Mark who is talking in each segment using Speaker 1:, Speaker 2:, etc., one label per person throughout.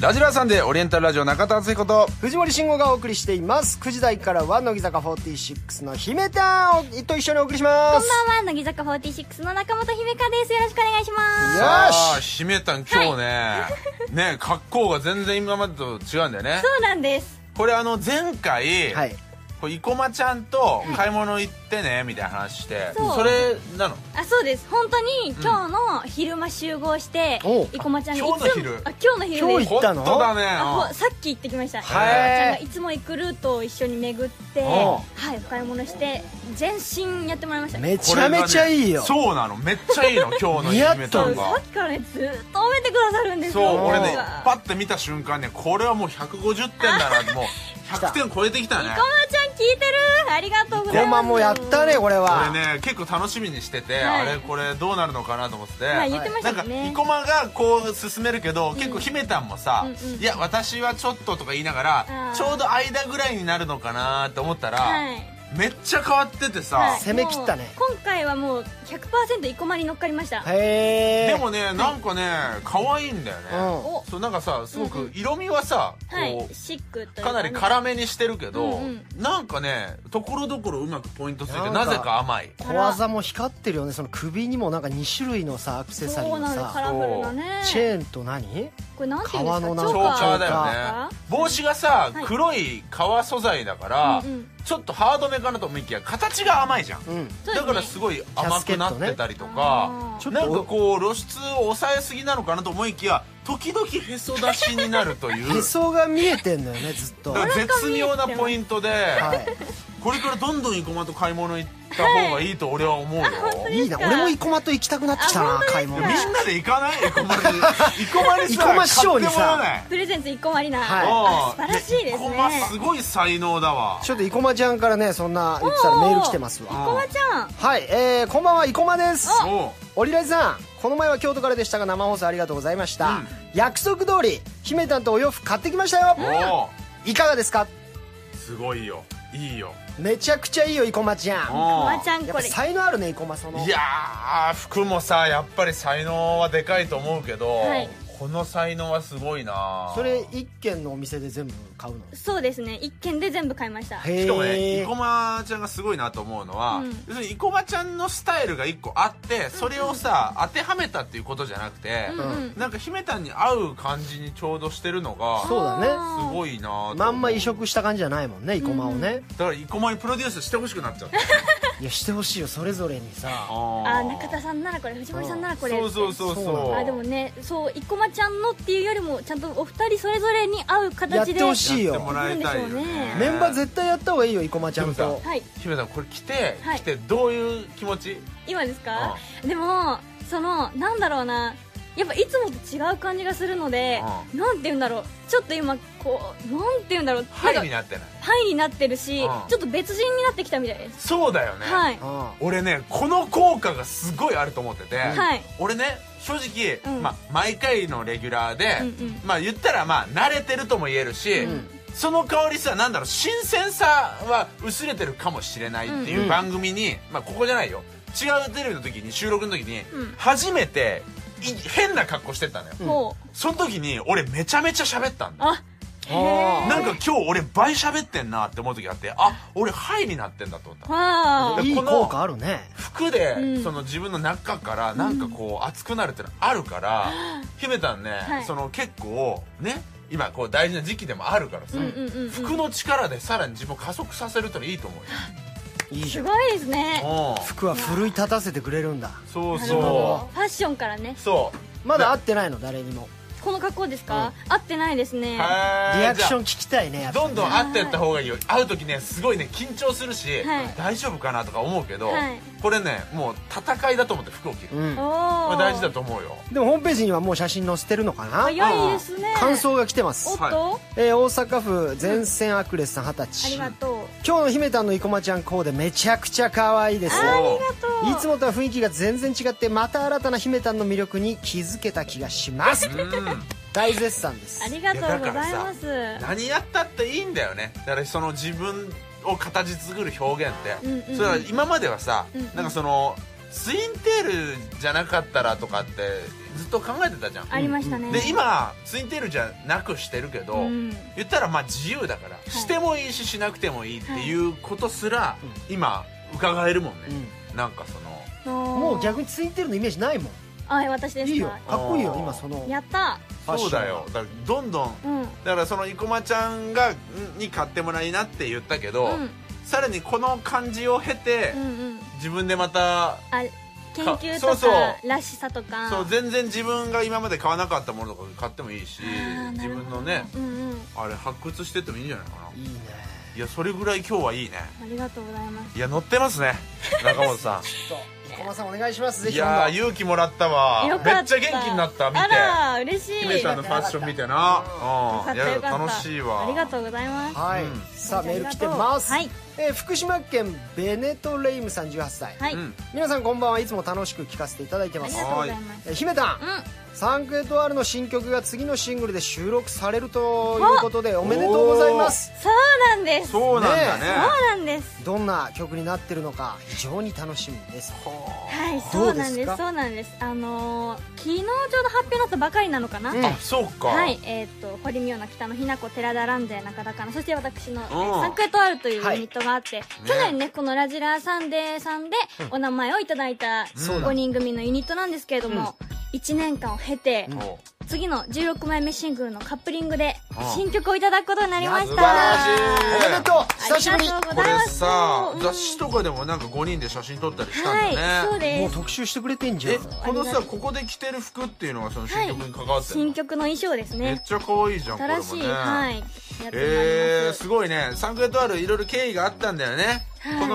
Speaker 1: ラジラーさんでオリエンタルラジオ中田敦彦と
Speaker 2: 藤森慎吾がお送りしています9時台からは乃木坂46の姫たんと一緒にお送りしま
Speaker 3: こん
Speaker 2: す
Speaker 3: ばんは、乃木坂46の中本姫香です。よろしくお願いします。
Speaker 2: よ
Speaker 1: さあ
Speaker 2: し
Speaker 1: 姫たん今日ね、ね格好が全然今までと違うんだよね
Speaker 3: そうなんです。
Speaker 1: これあの前回、
Speaker 2: はい
Speaker 1: これ生駒ちゃんと買い物行ってねみたいな話して
Speaker 3: そう
Speaker 1: それなの
Speaker 3: あ、そうです。本当に今日の昼間集合して、
Speaker 2: お
Speaker 3: 生駒ちゃんがいつも
Speaker 1: 今日の昼
Speaker 3: あ、今日の昼
Speaker 2: 今
Speaker 3: で
Speaker 2: 日
Speaker 3: す。
Speaker 2: 行ったの
Speaker 1: 本当だね
Speaker 3: あほさっき行ってきました。生駒ちゃんがいつも行くルートを一緒に巡って、
Speaker 1: お
Speaker 3: はい、お買い物して、全身やってもらいました。
Speaker 2: めちゃめちゃいいよ
Speaker 1: これがねそうなのめっちゃいいの 今日の
Speaker 2: 似合っとる
Speaker 1: 姫た
Speaker 3: そ
Speaker 1: ん
Speaker 3: うさ
Speaker 1: が
Speaker 3: っきからね、ずっと褒めてくださるんです
Speaker 1: そう
Speaker 3: よ。
Speaker 1: 俺ね
Speaker 3: 僕が
Speaker 1: パッて見た瞬間ねこれはもう150点だ なもう100点超えてきた
Speaker 3: 生
Speaker 1: ね
Speaker 3: 駒ちゃん聞いてるありがとうござい
Speaker 2: コ
Speaker 3: ま
Speaker 2: マ
Speaker 3: す。
Speaker 2: もやったねこれは
Speaker 1: 俺ね結構楽しみにしてて、
Speaker 3: はい
Speaker 1: あれこれどうなるのかなと思ってて、
Speaker 3: はい言ってましたもんね
Speaker 1: なんか生駒がこう進めるけど、結構姫たんもさ、
Speaker 3: うんうん
Speaker 1: いや私はちょっととか言いなが
Speaker 3: あ
Speaker 1: ら
Speaker 3: ー
Speaker 1: ちょうど間ぐらいになるのかなと思ったら、
Speaker 3: はい
Speaker 1: めっちゃ変わっててさ、
Speaker 3: はい
Speaker 2: 攻め切ったね
Speaker 3: もう今回はもう100%生駒に乗っかりました。
Speaker 2: へえ
Speaker 1: でもねなんかね可愛いんだよね、
Speaker 2: うん
Speaker 3: お
Speaker 1: そうなんかさすごく色味はさ、
Speaker 3: はい
Speaker 1: こ、う
Speaker 3: シックという
Speaker 1: かなり
Speaker 3: ね
Speaker 1: 辛めにしてるけど、
Speaker 3: うん
Speaker 1: なんかねところどころうまくポイントついて
Speaker 2: な
Speaker 1: なん
Speaker 2: か
Speaker 1: ぜか甘い
Speaker 2: 小技も光ってるよねその首にもなんか2種類のさアクセサリ
Speaker 3: そ
Speaker 2: ー
Speaker 3: う
Speaker 2: の
Speaker 3: なんですカ
Speaker 2: さ
Speaker 3: ラフルなね
Speaker 2: チェーンと何
Speaker 3: これなんていうんです
Speaker 2: 革
Speaker 3: か
Speaker 2: のなん
Speaker 3: チ
Speaker 1: チ
Speaker 2: か
Speaker 3: ョ
Speaker 1: ョー
Speaker 3: ーカ
Speaker 1: カ
Speaker 3: ー
Speaker 1: ーだよね帽子がさ
Speaker 3: はい
Speaker 1: 黒い革素材だから、
Speaker 3: うんうん
Speaker 1: ちょっとハードめかなと思いきや形が甘いじゃん、
Speaker 2: うん
Speaker 3: そうです
Speaker 1: だ
Speaker 3: ね
Speaker 1: からすごい甘くなってたりとか
Speaker 3: キ、
Speaker 2: ャスケットね
Speaker 1: なんかこう露出を抑えすぎなのかなと思いきや時々へそ出しになるという
Speaker 2: へそが見えてんのよねずっと
Speaker 1: だ
Speaker 2: は
Speaker 1: から絶妙なポイントで、
Speaker 2: い
Speaker 1: これからどんどん生駒と買い物行った方がいいと俺は思うよ、
Speaker 2: いいな俺も生駒と行きたくなってきた
Speaker 3: あ
Speaker 2: な
Speaker 3: 本当
Speaker 2: 買い
Speaker 1: み
Speaker 2: 物
Speaker 1: んなで行かない生駒に生駒にさ
Speaker 2: 生駒師匠にさ
Speaker 1: 買ってもらわない
Speaker 3: プレゼンツ生駒りな、
Speaker 2: はい
Speaker 3: あ素
Speaker 1: うん
Speaker 3: 晴らしいですね
Speaker 1: 生駒すごい才能だわ
Speaker 2: ちょっと生駒ちゃんからねそんな言ってたらメール来てます
Speaker 3: 生
Speaker 2: わ
Speaker 3: 駒ちゃん
Speaker 2: はいえー、こんばんは生駒です
Speaker 3: お
Speaker 1: おう
Speaker 2: オリラジさんこの前は京都からでしたが生放送ありがとうございました、
Speaker 1: うん
Speaker 2: 約束通り姫たんとお洋服買ってきましたよ、
Speaker 1: おう
Speaker 2: いかがですか
Speaker 1: すごいよいいよ
Speaker 2: めちゃくちゃいいよ生駒ちゃ
Speaker 1: おう
Speaker 2: ん
Speaker 3: 生駒ちゃん
Speaker 2: やっ
Speaker 3: こ
Speaker 2: ぱ
Speaker 3: れ
Speaker 2: 才能あるね生駒その
Speaker 1: いやー服もさやっぱり才能はでかいと思うけど、
Speaker 3: はい
Speaker 1: この才能はすごいな
Speaker 2: それ一軒のお店で全部買うの
Speaker 3: そうですね一軒で全部買いました
Speaker 2: へ
Speaker 1: しかもね
Speaker 2: え
Speaker 1: 生駒ちゃんがすごいなと思うのは、
Speaker 3: うん
Speaker 1: 要するに生駒ちゃんのスタイルが1個あってそれをさ、当てはめたっていうことじゃなくて、
Speaker 3: うんうん
Speaker 1: なんか姫たんに合う感じにちょうどしてるのが
Speaker 2: そうだね
Speaker 3: あー
Speaker 1: すごいなと思う
Speaker 2: まんま移植した感じじゃないもんね生駒をね、
Speaker 1: だから生駒にプロデュースしてほしくなっちゃった
Speaker 2: いやしてほしいよそれぞれにさ
Speaker 3: あ
Speaker 1: あ
Speaker 3: 中田さんならこれ藤森さんならこれ
Speaker 1: そうそうそう
Speaker 2: そう
Speaker 1: そう
Speaker 3: あでもねそう生駒ちゃんのっていうよりもちゃんとお二人それぞれに合う
Speaker 2: やっ
Speaker 3: 形で
Speaker 2: てほしい
Speaker 1: やって
Speaker 2: よ
Speaker 1: もらいたいよ
Speaker 3: なんでしょうね
Speaker 1: ね
Speaker 2: メンバー絶対やった方がいいよ生駒ちゃん
Speaker 1: でも
Speaker 2: と
Speaker 1: さ
Speaker 3: はい
Speaker 1: 姫さんこれ着て、
Speaker 3: はい
Speaker 1: 着てどういう気持ち
Speaker 3: 今ですかでもそのなんだろうなやっぱいつもと違う感じがするのでなんて言うんだろうちょっと今こうなんて言うんだろう
Speaker 1: ハイ
Speaker 3: なん
Speaker 1: に
Speaker 3: か
Speaker 1: なってない
Speaker 3: ハイになってる
Speaker 1: う
Speaker 3: し
Speaker 1: ん
Speaker 3: ちょっと別人になってきたみたいです
Speaker 1: そうだよね、
Speaker 3: はい
Speaker 1: 俺ねこの効果がすごいあると思ってて、
Speaker 3: はい
Speaker 1: 俺ね正直、
Speaker 3: うん
Speaker 1: まあ、毎回のレギュラーで、
Speaker 3: うんうん
Speaker 1: まあ、言ったらまあ慣れてるとも言えるし、
Speaker 3: うん
Speaker 1: その代わりさなんだろう新鮮さは薄れてるかもしれないって
Speaker 2: うん
Speaker 1: い
Speaker 2: うん
Speaker 1: う番組に、まあ、ここじゃないよ違うテレビの時に収録の時に、
Speaker 3: うん
Speaker 1: 初めてい変な格好してったのよ、
Speaker 2: うん
Speaker 3: も
Speaker 1: その時に俺めちゃめちゃ喋ったん
Speaker 3: う
Speaker 1: だ
Speaker 3: あ
Speaker 2: あー
Speaker 1: なんか今日俺倍喋ってんなって思う時があってあ俺ハイになってんだと思った
Speaker 3: わ
Speaker 1: う
Speaker 3: あ
Speaker 1: ん
Speaker 2: いい
Speaker 1: この
Speaker 2: 効果あるね
Speaker 1: 服で、
Speaker 3: うん
Speaker 1: その自分の中からなんかこう熱くなるってのあるから、姫たんね、
Speaker 3: はい
Speaker 1: その結構ね今こう大事な時期でもあるからさ、
Speaker 3: うんうんうんうん
Speaker 1: 服の力でさらに自分を加速させるってのいいと思うよ
Speaker 2: いいじ
Speaker 3: す
Speaker 2: ゃん
Speaker 3: ごいですね
Speaker 1: う
Speaker 2: 服は奮い立たせてくれるんだ
Speaker 1: んそう
Speaker 3: なるほど
Speaker 1: そ
Speaker 3: ファッションからね
Speaker 1: うそう
Speaker 2: まだ会ってないの誰にも
Speaker 3: この格好ですか合ってないですね
Speaker 1: リ
Speaker 2: リアクション聞きたいねやっぱ
Speaker 1: どんどん会ってった方がいいよ会う時ねすごいね緊張するし、
Speaker 3: はい
Speaker 1: 大丈夫かなとか思うけど、
Speaker 3: はい
Speaker 1: これねもう戦いだと思って服を着る、
Speaker 2: うん
Speaker 3: お
Speaker 1: こ
Speaker 3: お
Speaker 1: れ大事だと思うよ
Speaker 2: でもホームページにはもう写真載せてるのかな
Speaker 3: 早いですね
Speaker 2: 感想が来てま
Speaker 3: おっ
Speaker 2: す、
Speaker 3: と
Speaker 2: えー大阪府前線アクレスさん二十
Speaker 3: あ
Speaker 2: 歳
Speaker 3: り
Speaker 2: 今
Speaker 3: がと
Speaker 2: 日の姫たんの生駒ちゃんコーデめちゃくちゃ可愛いです
Speaker 3: う
Speaker 1: あ
Speaker 3: あ
Speaker 1: ー
Speaker 3: りがとう
Speaker 2: いつもとは雰囲気が全然違ってまた新たな姫たんの魅力に気づけた気がし ます
Speaker 1: うん
Speaker 2: 大絶賛です
Speaker 3: ありがとうございま
Speaker 1: い
Speaker 3: す
Speaker 1: 何やったっていいんだよねだからその自分を形作る表現って、
Speaker 3: うんうんうん
Speaker 1: それは今まではさ、
Speaker 3: うんうん
Speaker 1: なんかそのツインテールじゃなかったらとかってずっと考えてたじゃん
Speaker 3: ありましたね
Speaker 1: で今ツインテールじゃなくしてるけど、
Speaker 3: うん
Speaker 1: 言ったらまあ自由だから、
Speaker 3: い
Speaker 1: してもいいししなくてもいいっていうことすら、今伺えるもんね、なんかその
Speaker 2: もう
Speaker 3: も
Speaker 2: 逆についてるのイメージないも
Speaker 3: あ私で
Speaker 2: ん
Speaker 3: すか
Speaker 2: いいよかっこいいよ
Speaker 1: あー
Speaker 2: 今その
Speaker 3: やった
Speaker 2: ファッショ
Speaker 1: そ
Speaker 2: ン
Speaker 1: うだよだからどんどん
Speaker 3: うん
Speaker 1: だからその生駒ちゃんがんに買ってもらいなって言ったけど、
Speaker 3: うん
Speaker 1: さらにこの感じを経て、
Speaker 3: うんうん
Speaker 1: 自分でまた
Speaker 3: あ研究
Speaker 1: そ
Speaker 3: と
Speaker 1: うそう
Speaker 3: からしさとか
Speaker 1: そう全然自分が今まで買わなかったものとか買ってもいいし
Speaker 3: あーな
Speaker 1: 自
Speaker 3: るほ
Speaker 1: 分
Speaker 3: ど
Speaker 1: のね
Speaker 3: うんうん
Speaker 1: あれ発掘してってもいいんじゃないかない
Speaker 2: いね
Speaker 1: いやそれぐらい今日はいいね
Speaker 3: ありがとうございます
Speaker 1: いや乗ってます ね中本さん
Speaker 2: ちょっと生駒さんお願いしますぜ
Speaker 1: い
Speaker 2: ひ
Speaker 1: やー
Speaker 2: 今度
Speaker 1: 勇気もらったわ
Speaker 3: よかった
Speaker 1: めっちゃ元気になった見て
Speaker 3: あら嬉しい
Speaker 1: 姫ちゃんのファッション見てな
Speaker 3: よか
Speaker 1: う
Speaker 3: っ
Speaker 1: んい
Speaker 3: た
Speaker 1: や
Speaker 3: よかった
Speaker 1: 楽しいわ
Speaker 3: ありがとうございます
Speaker 2: はい、
Speaker 1: うん
Speaker 2: さあメール来
Speaker 3: あ
Speaker 2: て
Speaker 3: りがとう
Speaker 2: ます、
Speaker 3: はい
Speaker 2: えー福島県ベネトレイムさん18歳、
Speaker 3: はい、
Speaker 1: うん
Speaker 2: 皆さんこんばんはいつも楽しく聞かせていただいて
Speaker 3: あ
Speaker 2: ま
Speaker 3: り
Speaker 2: す
Speaker 3: がとうございます
Speaker 2: えー姫たんサンクエトワールの新曲が次のシングルで収録されるということでおめでとうございます
Speaker 3: うんそうなんですそう
Speaker 1: そうなんだ
Speaker 2: ね
Speaker 1: ね
Speaker 3: なんです
Speaker 2: どんな曲になってるのか非常に楽しみです
Speaker 3: はい
Speaker 2: ど
Speaker 3: そうう
Speaker 2: で
Speaker 3: なん
Speaker 2: す
Speaker 3: で
Speaker 2: か
Speaker 3: すそうなんですあのー昨日ちょうど発表になったばかりなのかな、
Speaker 2: うん
Speaker 1: あそうか
Speaker 3: はい、えーっ、と、堀美央の北野日な子、寺田蘭勢中田かな、そして私の、え
Speaker 1: う
Speaker 3: ー
Speaker 1: ん
Speaker 3: サンクエトワールというユニットがあって、去年ね、このラジラサンデーさんでお名前をいただいた
Speaker 1: そうだ
Speaker 3: 5人組のユニットなんですけれども、1年間を経て、
Speaker 1: お
Speaker 3: 次の16枚目シングルのカップリングで
Speaker 1: うん
Speaker 3: 新曲をいただくことになりま
Speaker 1: 素
Speaker 3: した。
Speaker 1: 晴らし
Speaker 2: お
Speaker 1: い
Speaker 2: めでとう久しぶり
Speaker 3: ありがとう
Speaker 1: こ
Speaker 3: ござい
Speaker 1: れ
Speaker 3: ます
Speaker 1: さ
Speaker 3: うん
Speaker 1: 雑誌とかでもなんか5人で写真撮ったりしたん
Speaker 3: はい、
Speaker 1: だ
Speaker 3: そう
Speaker 1: ね
Speaker 2: も
Speaker 3: で
Speaker 2: う
Speaker 3: す。
Speaker 2: 特集してくれてんじゃ
Speaker 1: え
Speaker 2: ん
Speaker 1: このさここで着てる服っていうのがその新曲に関わってるの
Speaker 3: 新曲の衣装です
Speaker 1: めっ
Speaker 3: ね。
Speaker 1: ちゃ可愛いじゃんこれも
Speaker 3: 新
Speaker 1: ね
Speaker 3: しい、はい、やつになります。
Speaker 1: えー、すごいねサンクエトワールいろいろ経緯があったんだよね、
Speaker 3: はい
Speaker 1: こ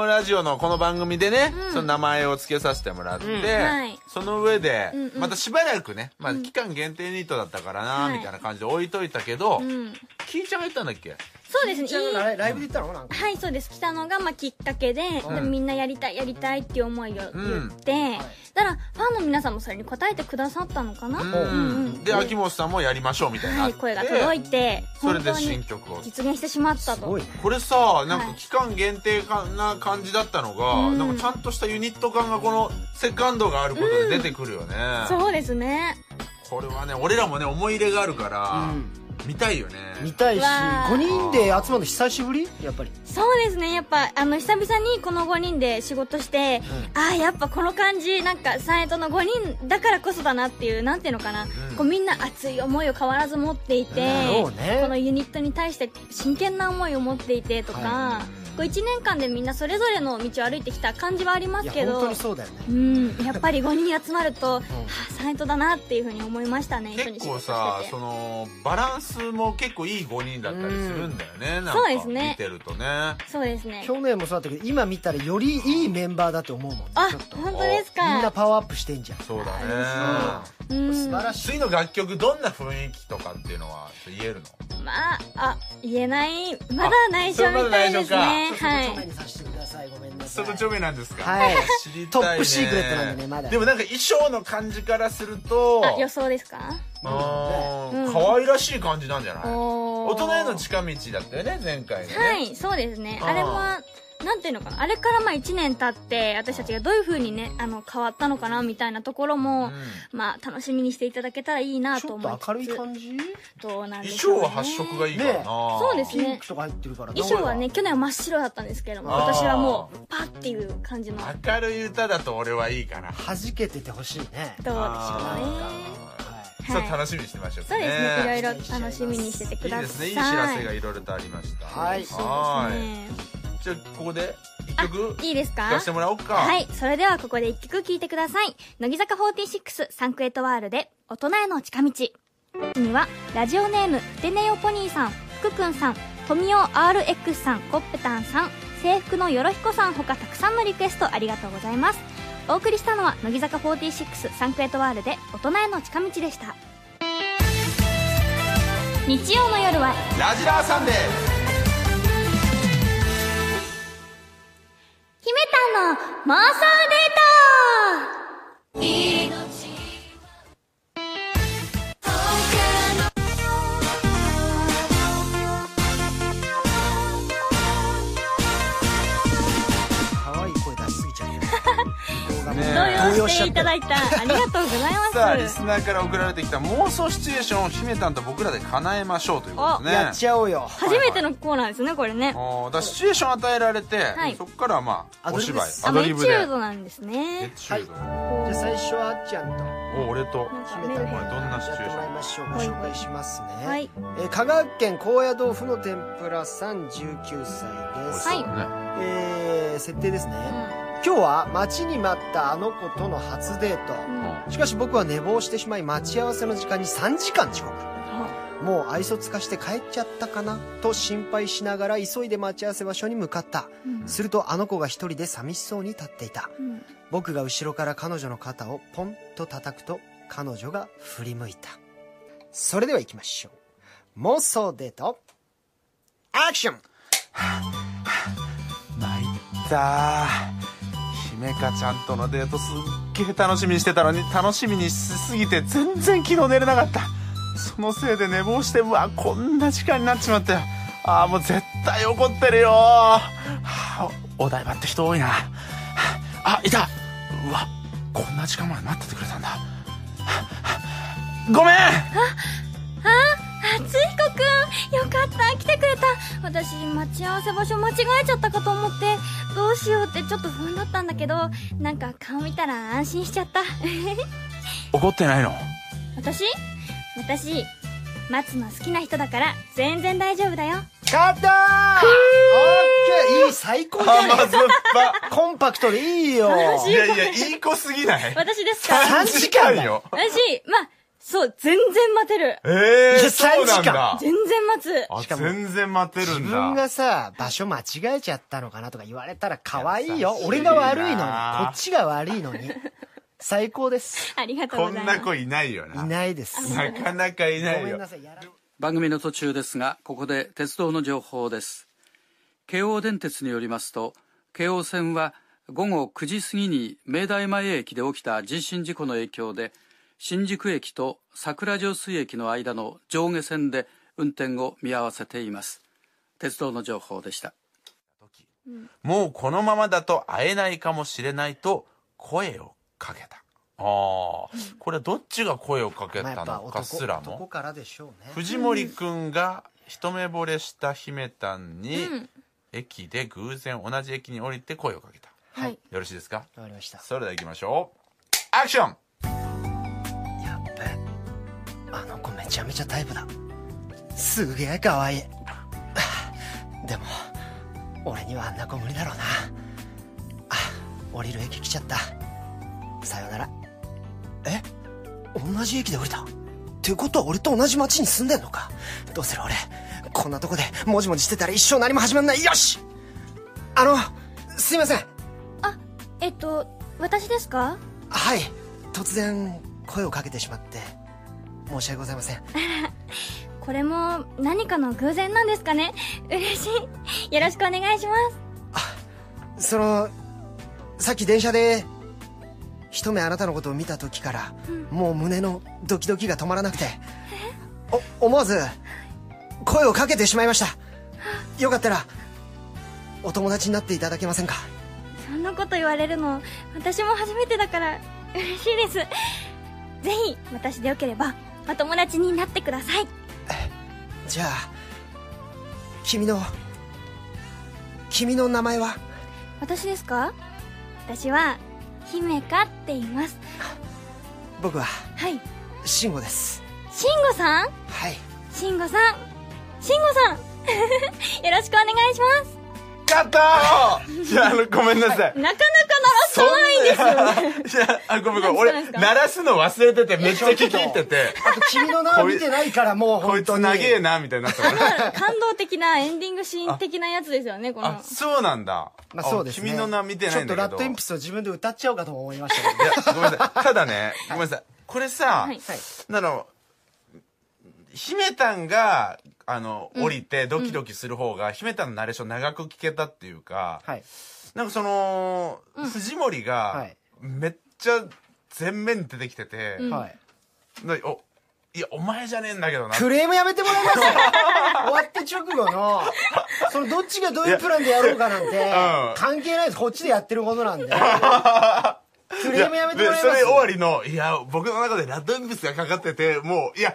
Speaker 1: のラジオのこの番組でね、
Speaker 3: うん
Speaker 1: その名前を付けさせてもらって、
Speaker 3: はい
Speaker 1: その上で、
Speaker 3: うんうん
Speaker 1: またしばらくね、まあ、期間限定ニートだったからな、
Speaker 3: はい
Speaker 1: みたいな感じで置いといたけど、
Speaker 3: うん。
Speaker 1: キイちゃんが言ったんだっけ
Speaker 3: そうですね、いい
Speaker 2: ライライブで行ったのなんか
Speaker 3: はいそうです来たのがまあきっかけで,、でみんなやりたいやりたいっていう思いを言って、
Speaker 1: うん
Speaker 3: だからファンの皆さんもそれに応えてくださったのかな、
Speaker 1: うん、
Speaker 3: うん
Speaker 1: で秋元さんもやりましょうみたいにな
Speaker 3: は
Speaker 1: っ
Speaker 3: い
Speaker 1: て、
Speaker 3: 声が届いて
Speaker 1: それ
Speaker 3: 本
Speaker 1: で
Speaker 3: 当
Speaker 1: 新
Speaker 3: に
Speaker 1: 曲を
Speaker 3: 実現してしまった
Speaker 2: す
Speaker 3: と
Speaker 2: ごいね
Speaker 1: これさなん
Speaker 3: は
Speaker 1: か
Speaker 3: い
Speaker 1: 期間限定かな感じだったのが、
Speaker 3: うん
Speaker 1: なんかちゃんとしたユニット感がこのセカンドがあることで出てくるよね、
Speaker 3: そうですね
Speaker 1: これはね俺らもね思い入れがあるから、見たいよね
Speaker 2: 見たいし
Speaker 3: うわー
Speaker 2: 5人で集まるの久しぶりやっぱり
Speaker 3: そうですねやっぱあの久々にこの5人で仕事して、ああやっぱこの感じなんかサイトの5人だからこそだなっていうなんていうのかな、
Speaker 1: うん
Speaker 3: こうみんな熱い思いを変わらず持っていて、
Speaker 2: そうね
Speaker 3: このユニットに対して真剣な思いを持っていてとか、
Speaker 2: は
Speaker 3: こう1年間でみんなそれぞれの道を歩いてきた感じはありま
Speaker 2: い
Speaker 3: す
Speaker 2: や
Speaker 3: け
Speaker 2: 本当
Speaker 3: ど
Speaker 2: にそうだよね
Speaker 3: うんやっぱり5人集まると、はあサイトだなっていうふうに思いましたね一緒に
Speaker 1: 結
Speaker 3: 仕事
Speaker 1: 構
Speaker 3: して
Speaker 1: さ
Speaker 3: て
Speaker 1: そのバランスも結構いい5人だったりするんだよね、なんか
Speaker 3: そうですね
Speaker 1: 見てるとね
Speaker 3: そうですね
Speaker 2: 去年もそうだったけど今見たらよりいいメンバーだって思うもんね
Speaker 3: あ
Speaker 2: ちょっとみ
Speaker 3: 本当ですか
Speaker 2: んなパワーアップしてんじゃん
Speaker 1: そうだね
Speaker 3: うん
Speaker 2: 素晴らしい
Speaker 1: 次の楽曲どんな雰囲気とかっていうのは言えるの
Speaker 3: まああ言えないまだ内
Speaker 1: そ
Speaker 3: 緒
Speaker 1: うまだ
Speaker 3: みたいで
Speaker 1: 内緒
Speaker 3: す
Speaker 1: か
Speaker 3: ねは
Speaker 2: ちょっとちょめ
Speaker 3: い
Speaker 2: にさせてくださいごめんな
Speaker 1: そ
Speaker 2: さい
Speaker 1: のちょめなんですか
Speaker 2: はい
Speaker 1: 知りたいね
Speaker 2: トップシークレットなんでねまだ
Speaker 1: でもなんか衣装の感じからすると
Speaker 3: あ予想ですか
Speaker 1: あー
Speaker 3: うん
Speaker 1: 可愛らしい感じなんじゃない
Speaker 3: 大
Speaker 1: 大人への近道だったよね前回のね、
Speaker 3: はい、そうですね。
Speaker 1: あー
Speaker 3: あれは、なんていうのかな。あれからまあ1年経って、私たちがどういう風にね、あの、変わったのかな、みたいなところも、まあ、楽しみにしていただけたらいいな
Speaker 2: ち
Speaker 3: と
Speaker 2: ょ
Speaker 3: 思
Speaker 2: っ
Speaker 3: いつつ。
Speaker 2: と明るい感じ
Speaker 3: どうなん
Speaker 1: 衣
Speaker 3: でしょ
Speaker 1: 装
Speaker 3: う、ね。
Speaker 1: は発色がいいからな、
Speaker 2: ね
Speaker 3: そうです
Speaker 2: ピンクとか入ってるからな
Speaker 3: 衣装はね、去年は真っ白だったんですけれども、今
Speaker 1: あー
Speaker 3: 年はもう、パっていう感じの、どうで
Speaker 1: 明るい歌だと俺はいいかな、
Speaker 2: 弾けててほしいね
Speaker 3: しょうね。
Speaker 1: あ
Speaker 2: はい
Speaker 1: ーさ
Speaker 3: はい
Speaker 1: あ楽しみにしてましょう
Speaker 3: そうですね。いろい
Speaker 2: 期待しちゃい
Speaker 3: ろ
Speaker 2: ま
Speaker 3: 楽
Speaker 2: す
Speaker 3: しみにしててく
Speaker 1: い
Speaker 3: だ
Speaker 1: いです
Speaker 3: さ
Speaker 1: ね
Speaker 3: い。
Speaker 1: いい知らせがいろいろとありました
Speaker 2: はい
Speaker 1: は
Speaker 3: そう
Speaker 1: ーい
Speaker 3: ですね
Speaker 1: じゃあここで一
Speaker 3: あ
Speaker 1: 曲
Speaker 3: いいです
Speaker 1: 聴
Speaker 3: か
Speaker 1: かせてもらおうか
Speaker 3: はい。それではここで一曲聴いてください。乃木坂46サンクエトワールで大人への近道。には、ラジオネーム、デネオポニーさん、福くんさん、富尾 RX さん、コッペタンさん、制服のよろひこさんほかたくさんのリクエストありがとうございます。お送りしたのは、乃木坂46サンクエトワールで大人への近道でした。日曜の夜は
Speaker 1: ラジラーサンデー
Speaker 3: 姫たんの妄想デ
Speaker 2: 可愛い声出しすぎちゃうよ動画も
Speaker 1: ね
Speaker 3: ートどう
Speaker 1: え
Speaker 3: 想像していただいたありがとうござい
Speaker 1: さあ
Speaker 3: ま
Speaker 1: リ
Speaker 3: す
Speaker 1: スナーから送られてきた妄想シチュエーションを姫たんと僕らで叶えましょうということですね
Speaker 2: やっちゃおうよ
Speaker 3: 初めてのコーナーですねこれね
Speaker 1: おーだからシチュエーション与えられて、
Speaker 3: はい
Speaker 1: そこからはまあ
Speaker 2: ア
Speaker 1: お
Speaker 2: ドリブで
Speaker 1: 芝居
Speaker 2: す
Speaker 3: あ
Speaker 1: ア
Speaker 3: メ
Speaker 1: ド
Speaker 3: チ
Speaker 1: リ
Speaker 3: ュ
Speaker 1: ブで
Speaker 3: ードなんですね
Speaker 1: エチュード
Speaker 2: じゃあ最初はあっちゃんと
Speaker 1: お俺と
Speaker 3: なんか
Speaker 2: 決め
Speaker 3: ね
Speaker 2: た
Speaker 1: お前どんなシ
Speaker 2: やっ
Speaker 1: チュエー
Speaker 2: て
Speaker 1: ショ
Speaker 2: もらい
Speaker 1: ン
Speaker 2: ましょうご紹介しますね、
Speaker 3: はい
Speaker 2: えー香川県高野豆腐の天ぷらさん19歳です、
Speaker 3: はい
Speaker 1: ね
Speaker 2: えー設定ですね、
Speaker 3: う
Speaker 2: 今日は待ちに待ったあの子との初デート、
Speaker 3: んうん
Speaker 2: しかし僕は寝坊してしまい待ち合わせの時間に3時間遅刻もう愛想つかして帰っちゃったかなと心配しながら急いで待ち合わせ場所に向かった
Speaker 3: うん
Speaker 2: するとあの子が一人で寂しそうに立っていた
Speaker 3: うん
Speaker 2: 僕が後ろから彼女の肩をポンと叩くと彼女が振り向いたそれでは行きましょう妄想デートアクション
Speaker 1: 泣いた姫香ちゃんとのデートすっげえ楽しみにしてたのに楽しみにしすぎて全然昨日寝れなかったそのせいで寝坊してうわこんな時間になっちまったよああもう絶対怒ってるよはあお台場って人多いなはああいたうわこんな時間まで待っててくれたんだはあご めん
Speaker 3: あつひこくんよかった来てくれた私待ち合わせ場所間違えちゃったかと思ってどうしようってちょっと不安だったんだけどなんか顔見たら安心しちゃった
Speaker 1: 怒って ないの
Speaker 3: 私私待つの好きな人だから全然大丈夫だよ
Speaker 2: 勝ったーオッケーいい最高じゃない
Speaker 1: 甘酸っ
Speaker 2: コンパクトでいいよ
Speaker 3: 楽
Speaker 1: ぱ
Speaker 3: し
Speaker 1: いやいやいい子すぎ ない
Speaker 3: 私 ですか
Speaker 1: 3
Speaker 2: 三
Speaker 1: 時
Speaker 2: 時
Speaker 1: 間
Speaker 2: 間
Speaker 1: よ
Speaker 3: 私まあそう全然待てる
Speaker 1: ええ
Speaker 2: い
Speaker 1: ー、
Speaker 2: や
Speaker 1: そうなん
Speaker 2: 3時
Speaker 1: だ
Speaker 2: 間。
Speaker 3: 全然待つ
Speaker 1: あ、
Speaker 2: しかも
Speaker 1: 全然待てる
Speaker 2: 自
Speaker 1: ん
Speaker 2: 分
Speaker 1: だ。
Speaker 2: がさ場所間違えちゃったのかなとか言われたら可愛いよ
Speaker 1: 優しいな
Speaker 2: 俺が悪いのにこっちが悪いのに最高 です
Speaker 3: ありがとう
Speaker 1: こ
Speaker 3: ござい
Speaker 1: ん
Speaker 3: ます
Speaker 1: な子いないよ
Speaker 2: い
Speaker 1: な。
Speaker 2: ないです
Speaker 1: なかなかいな
Speaker 2: ご
Speaker 1: い
Speaker 2: めん
Speaker 1: よ
Speaker 2: な。さいやら
Speaker 4: 番組の途中ですがここで鉄道の情報です京王電鉄によりますと京王線は午後9時過ぎに明大前駅で起きた人身事故の影響で新宿駅と桜上水駅の間の上下線で運転を見合わせています鉄道の情報でした
Speaker 1: もうこのままだと会えないかもしれないと声をかけた。ああ、これどっちが声をかけ
Speaker 2: まあや
Speaker 1: た
Speaker 2: っぱ
Speaker 1: のか
Speaker 2: 男
Speaker 1: すら
Speaker 2: 男
Speaker 1: も。
Speaker 2: からでしょうね
Speaker 1: 藤森くんが一目惚れした姫たんに、駅で偶然同じ駅に降りて声をかけた。
Speaker 3: はい
Speaker 1: よろしいですか
Speaker 2: わかりました
Speaker 1: それでは行きましょう。アクション
Speaker 2: やっべあの子めちゃめちゃタイプだすげえ可愛い あでも俺にはあんな子無理だろうなあ降りる駅来ちゃったさよならえ同じ駅で降りたってことは俺と同じ町に住んでんのかどうする俺こんなとこでもじもじしてたら一生何も始まんないよしあのすいません
Speaker 3: えっと私ですか
Speaker 2: はい突然声をかけてしまって申し訳ございません
Speaker 3: これも何かの偶然なんですかね 嬉しいよろしくお願いします
Speaker 2: そのさっき電車で一目あなたのことを見た時から、もう胸のドキドキが止まらなくてお思わず声をかけてしまいましたよかったらお友達になっていただけませんか
Speaker 3: そんなこと言われるの私も初めてだから嬉しいですぜひ私でよければお友達になってください
Speaker 2: じゃあ君の君の名前は
Speaker 3: 私ですか私は姫かって言います
Speaker 2: 僕は
Speaker 3: はい
Speaker 2: 慎吾です
Speaker 3: 慎吾さん
Speaker 2: はい
Speaker 3: 慎吾さん慎吾さん よろしくお願いします
Speaker 1: 勝った ーいや、あの、ごめんなさい。
Speaker 3: なかなか
Speaker 1: そんないですよ、ね。あ、ごめんごめん。
Speaker 3: なん
Speaker 1: 俺、
Speaker 3: ですか
Speaker 1: 鳴らすの忘れてて、めっちゃ聞き入ってて、
Speaker 2: あと君の名は見てないからもう
Speaker 1: こ
Speaker 2: 本
Speaker 1: いつ
Speaker 2: 当に
Speaker 1: 長えな、みたいになったから。
Speaker 3: なら 感動的なエンディングシーン的なやつですよねこの
Speaker 1: あ、そうなんだ。
Speaker 2: まあそうですね
Speaker 1: 君の名見てないんだけど。
Speaker 2: ちょっとラッドインプスを自分で歌っちゃおうかとも思いましたけ ど
Speaker 1: いや、ごめんなさい。ただね、ごめんなさい。これさ、
Speaker 3: はい
Speaker 2: はい
Speaker 1: なの、姫たんが、あの、降りてドキドキする方が、姫たんのナレーション長く聞けたっていうか、
Speaker 2: はい
Speaker 1: なんかその、藤森
Speaker 2: は
Speaker 1: が
Speaker 2: い、
Speaker 1: めっちゃ前面に出てきてて、
Speaker 2: はい
Speaker 1: なお、いや、お前じゃねえんだけどな。
Speaker 2: クレームやめてもらえます 終わって直後の、そのどっちがどういうプランでやろうかなんて
Speaker 1: やうん、
Speaker 2: 関係ないです。こっちでやってることなんで。ククレームやめてもらえます
Speaker 1: でそれ終わりのいや僕の中でラッドウィンプスがかかっててもういや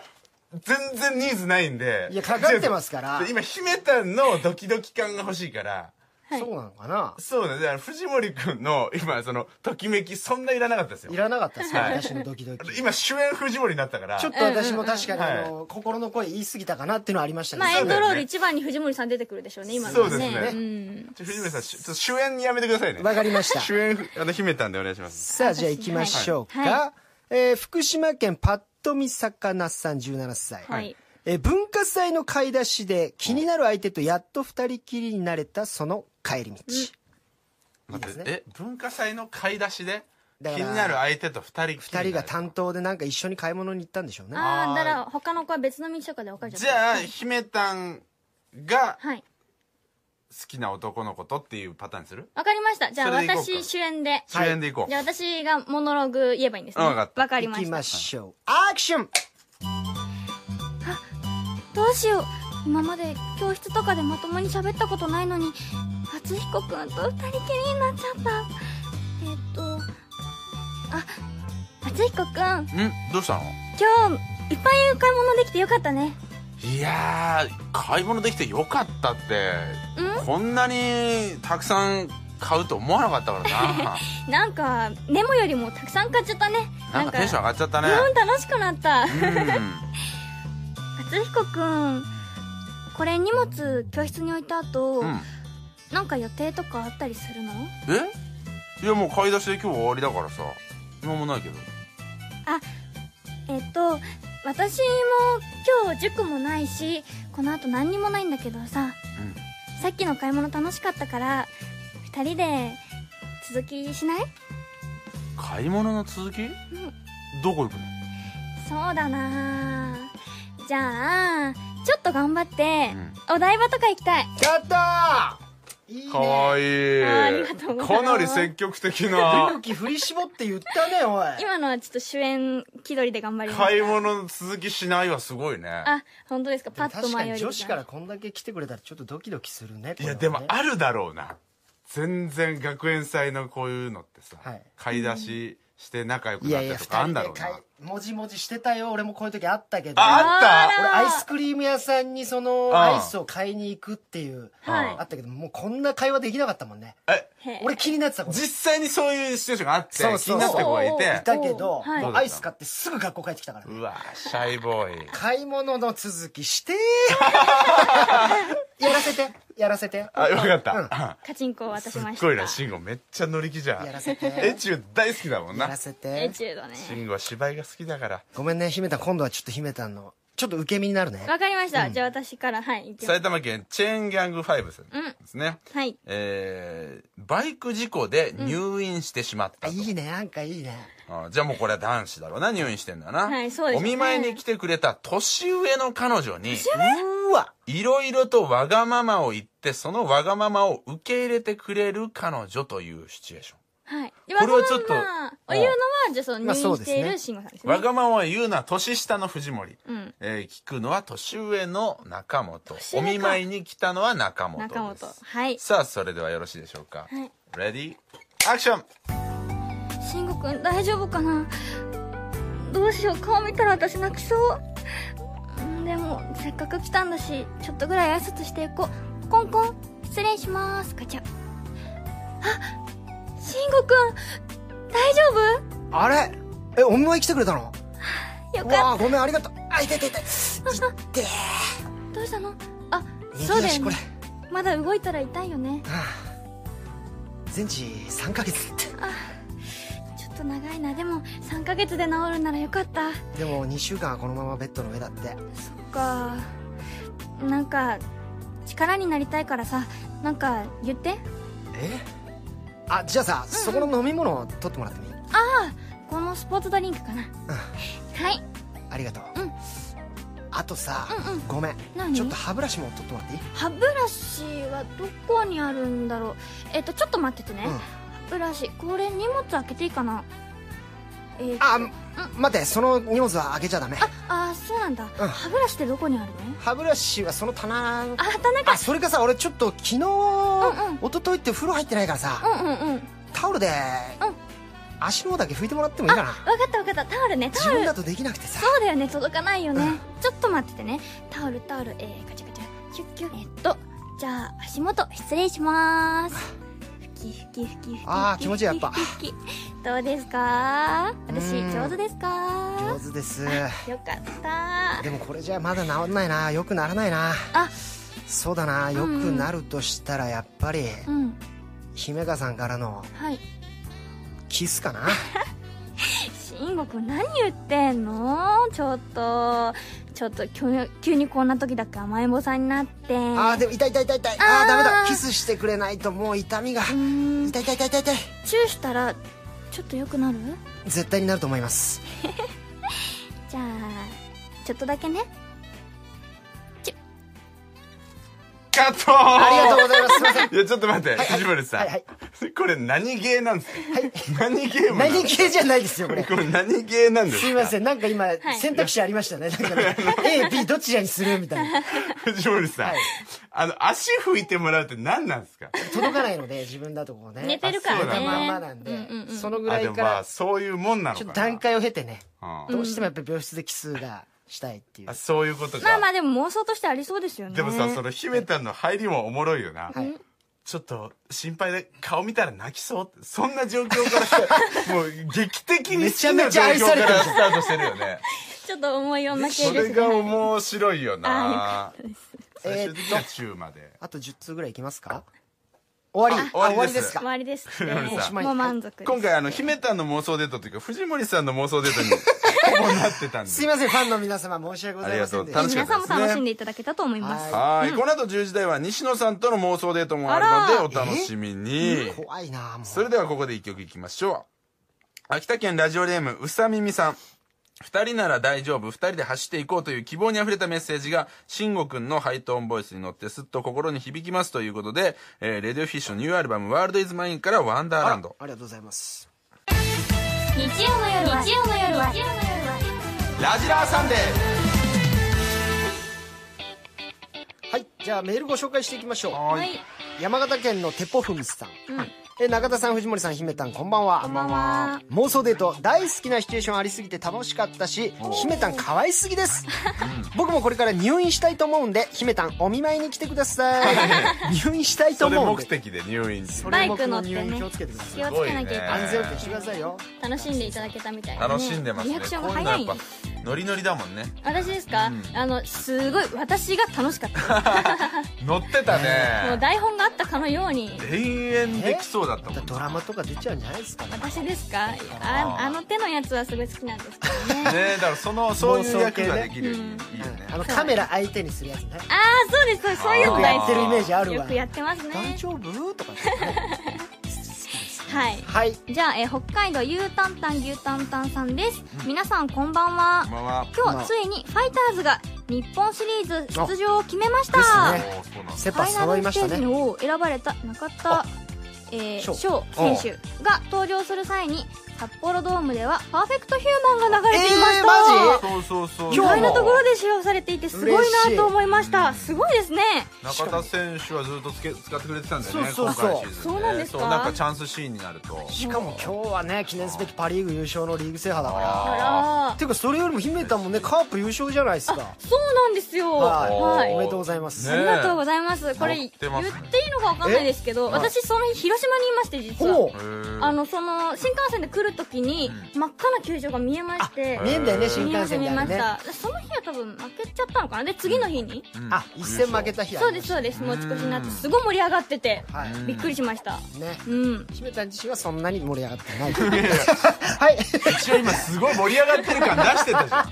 Speaker 1: 全然ニーズないんで
Speaker 2: いやかかってますから
Speaker 1: 違う今姫たんのドキドキ感が欲しいから
Speaker 3: はい
Speaker 2: そうなのかな
Speaker 1: そうねだから藤森君の今そのときめきそんないらなかったですよ
Speaker 2: いらなかったですか、
Speaker 1: はい
Speaker 2: 私のドキドキ
Speaker 1: 今主演藤森になったから
Speaker 2: ちょっと私も確かに
Speaker 1: うんうんうん
Speaker 2: あの、心の声言い過ぎたかなっていうのはありましたけ
Speaker 3: ま
Speaker 2: ど、
Speaker 3: あ、エン
Speaker 1: だ
Speaker 3: ド
Speaker 1: よ
Speaker 3: ロール一番に藤森さん出てくるでしょうね、今のは
Speaker 1: そうですね
Speaker 3: うん。
Speaker 1: ちょ藤森さんしちょっと主演やめてくださいね
Speaker 2: わかりました
Speaker 1: 主演あの姫たんでお願いします
Speaker 2: さあじゃあ行きましょうか、
Speaker 3: はいは
Speaker 2: えー福島県パッと見魚さん17歳、
Speaker 3: はい。
Speaker 2: えー文化祭の買い出しで気になる相手とやっと二人きりになれたその帰り道、
Speaker 1: 待って
Speaker 2: いいです
Speaker 1: え文化祭の買い出しで気
Speaker 2: だから
Speaker 1: になる相手と二人き
Speaker 2: 二
Speaker 1: り
Speaker 2: 人
Speaker 1: にな
Speaker 2: が
Speaker 1: る
Speaker 2: 担当でなんか一緒に買い物に行ったんでしょうね
Speaker 3: ああ、だから他の子は別の道とかで分かれちゃった。
Speaker 1: じゃあ姫たんが好
Speaker 3: はい。
Speaker 1: きな男の子とっていうパターンにする
Speaker 3: わかりました。じゃあ
Speaker 1: それでいこうか
Speaker 3: 私主演で。
Speaker 1: 主演でいこう
Speaker 3: じゃあ私がモノローグ言えばいいんですね。
Speaker 1: うんわかった
Speaker 3: わかり
Speaker 2: 行
Speaker 3: ま
Speaker 2: き
Speaker 3: した
Speaker 2: ま。しょうアクション
Speaker 3: どうしよう今まで教室とかでまともに喋ったことないのに厚彦くんと二人きりになっちゃったえっとあ厚彦くん今
Speaker 1: んどうしたの
Speaker 3: 日いっぱいお買い物できてよかったね
Speaker 1: いやー買い物できてよかったって
Speaker 3: う
Speaker 1: こんなにたくさん買うと思わなかった からな
Speaker 3: なんかネモよりもたくさん買っちゃったね
Speaker 1: なんかテンション上がっちゃったね
Speaker 3: うん楽しくなった
Speaker 1: う
Speaker 3: 厚彦くんこれ荷物教室に置いた後、
Speaker 1: ん、うん、
Speaker 3: なんか予定とかあったりするの
Speaker 1: えいやもう買い出しで今日終わりだからさ何もないけど
Speaker 3: えっと私も今日塾もないしこの後何にもないんだけどさ
Speaker 1: うん
Speaker 3: さっきの買い物楽しかったから2人で続きしない
Speaker 1: 買い物の続き、どこ行くの
Speaker 3: そうだなあじゃあちょっと頑張って、お台場とか行きたい
Speaker 2: やったーいいね
Speaker 1: かわいい
Speaker 3: あありがとうございます
Speaker 1: かなり積極的
Speaker 2: 勇
Speaker 1: な
Speaker 2: 気振り絞って言ったねおい
Speaker 3: 今のはちょっと主演気取りで頑張ります
Speaker 1: 買い物の続きしないはすごいね
Speaker 3: あ本当ですかパッと
Speaker 2: 確か
Speaker 3: 前よ
Speaker 2: に
Speaker 3: り
Speaker 2: 女子からこんだけ来てくれたらちょっとドキドキするね
Speaker 1: いやでも
Speaker 2: これはね
Speaker 1: あるだろうな全然学園祭のこういうのってさ、
Speaker 2: はい
Speaker 1: 買い出しして仲良く
Speaker 2: い
Speaker 1: な
Speaker 2: や
Speaker 1: っ
Speaker 2: いや
Speaker 1: てとかあ
Speaker 2: 2
Speaker 1: ん
Speaker 2: 人
Speaker 1: だ
Speaker 2: で
Speaker 1: ろうな
Speaker 2: 買いもじもじしてたよ俺もこういう時あったけど
Speaker 1: ああった
Speaker 3: ら
Speaker 2: 俺アイスクリーム屋さんにその
Speaker 1: ああ
Speaker 2: アイスを買いに行くっていう
Speaker 3: はい
Speaker 1: うん
Speaker 2: あったけどもうこんな会話できなかったもんね
Speaker 1: え
Speaker 3: へえ
Speaker 2: 俺気になってたことい
Speaker 1: 実際にそういうシチュエーションがあって
Speaker 2: そうそうそう
Speaker 1: 気になった子がい
Speaker 3: おーおー
Speaker 1: て
Speaker 2: たけど
Speaker 3: はい
Speaker 2: もうアイス買ってすぐ学校帰ってきたからね
Speaker 1: うわシャイボ ーイ
Speaker 2: 買い物の続きして やらせてやらせて
Speaker 1: あよかった、
Speaker 3: カチンコを渡し
Speaker 1: すっ
Speaker 3: ました
Speaker 1: ごいな慎吾めっちゃ乗り気じゃん
Speaker 2: やらせて
Speaker 1: エチュード大好きだもん
Speaker 2: や
Speaker 1: な
Speaker 2: らせ
Speaker 3: エ
Speaker 2: て
Speaker 3: チュードね
Speaker 1: 慎吾は芝居が好きだから
Speaker 2: ごめんね姫たん今度はちょっと姫たんのちょっと受け身になるね
Speaker 3: わかりました、じゃあ私からはい行きます
Speaker 1: 埼玉県チェーンギャング5さんですね、
Speaker 3: はい
Speaker 1: えーバイク事故で入院してしまった
Speaker 2: あ
Speaker 1: と、
Speaker 2: いいねなんかいいね
Speaker 1: あじゃあもうこれは男子だろうな入院してんだな、
Speaker 3: はいそうでしょ
Speaker 1: お
Speaker 3: うね
Speaker 1: 見舞いに来てくれた年上の彼女に
Speaker 2: うわ
Speaker 1: いろいろとわがままを言ってそのわがままを受け入れてくれる彼女というシチュエーション
Speaker 3: はい。で
Speaker 1: これはちょっと
Speaker 3: わがままを言うのは、じゃあそ
Speaker 2: ま
Speaker 3: の
Speaker 2: あ
Speaker 3: 入
Speaker 2: そ
Speaker 3: 院
Speaker 2: う
Speaker 3: し
Speaker 2: です
Speaker 3: て
Speaker 2: ね
Speaker 3: いる慎吾さんですね。
Speaker 1: わがままを言うのは年下の藤森、
Speaker 3: うん。
Speaker 1: えー聞くのは年上の中本
Speaker 3: 上
Speaker 1: お
Speaker 3: か
Speaker 1: 見舞いに来たのは中本です
Speaker 3: 中本。はい。
Speaker 1: さあそれではよろしいでしょうか、
Speaker 3: はい。
Speaker 1: レディーアクション
Speaker 3: 慎吾くん大丈夫かなどうしよう、顔見たら私泣きそう。うんでも、せっかく来たんだし、ちょっとぐらい挨拶していこう。コンコン、失礼しまーす、ガチャ。あ、慎吾くん、大丈
Speaker 2: あれえお見舞い来てくれたの
Speaker 3: 夫よ
Speaker 2: う
Speaker 3: かっ
Speaker 2: わごめんありがとうあ痛い痛い痛い痛いて
Speaker 3: た。どうしたのあ、
Speaker 2: 右
Speaker 3: そうだ
Speaker 2: 足
Speaker 3: よ
Speaker 2: これ
Speaker 3: ね。まだ動いたら痛いよね。
Speaker 2: はあ 全治3ヶ月だっ
Speaker 3: ちょっと長いな。でも、3ヶ月で治るならよかった。
Speaker 2: てでも2週間はこのままベッドの上だって
Speaker 3: そっかなんか力になりたいからさなんか言って
Speaker 2: えあじゃあさ、そこの飲み物を取ってもらってもいい
Speaker 3: このスポーツドリンクかなはい
Speaker 2: ありがとう、
Speaker 3: うん
Speaker 2: あとさ、
Speaker 3: うんうん
Speaker 2: ごめん
Speaker 3: 何
Speaker 2: ちょっと歯ブラシも取ってもらっていい
Speaker 3: 歯ブラシはどこにあるんだろうえっとちょっと待っててね、
Speaker 2: うん
Speaker 3: 歯ブラシこれ荷物開けていいかなえー、
Speaker 2: あ、待ってその荷物は開けちゃダメ
Speaker 3: ああそうなんだ、
Speaker 2: うん
Speaker 3: 歯ブラシってどこにあるの
Speaker 2: 歯ブラシはその棚
Speaker 3: あ田中
Speaker 2: あそれかさ俺ちょっと昨日、
Speaker 3: んうん
Speaker 2: 一昨日って風呂入ってないからさ、
Speaker 3: うんうんうん
Speaker 2: タオルで、
Speaker 3: うん
Speaker 2: 足の方だけ拭いてもらってもいいかな
Speaker 3: わかったわかったタオルねタ
Speaker 2: 自
Speaker 3: オ
Speaker 2: 分
Speaker 3: ル
Speaker 2: だとできなくてさ
Speaker 3: そうだよね届かないよね、
Speaker 2: うん
Speaker 3: ちょっと待っててねタオルタオルえー、カチャカチャキュッキュッえっとじゃあ足元失礼しまーすふきふきふきふき
Speaker 2: あー気持ちいいやっぱ
Speaker 3: ふきふきどうですか私
Speaker 2: うん
Speaker 3: 上手ですか
Speaker 2: 上手です
Speaker 3: よかった
Speaker 2: でもこれじゃまだ治んないな良くならないな
Speaker 3: あ
Speaker 2: そうだな良くなるとしたらやっぱり
Speaker 3: うん
Speaker 2: 姫香さんからの
Speaker 3: はい
Speaker 2: キスかな
Speaker 3: 慎吾くん何言ってんのちょっとちょっと急に急にこんな時だけ甘えん坊さんになって
Speaker 2: あーでも痛い痛い痛い痛いあ
Speaker 3: あー
Speaker 2: ーダメだキスしてくれないともう痛みが
Speaker 3: うーん
Speaker 2: 痛い痛い痛い痛い痛い
Speaker 3: チューしたらちょっと良くなる
Speaker 2: 絶対になると思います
Speaker 3: じゃあちょっとだけね
Speaker 1: カット
Speaker 2: ありがとうございますすいま せん
Speaker 1: いや、ちょっと待って、藤森さ
Speaker 2: はいはい
Speaker 1: ん。これ何ゲーなんですか何ゲームなの
Speaker 2: 何系じゃないですよこれ
Speaker 1: これ何ゲーなんですか
Speaker 2: すいませんなんか今
Speaker 3: い
Speaker 2: 選択肢ありましたねなんかね AB どちらにするみたいな
Speaker 1: 藤森さん、
Speaker 2: はい
Speaker 1: あの、足拭いてもらうって何なんですか
Speaker 2: 届かないので自分だとこうね
Speaker 3: 寝てるからね
Speaker 1: あそう
Speaker 2: ま
Speaker 1: なんん
Speaker 2: まなんで
Speaker 3: うんうんうん
Speaker 2: そのぐ
Speaker 1: あ、
Speaker 2: ら
Speaker 1: で
Speaker 2: い
Speaker 1: も
Speaker 2: か
Speaker 1: まあ、
Speaker 2: ら
Speaker 1: そういうもんなの
Speaker 2: ち
Speaker 1: か
Speaker 2: ょっ
Speaker 1: な。
Speaker 2: と段階を経てね
Speaker 1: うん
Speaker 2: どうしてもやっぱり病室で奇数がしたいっていう
Speaker 1: あそういうことか。
Speaker 3: まあまあでも妄想としてありそうですよね
Speaker 1: でもさ、その姫たんの入りもおもろいよな。
Speaker 2: はい
Speaker 1: ちょっと心配で顔見たら泣きそうってそんな状況から、 もう劇的に好きな状況からスタートしてるよね。
Speaker 3: ちょっと重い女系
Speaker 1: そ
Speaker 3: で
Speaker 1: れ
Speaker 3: す
Speaker 1: が
Speaker 3: ね
Speaker 1: 面白いよな。最終的には中まで。
Speaker 2: あと10通ぐらいいきますか終わり
Speaker 1: 終わり
Speaker 2: あ終わりです
Speaker 1: です
Speaker 2: か
Speaker 3: 終わりですっ
Speaker 1: 藤
Speaker 3: て
Speaker 1: 森さん
Speaker 3: もう満足です
Speaker 1: 今回あの、姫たんの妄想デートというか、藤森さんの妄想デートに、ほぼなってたんです
Speaker 2: い ませんファンの皆様申し訳ございませんでし
Speaker 1: あ
Speaker 2: た
Speaker 1: りがとう楽しかっ
Speaker 3: 皆さんも楽しんでいただけたと思います
Speaker 2: は
Speaker 1: はい、この後10時台は西野さんとの妄想デートもあるのでお楽しみに。
Speaker 2: 怖いなあもう
Speaker 1: それではここで一曲いきましょう。秋田県ラジオネームうさみみさん。二人なら大丈夫、二人で走っていこうという希望に溢れたメッセージが、慎吾くんのハイトーンボイスに乗ってすっと心に響きますということで、えーレディオフィッシュのニューアルバム、ワールドイズマインからワンダー
Speaker 2: あら
Speaker 1: ラ
Speaker 2: あ
Speaker 1: ン
Speaker 2: り
Speaker 1: ド。
Speaker 2: がとうございます
Speaker 3: 日曜の夜は日曜の夜は
Speaker 1: ラジラーサンデー
Speaker 2: はいじゃあメールご紹介していきましょう
Speaker 1: は。
Speaker 3: はいい
Speaker 2: 山形県のテポフムスさん、
Speaker 3: ん
Speaker 2: え中田さん藤森さん姫たんこんばんは
Speaker 3: こんばんは
Speaker 2: 妄想デート大好きなシチュエーションありすぎて楽しかったし姫たん可愛すぎです僕もこれから入院したいと思うんで姫たんお見舞いに来てください入院したいと
Speaker 1: それ
Speaker 2: 思うん
Speaker 1: 目
Speaker 2: で
Speaker 1: 的で入院す
Speaker 2: そ
Speaker 1: る。
Speaker 2: れ
Speaker 3: バイク乗ってね
Speaker 2: 僕の入院気をつけてください
Speaker 3: 気をつけなきゃいけない
Speaker 2: 安全運転してくださいよ
Speaker 3: 楽しんでいただけたみたいな、ね、
Speaker 1: 楽しんでますね。
Speaker 3: リアクショ
Speaker 1: こ
Speaker 3: ン
Speaker 1: う
Speaker 3: が
Speaker 1: いうの
Speaker 3: 早
Speaker 1: やっ
Speaker 3: い
Speaker 1: ぱ、ノリノリだもんね。
Speaker 3: 私ですか、あのすごい私が楽しかった
Speaker 1: 乗ってた
Speaker 3: もう
Speaker 1: ね。
Speaker 3: 台本があったかのように
Speaker 1: 延々できそうだったもん。
Speaker 2: ドラマとか出ちゃうんじゃないですかね
Speaker 3: 私ですかああの手のやつはすごい好きなんですけどね
Speaker 1: ねだからそのそういう役ができるように
Speaker 3: 妄
Speaker 1: い
Speaker 3: 想
Speaker 1: いよね
Speaker 2: あのカメラ相手にするやつね
Speaker 3: ああそうですそうですそういう
Speaker 2: よ
Speaker 3: の
Speaker 2: く
Speaker 3: 大
Speaker 2: や
Speaker 3: 好
Speaker 2: ってるイメージあ
Speaker 3: き
Speaker 2: る
Speaker 3: よ
Speaker 2: わ
Speaker 3: くやってます
Speaker 2: 大
Speaker 3: ね
Speaker 2: 丈夫とかね
Speaker 3: はい
Speaker 2: はい
Speaker 3: じゃあ、えー北海道ゆうたんたん牛たんたんさんです、皆さんこんばんは
Speaker 1: こんばんは
Speaker 2: ま
Speaker 3: 今
Speaker 2: あ
Speaker 3: 日ついにファイターズが日本シリーズ出場を決めました
Speaker 2: あですね
Speaker 1: おーそうなんだ
Speaker 2: セ
Speaker 3: フ
Speaker 2: パ
Speaker 3: ァイナ
Speaker 2: 揃い
Speaker 3: ル
Speaker 2: ま
Speaker 3: ス
Speaker 2: し
Speaker 3: テ
Speaker 2: た
Speaker 3: ージ
Speaker 2: ね
Speaker 3: を選ばれた中
Speaker 2: あ
Speaker 3: 田えー
Speaker 2: 翔
Speaker 3: 翔選手が登場する際に札幌ドームではパーフェクトヒューマンが流れていました、
Speaker 2: えーマ
Speaker 1: そうそうそう
Speaker 3: 意
Speaker 2: 今日
Speaker 3: 外
Speaker 2: も
Speaker 3: なところで使用されていてすごいなと思いましたすごいですね
Speaker 1: 中田選手はずっとつけ使ってくれてたんだよね
Speaker 2: そうそうそう
Speaker 1: 今回のシーズン
Speaker 3: そうなんですか
Speaker 1: そうなんかチャンスシーンになると
Speaker 2: しかも今日はね記念すべきパ・リーグ優勝のリーグ制覇だか
Speaker 3: あ
Speaker 1: あ
Speaker 2: ら
Speaker 3: ら
Speaker 2: ていうかそれよりも姫たんもねカープ優勝じゃないですか
Speaker 3: そうなんですよ
Speaker 2: はいお
Speaker 3: はい
Speaker 2: めでとうございます、
Speaker 1: ね
Speaker 3: ありがとうございますこれ
Speaker 1: 乗
Speaker 3: 言
Speaker 1: っ
Speaker 3: ってい
Speaker 1: てますね
Speaker 3: いのかわかんないですけど私その日広島にいまして実は
Speaker 1: ー
Speaker 2: ほう
Speaker 1: へー
Speaker 3: あのその新幹線で来るときに真っ赤な球場が見えまして
Speaker 2: 見えんだよね新
Speaker 3: 見ま
Speaker 2: 幹
Speaker 3: した
Speaker 2: 線で
Speaker 3: 見
Speaker 2: あ
Speaker 3: ま
Speaker 2: れ
Speaker 3: し
Speaker 2: ね
Speaker 3: たその日は多分負けちゃったのかなで次の日に
Speaker 1: うん
Speaker 2: あ一戦負けた日あり
Speaker 3: そう
Speaker 2: ま
Speaker 3: で
Speaker 2: し
Speaker 3: す
Speaker 2: た
Speaker 3: そうです持ち越しになってすごい盛り上がってて
Speaker 2: はい
Speaker 3: びっくりしました
Speaker 2: ね
Speaker 3: うん
Speaker 2: 姫たん自身はそんなに盛り上がってないはい
Speaker 1: 一応今すごい盛り上がってる感出してたじゃん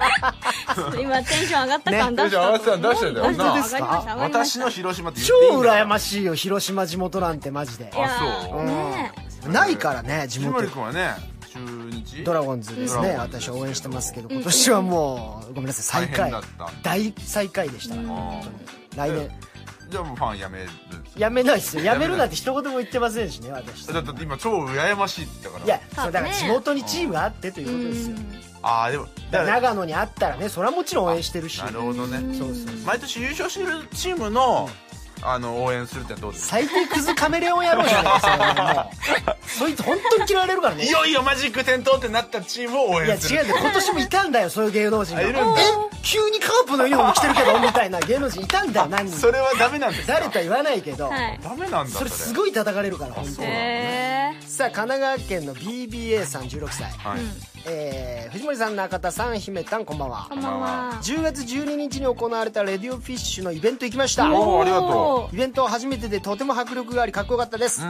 Speaker 3: 今テンション上がった感
Speaker 1: ね
Speaker 3: 出したと思う
Speaker 1: テンション上がってたんだよ
Speaker 3: 上がり
Speaker 1: な
Speaker 3: ました上がりま
Speaker 1: 私
Speaker 3: した
Speaker 1: の広島って言っていい
Speaker 2: 超
Speaker 1: んだ
Speaker 2: 羨ましいよ広島地元なんてマジで
Speaker 3: いや
Speaker 1: あそう
Speaker 3: ーねえ
Speaker 2: ないからね地
Speaker 1: 藤森
Speaker 2: 元
Speaker 1: 君はね中日
Speaker 2: ドラゴンズですね
Speaker 1: うん
Speaker 2: 私応援してますけど今年はもうごめんなさい最下
Speaker 1: 大変
Speaker 2: 位
Speaker 1: だった
Speaker 2: 大最下位でしたから
Speaker 1: あ
Speaker 2: 来年
Speaker 1: ーじゃあもうファンやめるんですか
Speaker 2: やめないですよやめるなんて一言も言ってませんしね私
Speaker 1: だって今超羨ましいってだから
Speaker 2: いやそれだから地元にチームがあってということですよ
Speaker 1: ああでも
Speaker 2: だから
Speaker 1: だから
Speaker 2: 長野にあったらねそれはもちろん応援してるし
Speaker 1: なるほどね
Speaker 2: そうそう
Speaker 1: 毎年優勝してるチームのあの応援するってのはどうですか
Speaker 2: 最低クズカメレオン野郎じゃないですかそいつ本当に嫌われるからね
Speaker 1: いよいよマジック点灯ってなったチームを応
Speaker 2: いや
Speaker 1: 援する
Speaker 2: 違うんだよ今年もいたんだよそういう芸能人が
Speaker 1: あいるんだ
Speaker 2: え急にカープのユニフォーム着てるけどみたいな芸能人いたんだよ何人
Speaker 1: それはダメなんですか
Speaker 2: 誰とは言わないけど、
Speaker 3: はい
Speaker 1: ダメなんだ
Speaker 2: そ
Speaker 1: そ
Speaker 2: れ
Speaker 1: れ
Speaker 2: すごい叩かれるから本当に
Speaker 3: へ
Speaker 2: さあ神奈川県の BBA さん16歳、
Speaker 1: はい
Speaker 2: えー藤森さん中田さん姫たんこんばんは
Speaker 3: ーこんばんは
Speaker 2: 10月12日に行われたレディオフィッシュのイベント行きました
Speaker 1: おーありがと
Speaker 2: イベントは初めてでとても迫力がありかっこよかったです、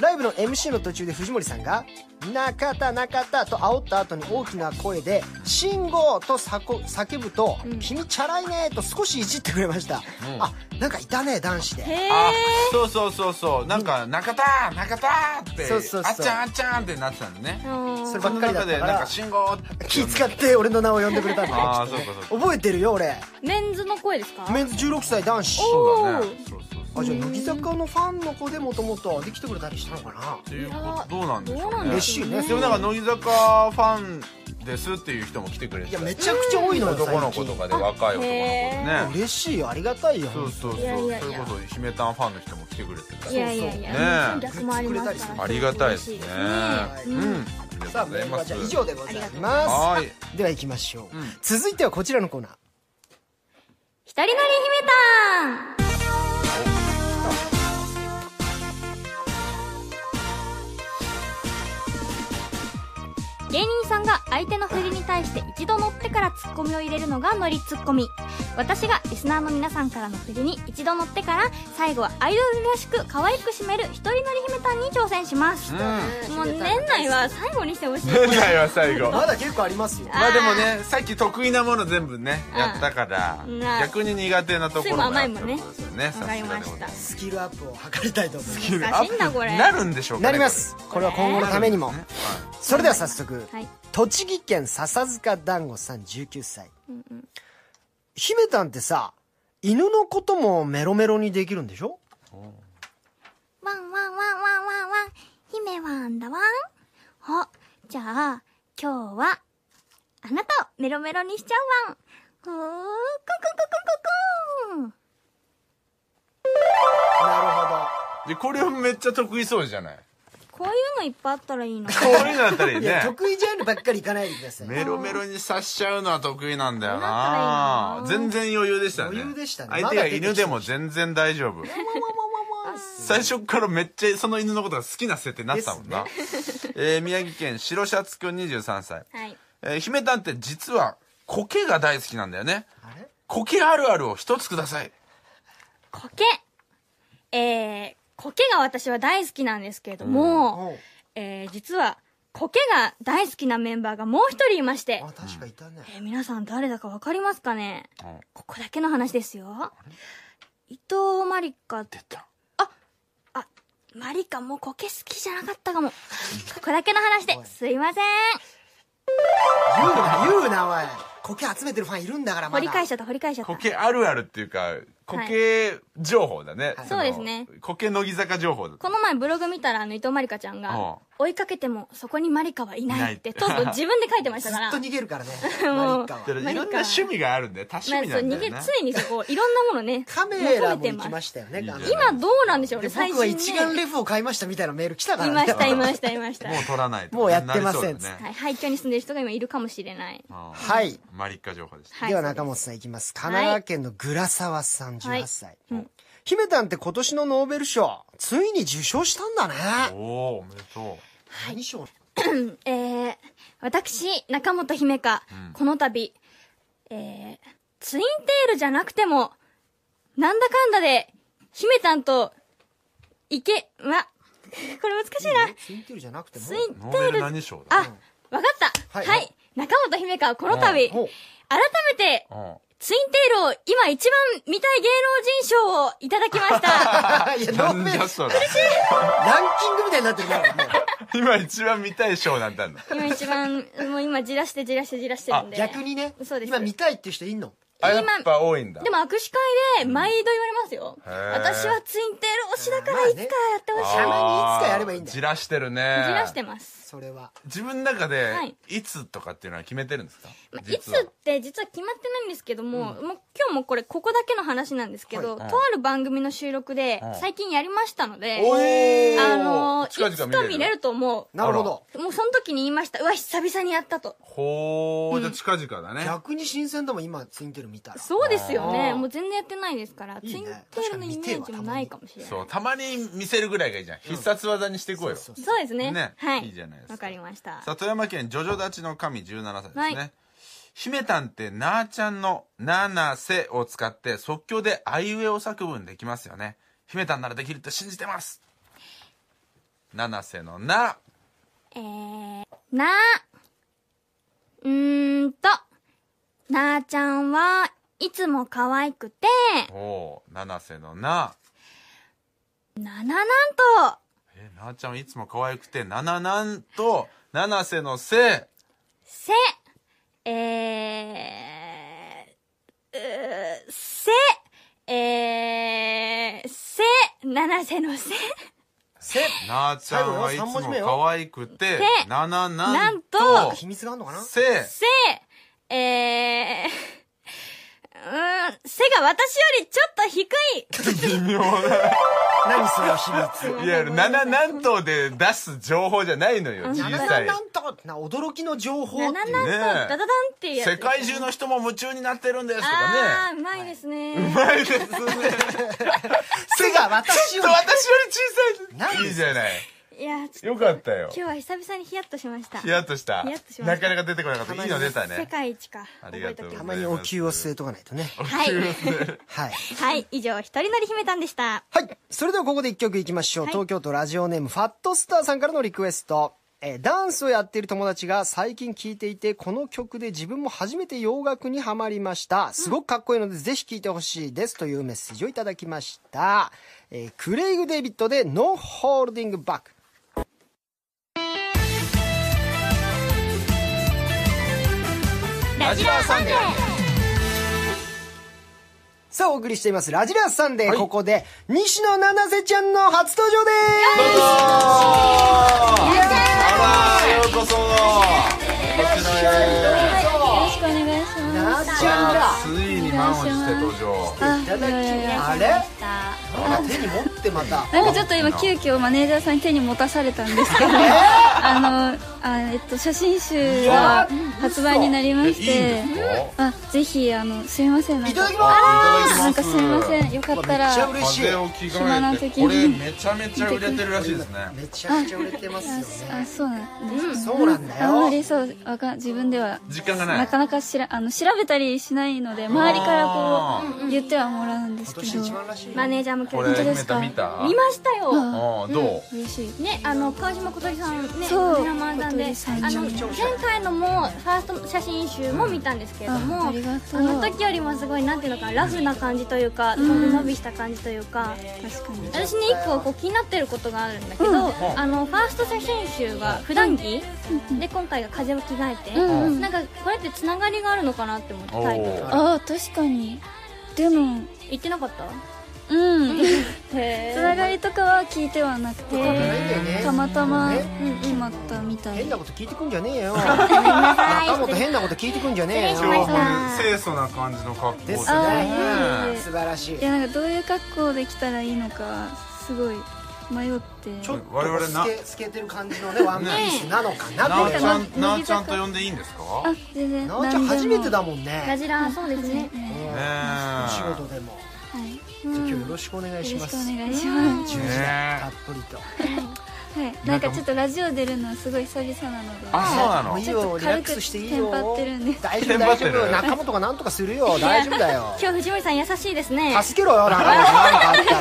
Speaker 2: ライブの MC の途中で藤森さんが「中田中田」と煽った後に大きな声で「信号」とさこ叫ぶと「君チャラいね」と少しいじってくれました、あなんかいたね男子で
Speaker 3: へ
Speaker 1: あ
Speaker 3: え
Speaker 1: そうそうそうそうなんか中田中田って
Speaker 2: そうそうそ
Speaker 1: あ
Speaker 2: う
Speaker 1: っちゃんあっちゃんってなってたんでね
Speaker 2: そ
Speaker 1: そ
Speaker 2: ればっかりだ
Speaker 1: の中
Speaker 2: っ
Speaker 1: で
Speaker 2: たか
Speaker 1: なんから信号
Speaker 2: 気使って俺の名を呼んでくれたんだ
Speaker 1: あー
Speaker 2: きっとね
Speaker 1: そうかそ
Speaker 2: 覚えてるよ俺
Speaker 3: メンズの声ですか
Speaker 2: メンズ16歳男子
Speaker 1: そう
Speaker 3: お
Speaker 1: だ
Speaker 3: ー
Speaker 1: ねそうそうそう
Speaker 2: あじゃあ乃木坂のファンの子でもともとできてくれたりしたのかな
Speaker 1: っていうことどうなんでしょうね
Speaker 2: 嬉しいね
Speaker 1: でもなんか乃木坂ファンですっていう人も来てくれて
Speaker 2: いやめちゃくちゃ多いのよ
Speaker 1: 男の子
Speaker 2: 最
Speaker 1: と
Speaker 2: 近
Speaker 1: かで若い男の子でね
Speaker 2: 嬉しいよありがたいよ
Speaker 1: そうそうそう
Speaker 3: いやいやいや
Speaker 1: それこそ姫たんファンの人も来てくれてた
Speaker 3: いやいや
Speaker 1: そうそう
Speaker 3: いや、
Speaker 1: ね
Speaker 3: 逆もありますから
Speaker 1: ありがたいですね
Speaker 3: 嬉し
Speaker 1: う、
Speaker 3: うん
Speaker 1: あ
Speaker 3: ん
Speaker 1: りがと
Speaker 2: さ
Speaker 1: う
Speaker 2: あ
Speaker 1: ご
Speaker 2: メ
Speaker 1: ざい
Speaker 2: ールは
Speaker 1: ま
Speaker 2: じ
Speaker 1: す
Speaker 2: ゃあ以上でござい
Speaker 3: あり
Speaker 2: ま
Speaker 1: はーい
Speaker 2: すでは行きましょう、
Speaker 1: ん
Speaker 2: 続いてはこちらのコーナー
Speaker 3: 一人乗り姫たん芸人さんが相手の振りに対して一度乗ってからツッコミを入れるのが乗りツッコミ私がリスナーの皆さんからの振りに一度乗ってから最後はアイドルらしく可愛く締める一人乗り姫たんに挑戦します、もう年内は最後にし てほしい
Speaker 1: 年内は最後
Speaker 2: まだ結構ありますよ
Speaker 1: まあでもねさっき得意なもの全部ね
Speaker 3: うん
Speaker 1: やったから
Speaker 3: な
Speaker 1: 逆に苦手なところがあったってことですよね
Speaker 3: わかり
Speaker 1: さ
Speaker 3: ま
Speaker 1: すがで ございま
Speaker 3: した
Speaker 1: す
Speaker 2: スキルアップを図りたいと思います
Speaker 3: 難しいんだこれ
Speaker 1: なるんでしょうか
Speaker 2: な
Speaker 1: ね
Speaker 2: りますこれは今後のためにもそれでは早速、
Speaker 3: はい
Speaker 2: 栃木県笹塚団子さん19歳、
Speaker 3: ん
Speaker 2: 姫たんってさ犬のこともメロメロにできるんでしょ
Speaker 3: ワンワンワンワンワンワン、姫ワンだワン。あ、じゃあ、今日は、あなたをメロメロにしちゃうワン。ふー、ココココココーン。
Speaker 2: なるほど
Speaker 1: でこれをめっちゃ得意そうじゃない
Speaker 3: こういうのいっぱいあったらいいの。
Speaker 1: こういうのだったらいい
Speaker 2: いや、
Speaker 1: ね
Speaker 2: 得意ジャンルばっかりいかないでください。
Speaker 1: メロメロにさしちゃうのは得意なんだよ
Speaker 3: あ
Speaker 1: な
Speaker 3: なたがいいな
Speaker 1: 全然余裕でしたね
Speaker 2: 余裕でしたね
Speaker 1: 相手が犬でも全然大丈夫最初からめっちゃその犬のことが好きな設定になってたもんな、えー宮城県白シャツくん23歳、
Speaker 3: はい。
Speaker 1: えー、姫たんって実は苔が大好きなんだよね
Speaker 2: あれ
Speaker 1: 苔あるあるを一つください
Speaker 3: 苔。えー、苔が私は大好きなんですけれども、
Speaker 2: おう
Speaker 3: えー、実は、苔が大好きなメンバーがもう一人いまして
Speaker 2: あ、、確かいたね。
Speaker 3: えー皆さん誰だかわかりますかね
Speaker 1: うん
Speaker 3: ここだけの話ですよ。伊藤まりか
Speaker 1: 出た
Speaker 3: あ、マリカもうコケ好きじゃなかったかも。ここだけの話ですいません。
Speaker 2: 言うな、言うな、おい。苔集めてるファンいるんだから、まだ。
Speaker 3: 掘り返しちゃった、掘り返しちゃった。
Speaker 1: 苔あるあるっていうか苔情報だね、
Speaker 2: はい
Speaker 1: の
Speaker 3: そうですね
Speaker 1: 苔乃木坂情報だ
Speaker 3: この前ブログ見たら、あの、伊藤まりかちゃんが
Speaker 1: あ、
Speaker 3: 追いかけてもそこにマリカはいないって、
Speaker 1: い
Speaker 3: とうとう自分で書いてました
Speaker 2: ず
Speaker 3: から。
Speaker 2: っと
Speaker 3: まあ
Speaker 2: 逃げるからね。
Speaker 3: も
Speaker 2: マリ
Speaker 3: う
Speaker 2: カは
Speaker 1: だからいろんな趣味があるんだよ多趣
Speaker 3: そう、
Speaker 1: 味なんだよ
Speaker 3: 逃げ、
Speaker 1: な
Speaker 3: 常にそこ、いろんなものね、
Speaker 2: カメラ
Speaker 3: 求
Speaker 2: も
Speaker 3: めて
Speaker 2: 行き
Speaker 3: ま。
Speaker 2: ますしたよね、画面
Speaker 3: 今どうなんでしょうね、
Speaker 2: で
Speaker 3: 最
Speaker 2: 僕は
Speaker 3: 新
Speaker 2: 一眼
Speaker 3: ね。
Speaker 2: レフを買いましたみたいなメール来たか
Speaker 3: い
Speaker 2: ら
Speaker 3: ま
Speaker 2: ね。
Speaker 3: した、いました、いました。
Speaker 1: もう取らないと
Speaker 2: もうやってません
Speaker 1: なりそうだね
Speaker 3: はい、廃墟に住んでる人が今いるかもしれない。
Speaker 1: うん
Speaker 2: はい。
Speaker 1: マリッカ情報でした
Speaker 3: はい。
Speaker 2: では中本さんいきます。神奈川県のグラサワさん18歳。
Speaker 3: うん
Speaker 2: 姫たんって今年のノーベル賞、ついに受賞したんだね。
Speaker 1: おおーおめでと
Speaker 2: 何賞
Speaker 3: えー、私、中本姫香、この度、えー、ツインテールじゃなくても、なんだかんだで、姫たんと、いけ、わ、 これ難しいな。
Speaker 2: ツインテールじゃなくても。
Speaker 3: ツイン
Speaker 1: うノ
Speaker 3: テ
Speaker 1: ー
Speaker 3: ー
Speaker 1: ベル
Speaker 3: ル、
Speaker 1: 何賞だ、
Speaker 3: あわかっ
Speaker 2: は
Speaker 3: た。はいい、
Speaker 2: はい
Speaker 3: 中本姫香はこの度、
Speaker 2: お
Speaker 3: 改めて、
Speaker 1: うん
Speaker 3: ツインテールを今一番見たい芸能人賞をいただきまし た。
Speaker 2: いや、
Speaker 1: な
Speaker 2: ノー
Speaker 1: ん
Speaker 2: ベル、ラ
Speaker 1: だ
Speaker 2: ン
Speaker 1: それ
Speaker 2: キングみたいになってるからもう
Speaker 1: 今一番見たい賞なんだんだ
Speaker 3: 今一番、もう今じらしてじらしてじらしてる
Speaker 1: あ
Speaker 3: んで。
Speaker 2: 逆にね
Speaker 3: そうです
Speaker 2: 今見たいっていう人いんの
Speaker 1: あやっ
Speaker 3: 今
Speaker 1: ぱ多いんだ
Speaker 3: でも握手会で毎度言われますよ。
Speaker 1: へえ
Speaker 3: 私はツインテール推しだからいつかやってほしい。
Speaker 2: まあ
Speaker 1: あ
Speaker 2: ね
Speaker 3: じ
Speaker 1: ー
Speaker 2: いつかやればいいんだよ
Speaker 1: じらしてるね
Speaker 3: らしてます。
Speaker 2: それは
Speaker 1: 自分の中で
Speaker 3: はい
Speaker 1: いつとかっていうのは決めてるんですか、
Speaker 3: まあいつ
Speaker 1: 実は
Speaker 3: って実は決まってないんですけども、もう今日もこれここだけの話なんですけど、
Speaker 1: はい
Speaker 3: とある番組の収録で
Speaker 1: うん
Speaker 3: 最近やりましたので、
Speaker 1: おー
Speaker 3: あのー
Speaker 1: 近
Speaker 3: い
Speaker 1: 々
Speaker 3: つ
Speaker 1: 見れ
Speaker 3: か
Speaker 1: る
Speaker 3: 見れると思う。
Speaker 2: なるほど
Speaker 3: もうその時に言いました。うわ、久々にやったと。
Speaker 1: ほーじゃあ近々だね、
Speaker 2: 逆に新鮮でも今ツインテール見たら
Speaker 3: そうですよ
Speaker 2: あ
Speaker 3: ね。
Speaker 2: ー
Speaker 3: もう全然やってないですから、
Speaker 2: いいね
Speaker 3: ツインテールのイメージもないかもしれない。
Speaker 1: そうたまに見せるぐらいがいいじゃん、必殺技にしていこうよ
Speaker 2: そうそう
Speaker 3: そうですね。
Speaker 1: ね
Speaker 3: はい。
Speaker 1: いいじゃないですか
Speaker 3: わかりました。
Speaker 1: さあ富山県ジョジョ立ちの神17歳ですね、
Speaker 3: はい
Speaker 1: 姫たんってなーちゃんの「ななせ」を使って即興であいうえお作文できますよね姫たんならできると信じてます七瀬の「な
Speaker 3: えー、な、うーんと、なーちゃんはいつも可愛くて、」
Speaker 1: おー七瀬の「な
Speaker 3: なななんと、」
Speaker 1: えなーちゃんはいつも可愛くて「なななん」と「七瀬のせ
Speaker 3: せ、えー、うーせ、えー、せ、七瀬のせ、」
Speaker 1: せなーちゃんはいつも可愛くて「
Speaker 3: せ
Speaker 1: ななな
Speaker 3: なんん」
Speaker 1: と
Speaker 3: と
Speaker 2: 秘密があるのかな
Speaker 1: せ
Speaker 3: せ、えー、うーん、せが私よりちょっと低い。
Speaker 1: 微妙だ
Speaker 2: 何その秘密
Speaker 1: いや、七何頭で出す情報じゃないのよ、
Speaker 3: うん
Speaker 1: 小
Speaker 2: な
Speaker 1: さ。
Speaker 2: ないなんとかってな驚きの情報
Speaker 3: なななんと、ダダダンっていうやつ。
Speaker 1: 世界中の人も夢中になってるんですと
Speaker 3: あ
Speaker 1: かね。
Speaker 3: ー、うまいですね。
Speaker 1: ないですね。ちょっと
Speaker 2: 背が
Speaker 1: 私
Speaker 2: 私を
Speaker 1: より小
Speaker 2: な
Speaker 1: さ
Speaker 2: ん
Speaker 1: い。
Speaker 2: で
Speaker 1: いいじゃない。
Speaker 3: いや、ちょっ
Speaker 1: よかったよ
Speaker 3: と。今日は久々にヒヤッとしました。
Speaker 1: ヒヤッとした
Speaker 3: ヒヤッと。しま
Speaker 1: な
Speaker 3: した
Speaker 1: かなか出てこなかった。いいの出た
Speaker 3: 世
Speaker 1: ね。
Speaker 3: 界一か。
Speaker 1: ありがとうござい
Speaker 2: た
Speaker 1: ます
Speaker 2: まにお灸を据えとかないとね
Speaker 3: はい。
Speaker 2: はい
Speaker 3: はい、以上、一人乗り姫たんでした。
Speaker 2: はい。それではここで一曲いきましょう。
Speaker 3: はい
Speaker 2: 東京都ラジオネーム、ファットスターさんからのリクエスト。えーダンスをやっている友達が最近聴いていて、この曲で自分も初めて洋楽にハマりました。すごくかっこいいので、ぜひ聴いてほしいです。というメッセージをいただきました。えークレイグ・デイビッドで、No Holding Back。
Speaker 1: ラジラーサンデー
Speaker 2: さあ、お送りしています。ラジラスさんで、
Speaker 1: はい
Speaker 2: ここで、西野七瀬ちゃんの初登場で
Speaker 1: どうぞー
Speaker 3: いらっしゃい
Speaker 1: あら、ようこそこちらへ
Speaker 3: よろしくお願いし
Speaker 2: す
Speaker 3: ま
Speaker 2: ななちゃん
Speaker 1: あ
Speaker 2: だ
Speaker 1: ついに満を持して登場。
Speaker 3: す。
Speaker 2: いただきますあれあ手に持ってまた。
Speaker 5: なんかちょっと今急遽マネージャーさんに手に持たされたんですけどあのあ、えっと、写真集が発売になりま
Speaker 1: えいいん
Speaker 5: し
Speaker 1: で
Speaker 5: て
Speaker 1: すか
Speaker 5: あぜひあのすいませんなん
Speaker 2: いただ
Speaker 5: か
Speaker 2: きます
Speaker 1: あ
Speaker 5: なんかすいませ
Speaker 1: ん。
Speaker 5: んよかった
Speaker 2: めっちゃ
Speaker 5: ら
Speaker 2: 嬉しい。
Speaker 1: 風を着替
Speaker 5: 島
Speaker 1: え
Speaker 5: の
Speaker 1: て、
Speaker 5: 敵
Speaker 1: これめちゃめちゃ売れてるらしいですね。
Speaker 2: めちゃくちゃ売れてますよ
Speaker 5: あ
Speaker 2: ね。
Speaker 5: そうなんです、
Speaker 2: そうなんだ
Speaker 5: あんま
Speaker 2: よ。
Speaker 5: りそうわか自分では
Speaker 1: 時間がない
Speaker 5: なかなかしらあの調べたりしないので周りから
Speaker 1: あ
Speaker 5: こう言ってはもらうんです
Speaker 2: 今年
Speaker 5: けど
Speaker 2: 一番らしいよ。
Speaker 3: マネージャーも今
Speaker 1: こ
Speaker 3: 日
Speaker 1: れ
Speaker 5: 当
Speaker 1: メ
Speaker 5: です
Speaker 1: タ
Speaker 5: か
Speaker 1: 見た
Speaker 3: 見ましたよ。
Speaker 1: うんどう、
Speaker 5: 嬉しい
Speaker 3: ね、あの川島小鳥さんね、
Speaker 5: そう
Speaker 3: カメラマンさんで、
Speaker 5: 小鳥さん
Speaker 3: あの前回のもファースト写真集も見たんですけれども、
Speaker 5: あありがとう
Speaker 3: あの時よりもすごいなんていうのかラフな感じというか、伸び伸びした感じというか、
Speaker 5: 確かに
Speaker 3: 私ね一個こう気になってることがあるんだけど、あのファースト写真集が普段着、で今回が風を着替えて、
Speaker 5: うんうん
Speaker 3: なんかこれってつながりがあるのかなって思って
Speaker 1: お
Speaker 3: タイトル
Speaker 1: ー
Speaker 5: あ確かにでも
Speaker 3: 言ってなかった
Speaker 5: うん
Speaker 3: へ
Speaker 5: つながりとかは聞いてはなくて
Speaker 2: ないんだよね
Speaker 5: たまたま
Speaker 3: ん
Speaker 5: 決まったみたい
Speaker 2: 変なこと聞いてくんじゃねえ よ。
Speaker 3: ごめんなさい
Speaker 2: 中本変なこと聞いてくんじゃねえ
Speaker 3: 失
Speaker 1: 今
Speaker 3: 礼
Speaker 1: 日
Speaker 3: し
Speaker 1: は
Speaker 2: よ
Speaker 3: まし。
Speaker 1: 本当に清楚な感じの格好
Speaker 2: です
Speaker 5: あーいえい
Speaker 2: ね。
Speaker 5: え
Speaker 2: 素晴らしい
Speaker 5: い。やなんかどういう格好できたらいいのかすごい迷って
Speaker 2: ちょっと
Speaker 1: 我々な
Speaker 2: 透け透けてる感じのねワンピースなのか
Speaker 1: な
Speaker 2: な
Speaker 1: あ
Speaker 2: っ
Speaker 1: ち
Speaker 2: て。
Speaker 1: ゃん、なあちゃんと呼んでいいんですか
Speaker 5: あ全然
Speaker 2: なおちゃん初めてだもん
Speaker 3: ラ
Speaker 2: ね。
Speaker 3: ジラーそうですね
Speaker 5: ね
Speaker 1: ね
Speaker 2: お仕
Speaker 1: え
Speaker 2: 事でも。
Speaker 5: はいよ
Speaker 2: じゃあ今日よろしくお願い
Speaker 5: ろ
Speaker 2: し
Speaker 5: しくお
Speaker 2: ます。
Speaker 5: 願いします
Speaker 2: 十時
Speaker 1: ね
Speaker 2: だたっぷりと。
Speaker 5: はいなんかちょっとラジオ出るのはすごい久々なので
Speaker 1: あそうなの
Speaker 2: もういいよリラックスしていいよ。
Speaker 5: ちょっと軽くテンパってるんで
Speaker 2: 大丈
Speaker 1: テ
Speaker 2: 夫
Speaker 1: ンパっ
Speaker 2: 大
Speaker 1: て
Speaker 2: 丈
Speaker 1: る
Speaker 2: 夫。中本がなんとかするよ。大丈夫だよ。
Speaker 3: 今日藤森さん優しいですね
Speaker 2: 助けろよ、なんか、なんかあった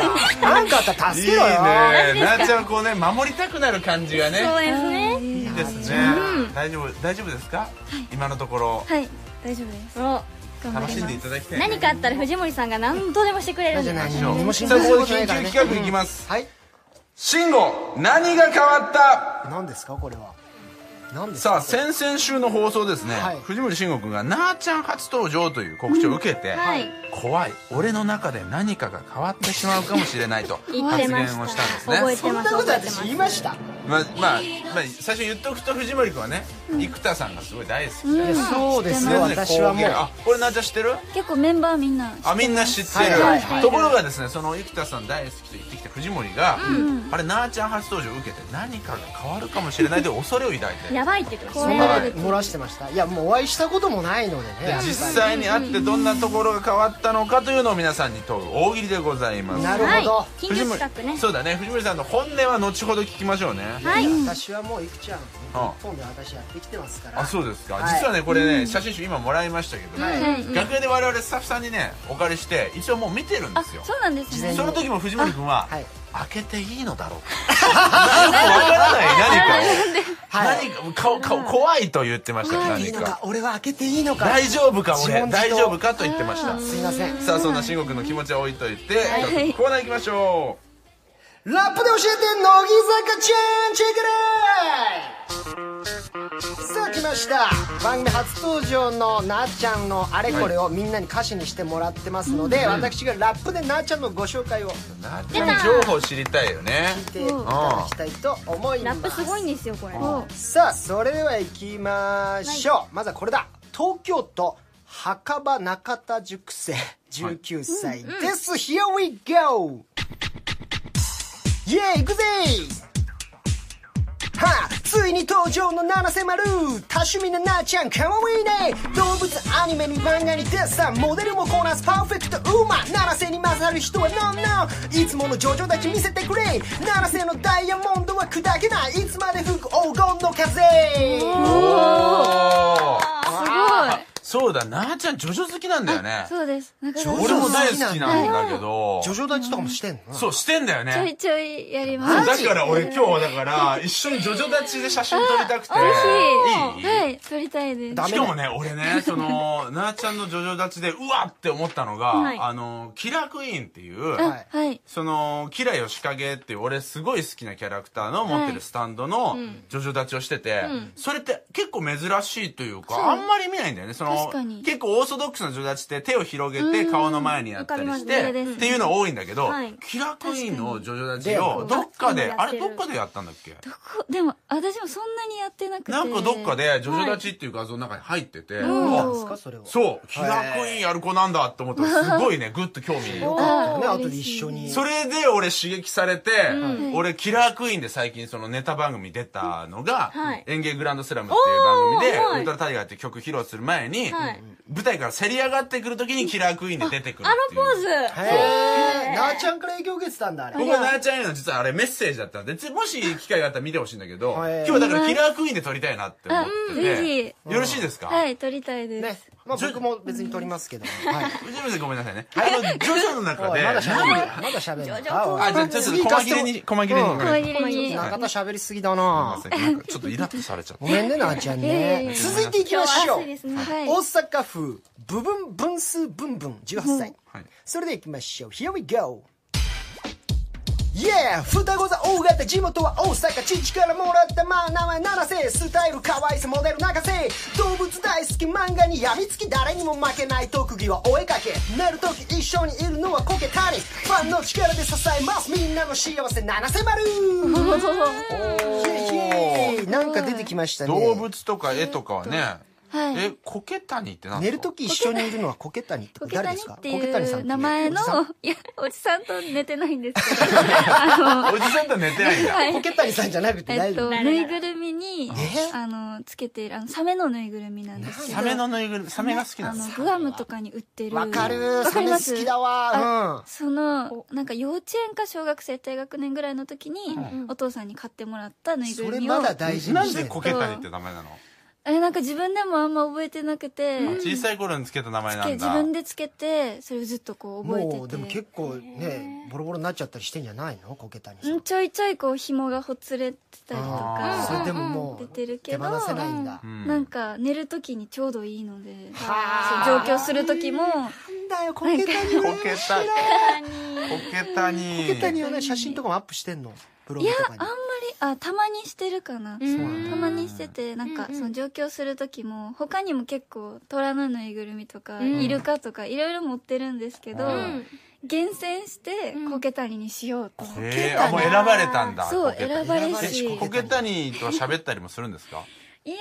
Speaker 2: ら。なんかあったら
Speaker 1: いい
Speaker 2: 助けろよ。
Speaker 1: ねなあちゃんをこうね守りたくなる感じがね
Speaker 3: そうですね
Speaker 1: いいですね大丈夫大丈夫ですか今のところ
Speaker 5: はい大丈夫です
Speaker 3: そう
Speaker 5: 頑張
Speaker 1: 楽し
Speaker 5: り
Speaker 1: ん
Speaker 5: ま
Speaker 1: ですいただき たい
Speaker 3: 何かあったら藤森さんが何度でもしてくれるん
Speaker 2: じゃ
Speaker 3: で
Speaker 2: ない
Speaker 1: しょう
Speaker 2: 何も心
Speaker 1: さあ
Speaker 2: 配
Speaker 1: こ
Speaker 2: す
Speaker 1: こで
Speaker 2: ることな
Speaker 1: 緊
Speaker 2: いから
Speaker 1: 急
Speaker 2: ね
Speaker 1: 企画いきます
Speaker 2: はい。
Speaker 1: 慎吾何が変わった
Speaker 2: 何ですか、これは。何です
Speaker 1: さ
Speaker 2: か
Speaker 1: あ先々週の放送ですね、
Speaker 2: はい
Speaker 1: 藤森慎吾君が「なあちゃん初登場」という告知を受けて、
Speaker 3: はい
Speaker 1: 怖い俺の中で何かが変わってしまうかもしれないと
Speaker 3: 言っ
Speaker 1: 発
Speaker 3: てま
Speaker 1: 言を
Speaker 3: し
Speaker 1: したたんです
Speaker 3: 覚え
Speaker 1: ね
Speaker 3: てます
Speaker 2: そんなこと
Speaker 3: 覚えてます
Speaker 2: 私言いました
Speaker 1: まあ、まあまあ、最初言っとくと藤森君はね、生田さんがすごい大好きで、
Speaker 2: いやそうですね
Speaker 1: 常々
Speaker 2: 私はも
Speaker 1: こ
Speaker 2: う
Speaker 1: 言あこれなあちゃん知ってる
Speaker 5: 結構メンバーみんな知ってます
Speaker 1: あみんな知ってる、
Speaker 2: はい
Speaker 3: はい
Speaker 1: ところがですねその生田さん大好きと言ってきた藤森が、あれなあちゃん初登場を受けて何かが変わるかもしれないという恐れを抱いて
Speaker 3: やばいって言ってましたね
Speaker 1: はい
Speaker 2: 漏らしてましたいやもうお会いしたこともないのでねやっぱり
Speaker 1: 実際に会ってどんなところが変わったのかというのを皆さんに問う大喜利でございます
Speaker 2: なるほど
Speaker 3: はい近
Speaker 1: 藤
Speaker 3: 所
Speaker 1: 森
Speaker 3: 近くね
Speaker 1: そうだね藤森さんの本音は後ほど聞きましょうね
Speaker 3: はい
Speaker 2: 私はもういくちゃん
Speaker 1: あ
Speaker 2: 日本で私やってきてますから
Speaker 1: あそうですか、
Speaker 2: はい
Speaker 1: 実はねこれね、写真集今もらいましたけど、
Speaker 2: はい
Speaker 5: はい
Speaker 1: 楽屋で我々スタッフさんにねお借りして一応もう見てるんで
Speaker 5: あ
Speaker 1: すよ
Speaker 5: そうなんです
Speaker 2: 事前
Speaker 5: ね
Speaker 2: に
Speaker 1: その時も藤森君は、
Speaker 2: はい
Speaker 1: 開けていいのだろう かよくわからない
Speaker 2: はい
Speaker 1: 何かを、何か顔顔怖いと言ってましたよ
Speaker 2: い
Speaker 1: 何
Speaker 2: いの
Speaker 1: か
Speaker 2: か俺は開けていいのか
Speaker 1: 大丈夫か
Speaker 2: 自
Speaker 1: 俺
Speaker 2: 問自答
Speaker 1: 大丈夫かと言ってました
Speaker 2: すいません
Speaker 1: さあそんな慎吾君の気持ちは置いといて、ちょっとコーナー行きましょ
Speaker 2: ラップで教えて乃木坂チェーンチェックレイさあ来ました番組初登場のなっちゃんのあれこれをみんなに歌詞にしてもらってますので、私がラップでなっちゃんのご紹介を
Speaker 1: うなっちゃん情報知りたいよね
Speaker 2: 聞いていただきたいと思いま
Speaker 3: ラ
Speaker 2: す
Speaker 3: ップすごいんですよこれは
Speaker 2: さあそれでは行きましょう、まずはこれだ東京都墓場中田塾生19歳です、Here we go イエーイ行くぜはあ、ついに登場の七瀬丸多趣味ななあちゃんかわいいね動物アニメに漫画にデッサンモデルもこなすパーフェクトウーマン七瀬に勝る人はノンノンいつものジョジョだけ見せてくれ七瀬のダイヤモンドは砕けないいつまで吹く黄金の風
Speaker 1: おお
Speaker 5: あ
Speaker 1: そうだなあちゃんジョジョ好きなんだよね
Speaker 5: すごいそうですなんか
Speaker 2: ちょ
Speaker 1: 俺も大好きなんだけど
Speaker 2: ジョジョ立ちとかもしてんの
Speaker 1: そうしてんだよ
Speaker 5: ちょ
Speaker 1: ね
Speaker 5: いちょいやります
Speaker 1: だから俺今日はだから一緒にジョジョ立ちで写真撮りたくて
Speaker 5: 嬉しい
Speaker 1: いい
Speaker 5: はい撮りたいです
Speaker 2: ダメ
Speaker 1: し
Speaker 2: だ
Speaker 1: か
Speaker 2: よ
Speaker 1: もね俺ねその なあちゃんのジョジョ立ちでうわって思ったのが、
Speaker 3: はい
Speaker 1: あのキラクイーンっていう
Speaker 2: はい
Speaker 5: はい
Speaker 1: そのキラヨシカゲっていう俺すごい好きなキャラクターの持ってるスタンドのジョジョ立ちをしてて、それって結構珍しいというか、あんまり見ないんだよねその
Speaker 5: 確かに
Speaker 1: 結構オーソドックスなジョジョ立ちって手を広げて顔の前にやったりし
Speaker 3: わか
Speaker 1: て
Speaker 3: ります
Speaker 1: っていうの多いんだけど、
Speaker 3: はい
Speaker 1: キラクイーンのジョジョ立ちをどっかで
Speaker 3: うん
Speaker 1: あれどっかでやったんだっけ
Speaker 5: どこでも私もそんなにやってなくて
Speaker 1: なんかどっかでジョジョ立ちっていう画像の中に入ってて、
Speaker 2: なん
Speaker 1: あ
Speaker 2: ですかそれは
Speaker 1: そうキラクイーンやる子なんだって思ったらすごいねグッと興味
Speaker 5: あ
Speaker 2: ね
Speaker 5: ー
Speaker 2: あとで一緒に
Speaker 1: それで俺刺激されて、俺キラークイーンで最近そのネタ番組出たのが、
Speaker 3: はい
Speaker 1: 演芸グランドスラムっていう番組で、
Speaker 3: おーはい
Speaker 1: ウルトラタイガーって曲披露する前に、
Speaker 3: はい
Speaker 1: 舞台からせり上がってくる時にキラークイーンで出てくる
Speaker 3: あ
Speaker 1: ってい
Speaker 3: の
Speaker 1: う。
Speaker 3: ポーズ
Speaker 2: へえなあちゃんから影響受けてたんだあれ
Speaker 1: 僕はなあちゃんへの実はあれメッセージだったんで、ぜもし機会があったら見てほしいんだけど、
Speaker 2: はい
Speaker 1: 今日はだからキラークイーンで撮りたいなって思って
Speaker 5: うんぜ
Speaker 1: て、よろしいですか、
Speaker 5: はい撮りたいで
Speaker 2: ね
Speaker 5: す、
Speaker 2: まあ、僕も別に撮りますけど、はい、
Speaker 1: 藤森さんごめんなさいね。あの、ジョジョの中
Speaker 2: お
Speaker 1: で、
Speaker 2: いまだしゃべる
Speaker 1: 何
Speaker 2: まだしゃべるあ
Speaker 1: あ、じゃあちょっと細切れに、細切れに。
Speaker 2: うん
Speaker 1: ごめんなさ
Speaker 5: 細
Speaker 1: い
Speaker 5: 切れに
Speaker 2: 中田しゃべりすぎだ
Speaker 1: ご
Speaker 2: な
Speaker 1: めんなさいなんかちょっとイラッとされちゃった
Speaker 2: ご。めんねなあちゃん
Speaker 5: いえい
Speaker 2: ね
Speaker 5: え
Speaker 2: 続いていき
Speaker 3: 今
Speaker 2: ま
Speaker 3: 日
Speaker 2: し
Speaker 3: は
Speaker 2: ょ
Speaker 3: 暑
Speaker 2: う
Speaker 3: いですね
Speaker 5: はい
Speaker 2: 大阪府部分分数分分18歳、
Speaker 1: はい
Speaker 2: それでいきましょう Here we go Yeah! 双子座大型地元は大阪父からもらったまあ名前七瀬スタイル可愛さモデル泣かせ動物大好き漫画にやみつき誰にも負けない特技はお絵かけ寝る時一緒にいるのはコケタニファンの力で支えますみんなの幸せ七瀬丸イエイイエイなんか出てきましたね
Speaker 1: 動物とか絵とかはね、
Speaker 5: はい
Speaker 1: えコケタニって何
Speaker 2: 寝るとき一緒にいるのはコケ谷って
Speaker 5: コケ
Speaker 2: 誰
Speaker 5: タ
Speaker 2: で
Speaker 5: ニ
Speaker 2: すか
Speaker 5: っていう名前の
Speaker 2: コケ谷さんって
Speaker 5: いやおじさんと寝てないんですけど
Speaker 1: おじさんと寝てない んだ、
Speaker 5: はい
Speaker 2: おじさんコケ谷さんじゃなくて
Speaker 5: え
Speaker 2: 大
Speaker 5: っ
Speaker 2: 丈
Speaker 5: と
Speaker 2: 夫
Speaker 5: ぬいぐるみに
Speaker 2: え
Speaker 5: あのつけているあのサメのぬいぐるみなんですけど
Speaker 1: サメのぬいぐるみサメが好きな
Speaker 5: あ
Speaker 1: の
Speaker 5: のグアムとかに売ってる
Speaker 2: わかる
Speaker 5: わか
Speaker 2: サ
Speaker 5: り
Speaker 2: メ
Speaker 5: ます
Speaker 2: 好きだわ
Speaker 5: そのなんか幼稚園か小学生低学年ぐらいの時にお父さんに買ってもらったぬ
Speaker 2: うん
Speaker 5: いぐ
Speaker 2: そ
Speaker 5: る
Speaker 2: れ
Speaker 5: みを
Speaker 2: まだ大事に
Speaker 1: なん
Speaker 2: して
Speaker 1: で
Speaker 2: る
Speaker 1: コケタニって名前なの、
Speaker 5: えなんか自分でもあんま覚えてなくて
Speaker 1: 小さい頃につけた名前なんだ
Speaker 5: 自分でつけてそれをずっとこう覚えてて
Speaker 2: もうでも結構ねボロボロになっちゃったりしてんじゃないのコケ谷さ
Speaker 5: うんんちょいちょいこう紐がほつれてたりと
Speaker 1: あー
Speaker 5: か
Speaker 2: それでもも
Speaker 5: 出
Speaker 2: う
Speaker 5: てるけ
Speaker 2: 手
Speaker 5: ど
Speaker 2: 放せないんだ
Speaker 1: う
Speaker 2: なん
Speaker 5: なんか寝る時にちょうどいいので
Speaker 2: はあ
Speaker 5: そう上京する時も
Speaker 2: んだよコケ谷
Speaker 1: コ
Speaker 2: ね
Speaker 1: ケタニコケタニ
Speaker 2: コケ谷はね写真とかもアップしてんのブログ
Speaker 5: いや
Speaker 2: と
Speaker 5: あ
Speaker 2: か
Speaker 5: ん
Speaker 2: に
Speaker 5: まりあたまにしてるかな
Speaker 3: うーん
Speaker 5: たまにしててなんか
Speaker 3: うんうん
Speaker 5: その上京する時も他にも結構虎のぬいぐるみとか
Speaker 3: うん
Speaker 5: イルカとかいろいろ持ってるんですけど
Speaker 3: うん
Speaker 5: 厳選して
Speaker 3: うん
Speaker 5: コケ谷にしようと
Speaker 1: えー、あもう選ばれたんだ
Speaker 5: そう
Speaker 1: コケ
Speaker 5: 選ばれ
Speaker 1: え
Speaker 5: し
Speaker 1: しコケ谷とは喋ったりもするんですか
Speaker 5: いや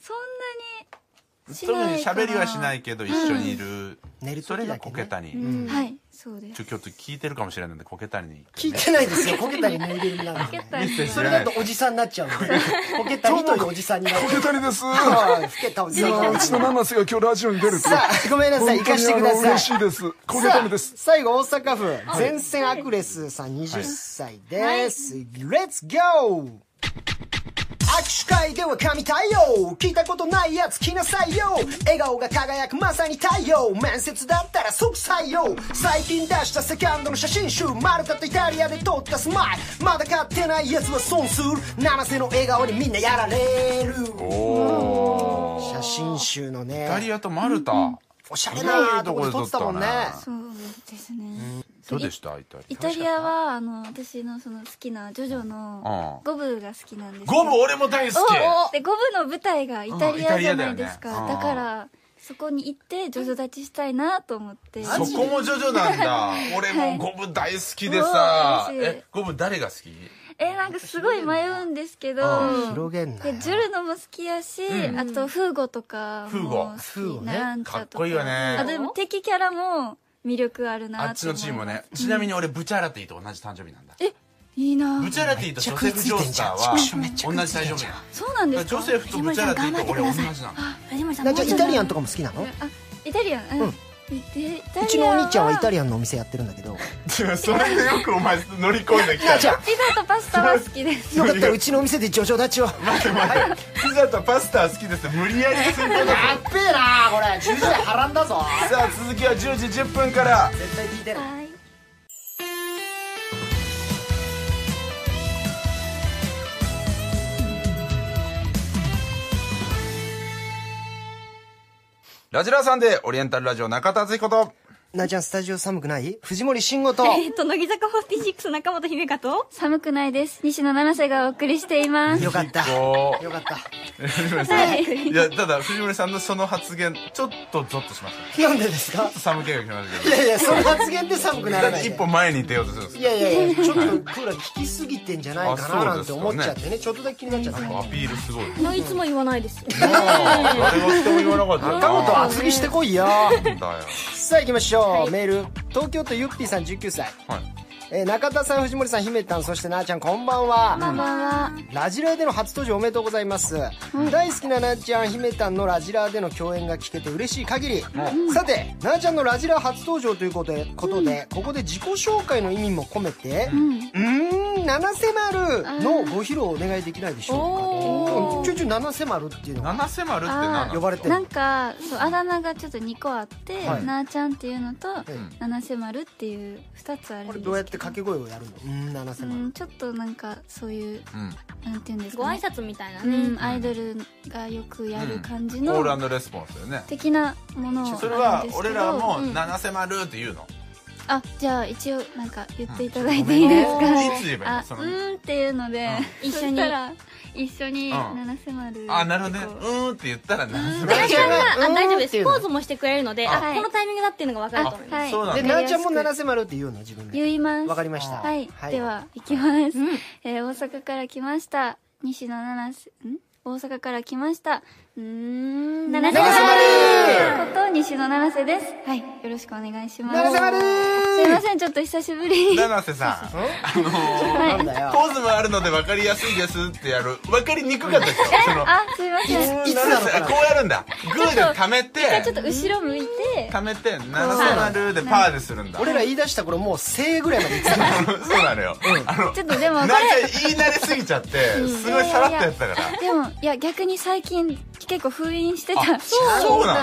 Speaker 5: そんなにし
Speaker 1: 特
Speaker 5: ない
Speaker 1: に
Speaker 5: か
Speaker 1: 喋りはしないけど一緒にいる、
Speaker 2: 寝る時
Speaker 1: そ
Speaker 2: だけ
Speaker 1: れ
Speaker 2: ね
Speaker 1: がコケ谷、
Speaker 3: う
Speaker 1: ちょ
Speaker 3: ん
Speaker 5: はいそうです
Speaker 1: 今日ちょっと聞いてるかもしれないのでコケ谷に
Speaker 2: 聞いてないですよ。コケたりぬいぐるみなので。
Speaker 1: メッセージ
Speaker 2: それだとおじさんになっちゃう ので。コケたりというおじさんになっちゃう。
Speaker 1: 谷です
Speaker 2: はい、老けたお じさんになっちゃう。
Speaker 1: ちの七瀬が今日ラジオに出る
Speaker 2: さあ、ごめんなさい。行かしてください。
Speaker 1: ですコ
Speaker 2: さあ最後、大阪府、前線アクレスさん、20歳です。Let's go! 握手会では神対応聞いたことないやつ来なさいよ笑顔が輝くまさに太陽面接だったら即採用最近出したセカンドの写真集マルタとイタリアで撮ったスマイルまだ買ってないやつは損する七瀬の笑顔にみんなやられる写真集の
Speaker 1: イタリ
Speaker 2: ね
Speaker 1: アとマルタ、
Speaker 2: おしゃれなとこで撮ってたもんね
Speaker 5: そうですね
Speaker 1: どうでしたイタリ
Speaker 5: イタリアはあの私のその好きなジョジョの
Speaker 1: うん
Speaker 5: 五部が好きなんですけど
Speaker 1: ゴム俺も大好き
Speaker 5: で五部の舞台がイタリアじゃないですか
Speaker 1: うんイタリアだよね
Speaker 5: だ,、
Speaker 1: うん
Speaker 5: からそこに行ってジョジョ立ちしたいなと思って
Speaker 1: そこもジョジョなんだ俺もゴム大好きでさ、
Speaker 5: はい
Speaker 1: えゴム誰が好き
Speaker 5: えなんかすごい迷うんですけど
Speaker 1: あ
Speaker 2: 広げんな
Speaker 5: でジュルノも好きやし、あとフーゴとか
Speaker 1: フーゴ
Speaker 5: も
Speaker 2: フーゴ
Speaker 5: 好き
Speaker 2: ね
Speaker 5: なん
Speaker 1: かっこいいよね
Speaker 5: あでも敵キャラも魅力あるな
Speaker 1: あっ
Speaker 5: って
Speaker 1: ち
Speaker 5: 思
Speaker 1: の
Speaker 5: います
Speaker 1: チームねちなみに俺ブチャラティと同じ誕生日なんだ
Speaker 5: いいな
Speaker 1: ブチャラティとジョセフ・ジョースターは同じ誕生日なんだ
Speaker 5: そうなん
Speaker 1: だ
Speaker 5: で
Speaker 1: から
Speaker 5: す
Speaker 1: ジョセ
Speaker 5: か
Speaker 1: フとブチャラティと俺同じなんだ
Speaker 3: 藤森さん
Speaker 2: な
Speaker 3: も
Speaker 2: ん
Speaker 3: う
Speaker 2: か
Speaker 3: ちょっ
Speaker 2: イ
Speaker 3: と
Speaker 2: タリアンとかも好きなの
Speaker 5: あイタリアンうん、イタイタリアン
Speaker 2: うちのお兄ちゃんはイタ
Speaker 5: リ
Speaker 2: リアンのお店やってるんだけどよ
Speaker 1: いやそれでよくお前乗り込んできた
Speaker 2: じゃあ
Speaker 5: アピザとパスタは好きです
Speaker 2: かったらうちのお店でジョジョ立ちをやっ
Speaker 1: 待って待ってピザとパスタ好きです無理やり進んでる
Speaker 2: べえなこれ10時台はらんだぞ
Speaker 1: さあ続きは10時10分から
Speaker 2: 絶対聞いてる
Speaker 5: はい
Speaker 1: ラジラーさんでオリエンタルラジオ中田敦彦と
Speaker 2: なあちゃんスタジオ寒くない藤森慎 吾と
Speaker 3: えーっと乃木坂46中本姫香と
Speaker 5: 寒くないです西野七瀬がお送りしています
Speaker 2: よかった
Speaker 1: こう
Speaker 2: よかった
Speaker 1: いやただ藤森さんのその発言ちょっとゾッとしましたちょ
Speaker 2: なんでですか
Speaker 1: っと寒気がきましたけ
Speaker 2: い
Speaker 1: ど
Speaker 2: やいやその発言で寒くな
Speaker 1: だ
Speaker 2: ら
Speaker 1: っ
Speaker 2: な
Speaker 1: て
Speaker 2: い
Speaker 1: 一
Speaker 2: で
Speaker 1: 歩前に出ようとするんです
Speaker 2: いやいやいやちょっとクーラー効きすぎてんじゃないかな
Speaker 1: あそ
Speaker 2: な
Speaker 1: うんです
Speaker 2: て
Speaker 1: よね
Speaker 2: 思っちゃってねちょっとだけ気になっちゃった
Speaker 1: アピールすごい
Speaker 3: いつも言わないですよ
Speaker 1: 誰が来ても言わなかったよな
Speaker 2: 中本厚着してこいよ
Speaker 1: なんだよ
Speaker 2: さあ行きましょうメール東京都ゆっぴーさん19歳
Speaker 1: はい
Speaker 2: えー中田さん藤森さん姫たんそしてなあちゃんこんばんは、
Speaker 5: こんばんは
Speaker 2: ラジラーでの初登場おめでとうございます、大好きななあちゃん姫たんのラジラーでの共演が聞けて嬉しい限り、さてなあちゃんのラジラー初登場ということでことで、ここで自己紹介の意味も込めて「うーん七瀬丸」のご披露をお願いできないでしょうかちょいちょい七瀬丸っていうのが
Speaker 1: 七瀬丸って何なの
Speaker 2: 呼ばれてる
Speaker 5: なんかそうあだ名がちょっと2個あって、
Speaker 2: はい
Speaker 5: なあちゃんっていうのと、
Speaker 2: ん
Speaker 5: 七瀬丸っていう2つあるん
Speaker 2: こ
Speaker 5: ですけ
Speaker 2: れ
Speaker 5: ど
Speaker 2: どうやって掛け声をやるのうーん七瀬
Speaker 5: う
Speaker 2: 丸、
Speaker 5: ん、ちょっとなんかそういう、
Speaker 1: うん
Speaker 5: なんていうんです
Speaker 3: ご
Speaker 5: か、
Speaker 3: 挨
Speaker 5: ね、
Speaker 3: 拶みたいな
Speaker 5: う
Speaker 3: ね
Speaker 5: ん、アイドルがよくやる感じ
Speaker 1: コ
Speaker 5: の、
Speaker 1: ールレスポンスだよね
Speaker 5: 的なものを
Speaker 1: それは
Speaker 5: あるんですけ
Speaker 1: 俺
Speaker 5: ど
Speaker 1: らも七瀬丸って言うの
Speaker 5: あじゃあ一応なんか言っていただいていいですか、
Speaker 1: いつ言えばいいの
Speaker 5: あう
Speaker 1: その
Speaker 5: ーんっていうので、
Speaker 3: うん
Speaker 5: 一緒
Speaker 3: そし
Speaker 5: に
Speaker 3: たら
Speaker 5: 一緒に
Speaker 1: うん
Speaker 5: 七瀬丸
Speaker 1: あなるほどね
Speaker 5: こう
Speaker 1: うーんって言ったら七瀬
Speaker 3: 大
Speaker 1: 丸
Speaker 3: 丈夫あ
Speaker 2: うん
Speaker 3: 大丈夫で
Speaker 2: って
Speaker 3: す
Speaker 2: いうの
Speaker 3: ポーズもしてくれるので
Speaker 5: は
Speaker 3: あ
Speaker 5: い
Speaker 3: このタイミングだっていうのが分かると思います
Speaker 5: はい
Speaker 1: そうなんだ
Speaker 2: で、
Speaker 5: わか
Speaker 2: な
Speaker 5: りやす
Speaker 2: あ
Speaker 5: く
Speaker 2: ちゃんも七瀬丸って言うの自分で。
Speaker 5: 言います
Speaker 2: わかりました。
Speaker 5: はい、で。は行きます、えー大阪から来ました西野七瀬ん大阪から来ましたうーん
Speaker 3: 七瀬
Speaker 2: 丸
Speaker 5: こと西野七瀬ですはいよろしくお願いします
Speaker 2: 七瀬丸
Speaker 5: すいませんちょっと久しぶり
Speaker 1: 七瀬さん
Speaker 2: なんだよ。
Speaker 1: ポーズもあるので分かりやすいですってやる分かりにくかったですよそ の
Speaker 5: あすいません
Speaker 1: うーん
Speaker 2: いつなのかな
Speaker 1: 七瀬こうやるんだグーで溜めて
Speaker 5: ちょっと後ろ向いて
Speaker 1: 溜めて七瀬丸でパーでするんだ
Speaker 2: 俺ら言い出した頃もう生ぐらいまで言ってたから。
Speaker 1: そうなのよあの
Speaker 5: ちょっとでも
Speaker 1: なん
Speaker 5: これ
Speaker 1: か言い慣れすぎちゃってすごいさらっとやってたから
Speaker 5: でもいや逆に最近結構封印してたや
Speaker 1: そうなの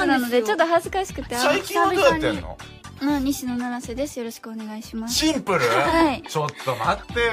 Speaker 5: つなのでちょっと恥ずかしくてあ
Speaker 1: 最近はどうやってやるの
Speaker 5: の西野七瀬ですよろしくお願いします
Speaker 1: シンプル、
Speaker 5: はい
Speaker 1: ちょっと待ってよ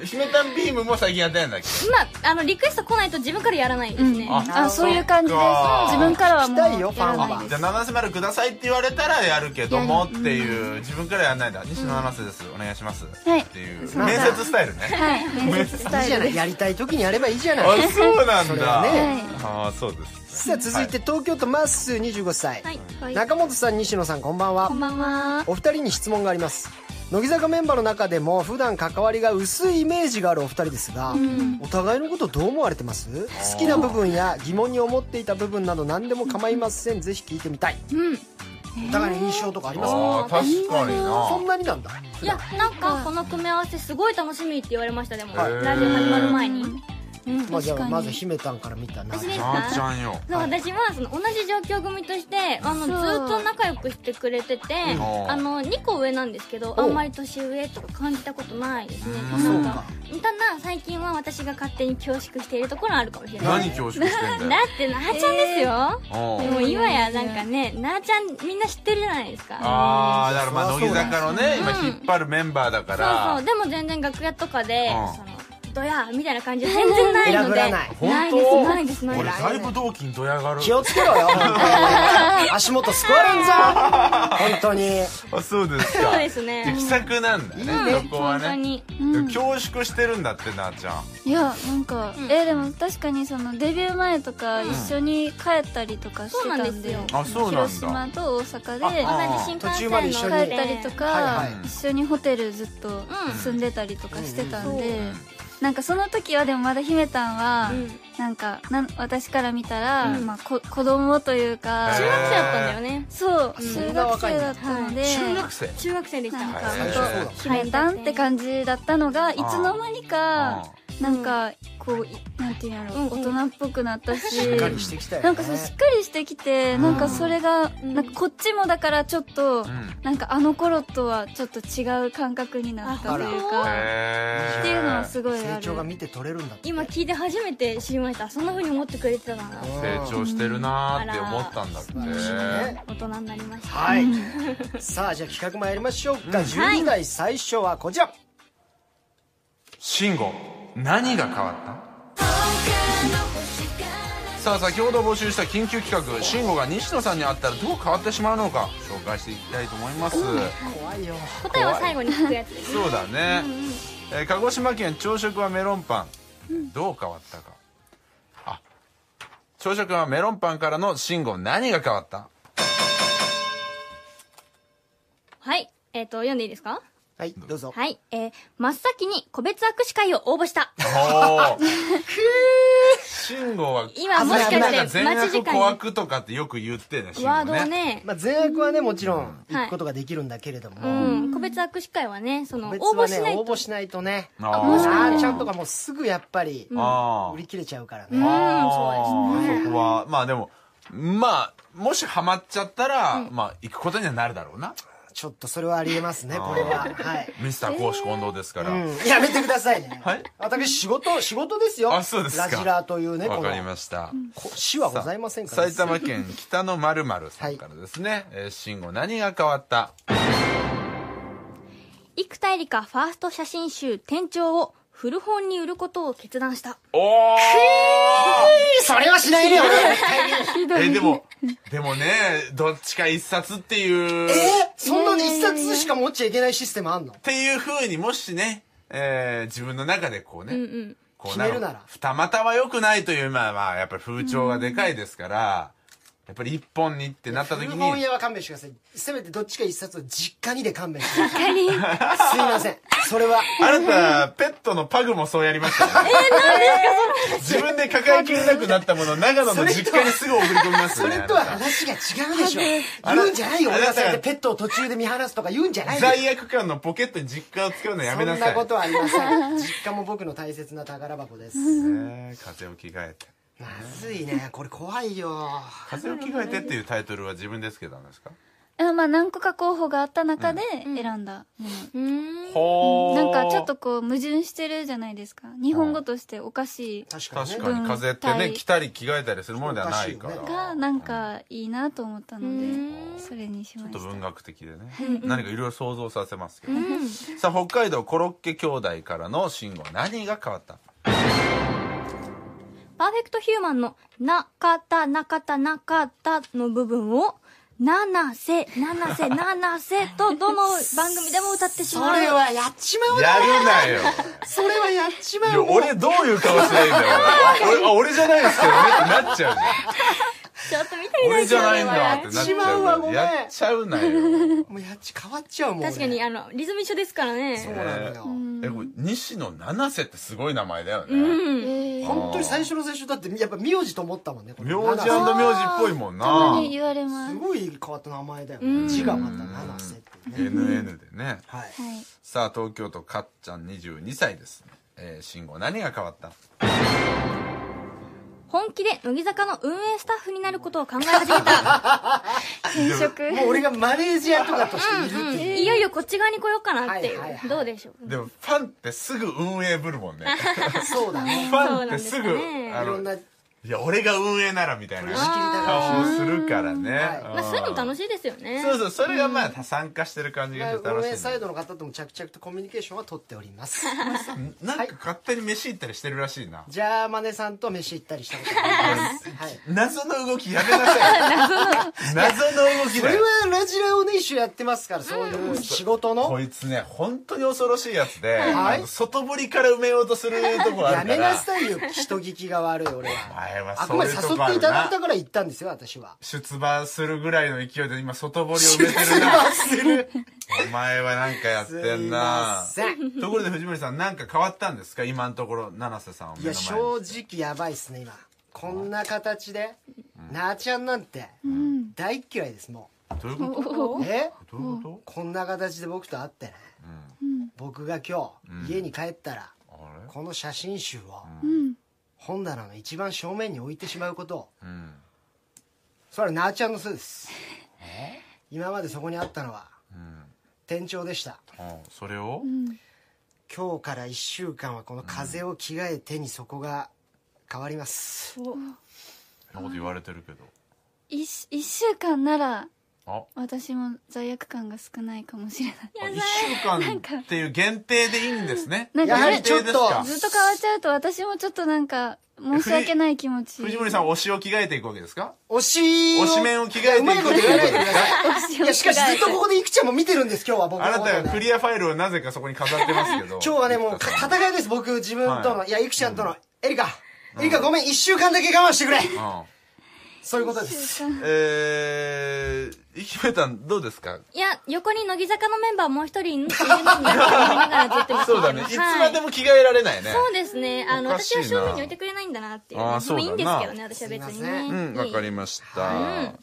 Speaker 1: え姫たんビームも最近やってないんだっけ
Speaker 3: 今あのリクエスト来ないと自分からやらないですね、
Speaker 1: あ
Speaker 5: あそういう感じです
Speaker 1: そっか
Speaker 5: 自分からはもう
Speaker 2: 来たいよ
Speaker 5: やら
Speaker 2: ファン
Speaker 5: な
Speaker 2: はい
Speaker 1: じ
Speaker 5: で
Speaker 1: ゃあ
Speaker 5: す
Speaker 1: 七瀬丸くださいって言われたらやるけどもっ
Speaker 5: やる
Speaker 1: ていう自分からやんないんだ西野七瀬ですお願いしますっ
Speaker 5: はい
Speaker 1: ていう
Speaker 5: う
Speaker 1: 面接スタイルね
Speaker 5: はい面接
Speaker 2: い
Speaker 5: ス
Speaker 2: い
Speaker 5: タ
Speaker 2: じゃ
Speaker 5: イ
Speaker 2: な
Speaker 5: ル
Speaker 2: い
Speaker 5: で
Speaker 2: やりたい時にやればいいじゃない
Speaker 1: あそうなん
Speaker 2: それ
Speaker 1: だ
Speaker 2: はね
Speaker 5: はい
Speaker 1: ああそうです
Speaker 2: さあ続いて東京都マッスー25歳、
Speaker 3: はい
Speaker 5: はい
Speaker 2: 中本さん西野さんこんばんは
Speaker 3: こんばんは
Speaker 2: お二人に質問があります乃木坂メンバーの中でも普段関わりが薄いイメージがあるお二人ですが、お互いのことどう思われてます好きな部分や疑問に思っていた部分など何でも構いませんぜひ聞いてみたい
Speaker 3: うん
Speaker 2: お互いの印象とかありますか
Speaker 1: ああ確かに
Speaker 2: そ
Speaker 1: なん
Speaker 2: なになんだ
Speaker 3: いやなんかこの組み合わせすごい楽しみって言われましたでも
Speaker 1: へー
Speaker 3: ラジオ始まる前に、
Speaker 5: うん
Speaker 2: まあ、じゃ
Speaker 5: 確か
Speaker 2: あ
Speaker 5: に
Speaker 2: まず姫たんから見たな
Speaker 3: 私です
Speaker 1: なあち
Speaker 3: か
Speaker 1: ゃんよ
Speaker 3: そう私はその同じ状況組としてあのず
Speaker 5: そう
Speaker 3: っと仲良くしてくれてて
Speaker 1: うん
Speaker 3: あの2個上なんですけど
Speaker 2: お
Speaker 3: あんまり年上とか感じたことないですね
Speaker 1: うん
Speaker 3: なん
Speaker 2: そうか
Speaker 3: かただ最近は私が勝手に恐縮しているところあるかもしれない
Speaker 1: 何恐縮してん
Speaker 3: だ
Speaker 1: だよ
Speaker 3: ってなあちゃんですよ、
Speaker 1: うん
Speaker 3: でも今やなんかねなあちゃんみんな知ってるじゃないですか
Speaker 1: ああだからまあ
Speaker 2: そ
Speaker 1: 乃
Speaker 2: り
Speaker 1: 木
Speaker 2: ゃそうだよ
Speaker 1: 坂のね今引っ張るメンバーだか
Speaker 3: そうそ
Speaker 1: ら
Speaker 3: うでも全然楽屋とかで、
Speaker 1: うん
Speaker 3: そのドヤみたいな感じは全然ないの
Speaker 2: 選ぶ
Speaker 3: で
Speaker 2: らない
Speaker 3: ないですないですない
Speaker 1: 俺
Speaker 3: です
Speaker 1: だいぶ同期にドヤがる
Speaker 2: 気をつけろよ本当に足元すくわれんぞ本当に
Speaker 1: あそうですか
Speaker 3: そうですね
Speaker 1: じゃあ気さくなんだねそこは
Speaker 3: 本当
Speaker 1: ね
Speaker 3: に
Speaker 5: うん
Speaker 1: 恐縮してるんだってなあちゃん
Speaker 5: いやなんか、えでも確かにそのデビュー前とか一緒に帰ったりとかしてたん
Speaker 3: そうな
Speaker 5: で,、
Speaker 3: んですよ
Speaker 1: あそうなんだ
Speaker 5: 広島と大阪で
Speaker 3: 同じ新幹
Speaker 2: 途中
Speaker 3: 線
Speaker 2: まで
Speaker 3: の
Speaker 2: 一緒に
Speaker 5: 帰ったりとか、
Speaker 2: はい
Speaker 1: はい
Speaker 5: 一緒にホテルずっと
Speaker 3: うん
Speaker 5: 住んでたりとかしてたんで、
Speaker 1: うん
Speaker 5: なんかその時はでもまだ姫たんは、
Speaker 3: うん
Speaker 5: なんかなん私から見たら、まあ、こ子供というか、
Speaker 1: へ
Speaker 3: 中学生だったんだよね
Speaker 5: そう
Speaker 2: そ
Speaker 5: 中
Speaker 2: んな
Speaker 5: 学
Speaker 2: 若いん
Speaker 5: 生だ
Speaker 2: だ
Speaker 5: ったので、
Speaker 1: 中学生
Speaker 3: 中学生でした
Speaker 5: なんか
Speaker 1: へー
Speaker 5: 本
Speaker 2: そうだ
Speaker 5: 当姫たんって感じだったのがいつの間にかなんかこういなんていうんやろ
Speaker 3: うんうん
Speaker 5: 大人っぽくなったし
Speaker 2: しっかりしてきたよね
Speaker 5: なんかそうしっかりしてきてなんかそれが
Speaker 3: ん
Speaker 5: なんかこっちもだからちょっと
Speaker 1: ん
Speaker 5: なんかあの頃とはちょっと違う感覚になったというか
Speaker 1: へ
Speaker 5: っ
Speaker 1: ー
Speaker 5: ていうのはすごいあ
Speaker 2: 成
Speaker 5: る
Speaker 2: 長が見て取れるんだって
Speaker 3: 今聞いて初めて知りましたそんな風に思ってくれてたな
Speaker 1: 成長してるなーって思ったんだって
Speaker 2: ね
Speaker 3: 大人になりました
Speaker 2: はいさあじゃあ企画もやりましょうか12代最初はこちら
Speaker 1: 慎吾何が変わったさあ先ほど募集した緊急企画慎吾が西野さんに会ったらどう変わってしまうのか紹介していきたいと思います
Speaker 2: 怖いよ
Speaker 3: 答えは最後に聞くやつです
Speaker 1: そうだね、えー鹿児島県朝食はメロンパンどう変わったかあ朝食はメロンパンからの慎吾何が変わった
Speaker 3: はいえっ、と読んでいいですか
Speaker 2: はいどうぞ
Speaker 3: はいえー、真っ先に個別握手会を応募した
Speaker 1: おお慎吾は
Speaker 3: 今もしか
Speaker 2: な
Speaker 1: なん
Speaker 2: ん
Speaker 3: し
Speaker 1: か
Speaker 3: て
Speaker 1: 善
Speaker 3: 待ち時
Speaker 1: 悪小
Speaker 3: 間に
Speaker 1: 悪とかってよく言ってね慎
Speaker 3: ワ
Speaker 1: 吾
Speaker 3: ードをね
Speaker 2: まあ善悪はねもちろん
Speaker 3: はい
Speaker 2: 行くことができるんだけれども、
Speaker 3: うん個別握手会はねその
Speaker 2: 別
Speaker 3: 応
Speaker 2: は
Speaker 3: 募
Speaker 2: ね
Speaker 3: しない
Speaker 2: 応
Speaker 3: と
Speaker 2: 募しないとね
Speaker 1: あー
Speaker 2: もしあーちゃんとかもうすぐやっぱり
Speaker 1: あ
Speaker 2: 売り切れちゃうから
Speaker 3: うん
Speaker 2: ね、
Speaker 1: あ
Speaker 3: そうです
Speaker 1: ー
Speaker 3: ね
Speaker 1: そこはまあでもまあもしハマっちゃったら、まあ行くことにはなるだろうな
Speaker 2: ちょっとそれはありえますねこれははい、
Speaker 1: ミスター公私混同ですから、
Speaker 2: うん、やめてくださいね、
Speaker 1: はい
Speaker 2: 私仕事仕事ですよ
Speaker 1: あそうですか
Speaker 2: ラジラーというね
Speaker 1: わ
Speaker 2: こ
Speaker 1: かり
Speaker 2: の
Speaker 1: ました、
Speaker 2: こ死はございませんから
Speaker 1: 埼玉県北のまるさんからですね、えー慎吾何が変わった
Speaker 3: 生田絵梨花ファースト写真集「店長」を古本に売ることを決断した
Speaker 1: おお
Speaker 2: それはしないでよ
Speaker 1: えーでもでもねどっちか一冊っていう、
Speaker 2: えそんなに一冊しか持っちゃいけないシステムあんの
Speaker 1: っていう風にもしね、えー自分の中でこうね、こう
Speaker 2: 決めるなら
Speaker 1: 二股は良くないという、まあまあ、やっぱり風潮がでかいですから、やっぱり一本にってなった時
Speaker 2: 古
Speaker 1: に、
Speaker 2: 本屋は勘弁してくださいせめてどっちか一冊を実家にで勘弁してくださいすいませんそれは
Speaker 1: あなた、ペットのパグもそうやりましたよね。自分で抱えきれなくなったもの、長野の実家にすぐ送り込みます
Speaker 2: そ
Speaker 1: よね。
Speaker 2: れとは
Speaker 1: あなた
Speaker 2: 話が違うでしょ
Speaker 1: あ
Speaker 2: 言
Speaker 1: れ
Speaker 2: うんじゃないよ
Speaker 1: あれ
Speaker 2: 俺がそうやってペットを途中で見放すとか言うんじゃないよ
Speaker 1: 罪悪感のポケットに実家を使うのや
Speaker 2: そ
Speaker 1: め
Speaker 2: ん
Speaker 1: な
Speaker 2: な
Speaker 1: さい。
Speaker 2: ことはありません実家も僕の大切な宝箱です
Speaker 1: ねえ風を着替えて。
Speaker 2: まずいねこれ怖いよ
Speaker 1: 風を着替えてっていうタイトルは自分ですけどなんですか
Speaker 5: あまあ何個か候補があった中で
Speaker 3: うん
Speaker 5: 選んだもの、
Speaker 3: うーん
Speaker 1: ほー
Speaker 5: なんかちょっとこう矛盾してるじゃないですか日本語としておかしい
Speaker 2: 確かに、ね、
Speaker 1: 確かに風って
Speaker 5: 文
Speaker 1: ね
Speaker 5: 体
Speaker 1: 着たり着替えたりするものではないから
Speaker 2: そうおかしい
Speaker 5: がなんかいいなと思った
Speaker 3: う
Speaker 5: ので
Speaker 3: ん
Speaker 5: それにし
Speaker 1: ちょ
Speaker 5: ま
Speaker 1: っ
Speaker 5: した
Speaker 1: と文学的でね何かいろいろ想像させますけど
Speaker 3: うん
Speaker 1: さあ北海道コロッケ兄弟からの信号何が変わった
Speaker 3: パーフェクトヒューマンの「なかたなかたなかた」の部分を「七瀬七瀬七瀬」とどの番組でも歌ってし まう
Speaker 2: やっちまう
Speaker 1: やるなよ
Speaker 2: それはやっち
Speaker 1: いや俺どういう顔してないんだよ俺俺あ俺じゃないですけどねってなっちゃうじゃん
Speaker 3: ちょっと見てみた
Speaker 1: 俺
Speaker 3: い
Speaker 1: じ
Speaker 3: け
Speaker 1: ゃ
Speaker 3: ど
Speaker 1: ないんだってなっちゃうからやっちゃうなよ
Speaker 2: もうやっち変わっちゃうもん俺
Speaker 3: 確かにあのリズム一緒ですから
Speaker 2: そう
Speaker 3: ね
Speaker 2: なのよ、
Speaker 1: えこれ西野七瀬ってすごい名前だよね、
Speaker 3: うん
Speaker 5: えー
Speaker 2: 本当に最初の最初だってやっぱ名字と思ったもんねこれ
Speaker 1: 名字名字っ
Speaker 2: 七
Speaker 1: ぽいもん
Speaker 5: た
Speaker 1: な
Speaker 5: まに言われます
Speaker 2: す
Speaker 5: は
Speaker 2: ごい変わった名前だよ
Speaker 3: うん
Speaker 2: ね字がまた七瀬ってね
Speaker 1: NN でね
Speaker 2: はい
Speaker 5: い
Speaker 1: さあ東京都かっちゃん22歳です、えー、信号何が変わった
Speaker 3: 本気で乃木坂の運営スタッフになることを考え始め た
Speaker 5: 転職
Speaker 2: もう俺がマネージャーとかとしているっていう
Speaker 3: いよいよこっち側に来ようかなってい
Speaker 2: はいはいは
Speaker 3: う
Speaker 2: い
Speaker 3: どうでしょう
Speaker 1: でもファンってすぐ運営ぶるもんね
Speaker 2: そうだね
Speaker 1: ファンってすぐ
Speaker 3: そうなんですかね
Speaker 1: あ
Speaker 2: いろ
Speaker 1: の
Speaker 2: んない仕切
Speaker 1: や俺が運営ならみたいな
Speaker 2: りだか
Speaker 1: 顔をするからね、
Speaker 2: はい
Speaker 1: うん
Speaker 3: まあそういうの楽しいですよね
Speaker 1: そうそうそれがまあ参加してる感じがして
Speaker 2: ら
Speaker 1: 楽
Speaker 2: 運
Speaker 1: しい
Speaker 2: 営
Speaker 1: ね
Speaker 2: サイドの方とも着々とコミュニケーションは取っております
Speaker 1: なんか勝手に飯行ったりしてるらしいな
Speaker 2: じゃあマネさんと飯行ったりしたことあります、はい、
Speaker 1: 謎の動きやめなさい謎の動き
Speaker 2: そ
Speaker 1: だ
Speaker 2: れ
Speaker 1: よ
Speaker 2: はラジラをね一緒やってますからそういう仕事の
Speaker 1: こいつね本当に恐ろしいやつで、
Speaker 2: はい
Speaker 1: あの外堀から埋めようとするとこあるから
Speaker 2: やめなさいよ人聞きが悪い俺
Speaker 1: お
Speaker 2: は
Speaker 1: 前は
Speaker 2: あく
Speaker 1: そう
Speaker 2: ま
Speaker 1: い
Speaker 2: で
Speaker 1: う
Speaker 2: 誘
Speaker 1: とこ
Speaker 2: っ
Speaker 1: あ
Speaker 2: て
Speaker 1: る
Speaker 2: いただい
Speaker 1: な
Speaker 2: たから行ったんですよ私は
Speaker 1: 出馬するぐらいの勢いで今外堀を埋めてるな
Speaker 2: する
Speaker 1: お前はなんかやってんな
Speaker 2: すいません
Speaker 1: ところで藤森さんなんか変わったんですか今のところ七瀬さんを目
Speaker 2: い
Speaker 1: の
Speaker 2: や
Speaker 1: 前
Speaker 2: 正
Speaker 1: に
Speaker 2: 直やばいっすね今こんな形でなあちゃんなんて
Speaker 5: うん
Speaker 2: 大っ嫌いですも
Speaker 1: どういうこと
Speaker 2: うえ
Speaker 1: どういうこ
Speaker 2: こんな形で僕と会ってね
Speaker 1: と、うん
Speaker 2: 僕が今日家に帰ったら
Speaker 1: あれ
Speaker 2: この写真集を
Speaker 5: うん
Speaker 2: 本棚の一番正面に置いてしまうことを
Speaker 1: うん
Speaker 2: それはなあちゃんのせいです今までそこにあったのは
Speaker 1: うん
Speaker 2: 店長でした
Speaker 1: あそれを、
Speaker 2: 今日から1週間はこの風を着替えてにそこが変わります、
Speaker 1: そんなこと言われてるけど
Speaker 5: 一し一週間なら
Speaker 1: あ
Speaker 5: 私も罪悪感が少ないかもしれない
Speaker 1: あ一週間っていう限定でいいんですね。
Speaker 5: なんか
Speaker 2: やはりちょっ
Speaker 1: 限定ですか
Speaker 2: と
Speaker 5: ずっと変わっちゃうと私もちょっとなんか申し訳ない気持ち
Speaker 1: 藤森さん、推しを着替えていくわけですか
Speaker 2: 推しを
Speaker 1: 推し面を着替えていく
Speaker 2: うまいこと言わないでくださ
Speaker 5: 推
Speaker 2: い
Speaker 5: しを着替えて
Speaker 2: いやしかしずっとここでいくちゃんも見てるんです今日は僕の
Speaker 1: あな
Speaker 2: ことね
Speaker 1: たがクリアファイルをなぜかそこに飾ってますけど。
Speaker 2: 今日はねもう戦いです僕自分との、、
Speaker 1: はい
Speaker 2: やいくちゃんとの、エリカエリカごめん1週間だけ我慢してくれ、
Speaker 1: うん。
Speaker 2: そういうことです
Speaker 1: えー、イキメタンどうですか
Speaker 3: いや横に乃木坂のメンバーもう一人いるのっていうのを見ながらずっと見て
Speaker 1: そうだね。いつ
Speaker 3: はい
Speaker 1: までも着替えられないね。
Speaker 3: そうですね。あの、
Speaker 1: おかしい
Speaker 3: 私
Speaker 1: な
Speaker 3: は正面に置いてくれないんだなっていう、
Speaker 1: あ
Speaker 3: ね。
Speaker 1: ー
Speaker 3: でもいいん
Speaker 1: そう
Speaker 3: で
Speaker 1: だ
Speaker 3: す
Speaker 1: な
Speaker 3: けどね、私は別にね。
Speaker 2: すいま
Speaker 1: うん、わかりました。
Speaker 2: 変わっ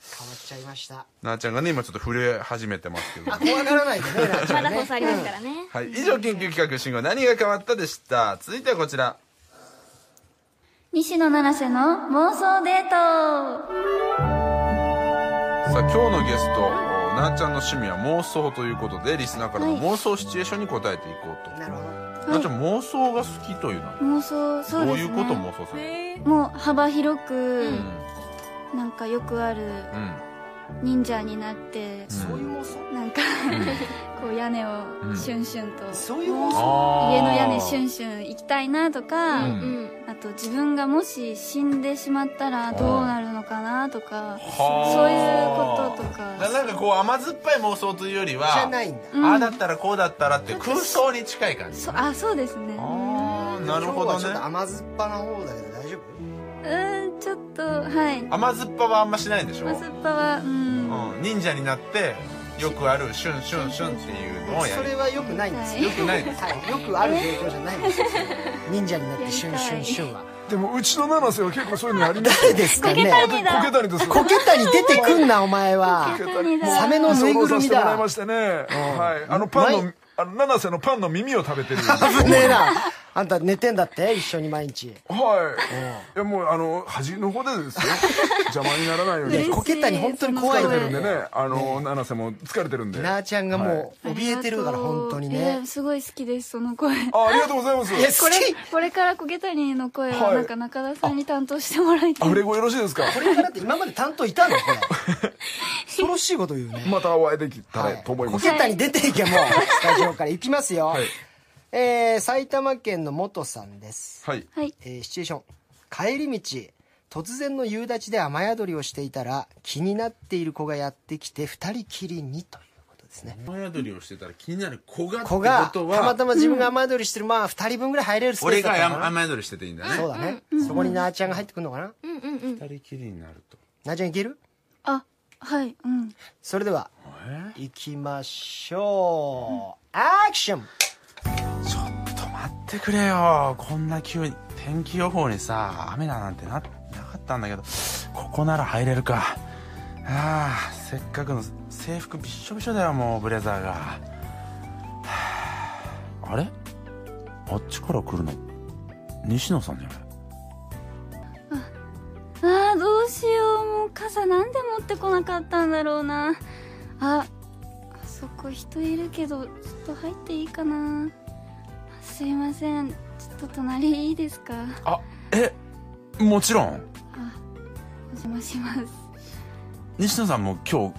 Speaker 2: ちゃいました
Speaker 1: なあちゃんがね、今ちょっと震え始めてますけど。
Speaker 2: あ怖がらないで ねなあちゃ
Speaker 3: ま
Speaker 2: ん
Speaker 3: だ
Speaker 2: ね
Speaker 3: 放送ありますからね。
Speaker 1: はい。以上、緊急企画、信号何が変わったでした。続いてはこちら。
Speaker 5: 西野七瀬の妄想デート
Speaker 1: さあ今日のゲストなあちゃんの趣味は妄想ということでリスナーからの妄想シチュエーションに答えていこうと、
Speaker 2: なるほど
Speaker 1: なあちゃん妄想が好きというのは
Speaker 5: 妄想そう
Speaker 1: どう
Speaker 5: で
Speaker 1: い
Speaker 5: す
Speaker 1: う
Speaker 5: ね
Speaker 1: ことを妄想する
Speaker 3: へー
Speaker 5: もう幅広く、
Speaker 1: うん
Speaker 5: なんかよくある忍者になって、
Speaker 2: そういう妄想
Speaker 5: なんか こう屋根をシュンシュンと、
Speaker 2: そういう妄想
Speaker 1: あー
Speaker 5: 家の屋根シュンシュン行きたいなとか、
Speaker 1: う
Speaker 3: うんん。
Speaker 5: あと自分がもし死んでしまったらどうなるのかなとかそう
Speaker 1: は
Speaker 5: い
Speaker 1: あ
Speaker 5: うことと
Speaker 1: な
Speaker 5: か
Speaker 1: なんかこう甘酸っぱい妄想というより
Speaker 2: じゃ
Speaker 1: は
Speaker 2: ないんだ
Speaker 5: うん
Speaker 1: ああだったらこうだったらって空想に近い感じ
Speaker 5: そあそうですね
Speaker 1: ああなるほ
Speaker 2: 今
Speaker 1: ど
Speaker 2: 日はちょっ
Speaker 1: ね
Speaker 2: と甘酸っぱな方だけど大丈夫
Speaker 5: うーんちょっとはい
Speaker 1: 甘酸っぱはあんましないんでしょ、
Speaker 5: マスッパはうん
Speaker 1: うん、忍者になってよくあるシュンシュンシュンっていうのをや
Speaker 2: それ
Speaker 1: る
Speaker 2: はよくないんですよ、
Speaker 1: よくないです
Speaker 2: はい、よくある状況じゃないんですよ忍者になってシュンシュンシュンは
Speaker 6: でもうちの七瀬は結構そういうのあります
Speaker 2: 誰ですかね
Speaker 5: 谷
Speaker 6: コケ
Speaker 5: だ
Speaker 6: たりです
Speaker 2: コケ谷出てくんなお前は
Speaker 5: コケ谷だ
Speaker 2: サメのぬいぐるみ
Speaker 6: てもらい
Speaker 2: だ
Speaker 6: ましてね、はい、あのパン
Speaker 2: う
Speaker 6: のあの七瀬のパンの耳を食べてる
Speaker 2: 危ねえなあんた寝てんだって一緒に毎日
Speaker 6: はいいやもうあの端の方でですよ邪魔にならないように
Speaker 2: こけたり本当に怖い
Speaker 6: 疲れてる
Speaker 2: の
Speaker 6: んでねあの七瀬も疲れてるんで
Speaker 2: な
Speaker 6: あ
Speaker 2: あちゃんがもう怯えてるから本当に
Speaker 5: ありがとう
Speaker 2: ね
Speaker 5: えーすごい好きですその声
Speaker 6: ありがとうございます
Speaker 2: いや好
Speaker 5: これ
Speaker 2: き
Speaker 5: これからコケ谷の声
Speaker 6: は
Speaker 5: はいなんか中田さんに担当してもらいた
Speaker 6: ア
Speaker 5: い
Speaker 6: フレコよろしいですか
Speaker 2: これからって今まで担当いたのこれ恐ろしいこと言うね
Speaker 6: またお会いできた
Speaker 2: は
Speaker 6: らと思います
Speaker 2: コケタに出ていけもうスタジオから行きますよ、
Speaker 6: はい
Speaker 2: えー埼玉県の元さんです、
Speaker 6: はい
Speaker 5: はい
Speaker 2: えーシチュエーション帰り道突然の夕立で雨宿りをしていたら気になっている子がやってきて二人きりにということですね
Speaker 1: 雨宿りをしてたら気になる子がって
Speaker 2: 子
Speaker 1: こ
Speaker 2: がた
Speaker 1: と
Speaker 2: ま
Speaker 1: は
Speaker 2: たま自分が雨宿りしてる、まあ二人分ぐらい入れるスペ
Speaker 1: 俺
Speaker 2: ースだっ
Speaker 1: が
Speaker 2: たのかな
Speaker 1: 雨宿りしてていいんだね
Speaker 2: そうだね、そこになあちゃんが入ってくるのかな、
Speaker 3: うんうんうん。
Speaker 1: 二人きりになると
Speaker 2: なあちゃんいける
Speaker 5: あはいうん
Speaker 2: それでは
Speaker 1: え
Speaker 2: 行きましょう、アクション
Speaker 1: ちょっと待ってくれよこんな急に天気予報にさ雨だなんてななかったんだけどここなら入れるかああせっかくの制服びっしょびしょだよもうブレザーがはああれあっちから来るの西野さんじゃない
Speaker 5: あーどうしようもう傘なんで持ってこなかったんだろうなああそこ人いるけどちょっと入っていいかなすいませんちょっと隣いいですか
Speaker 1: あえもちろん
Speaker 5: お邪魔します
Speaker 1: 西野さんも今日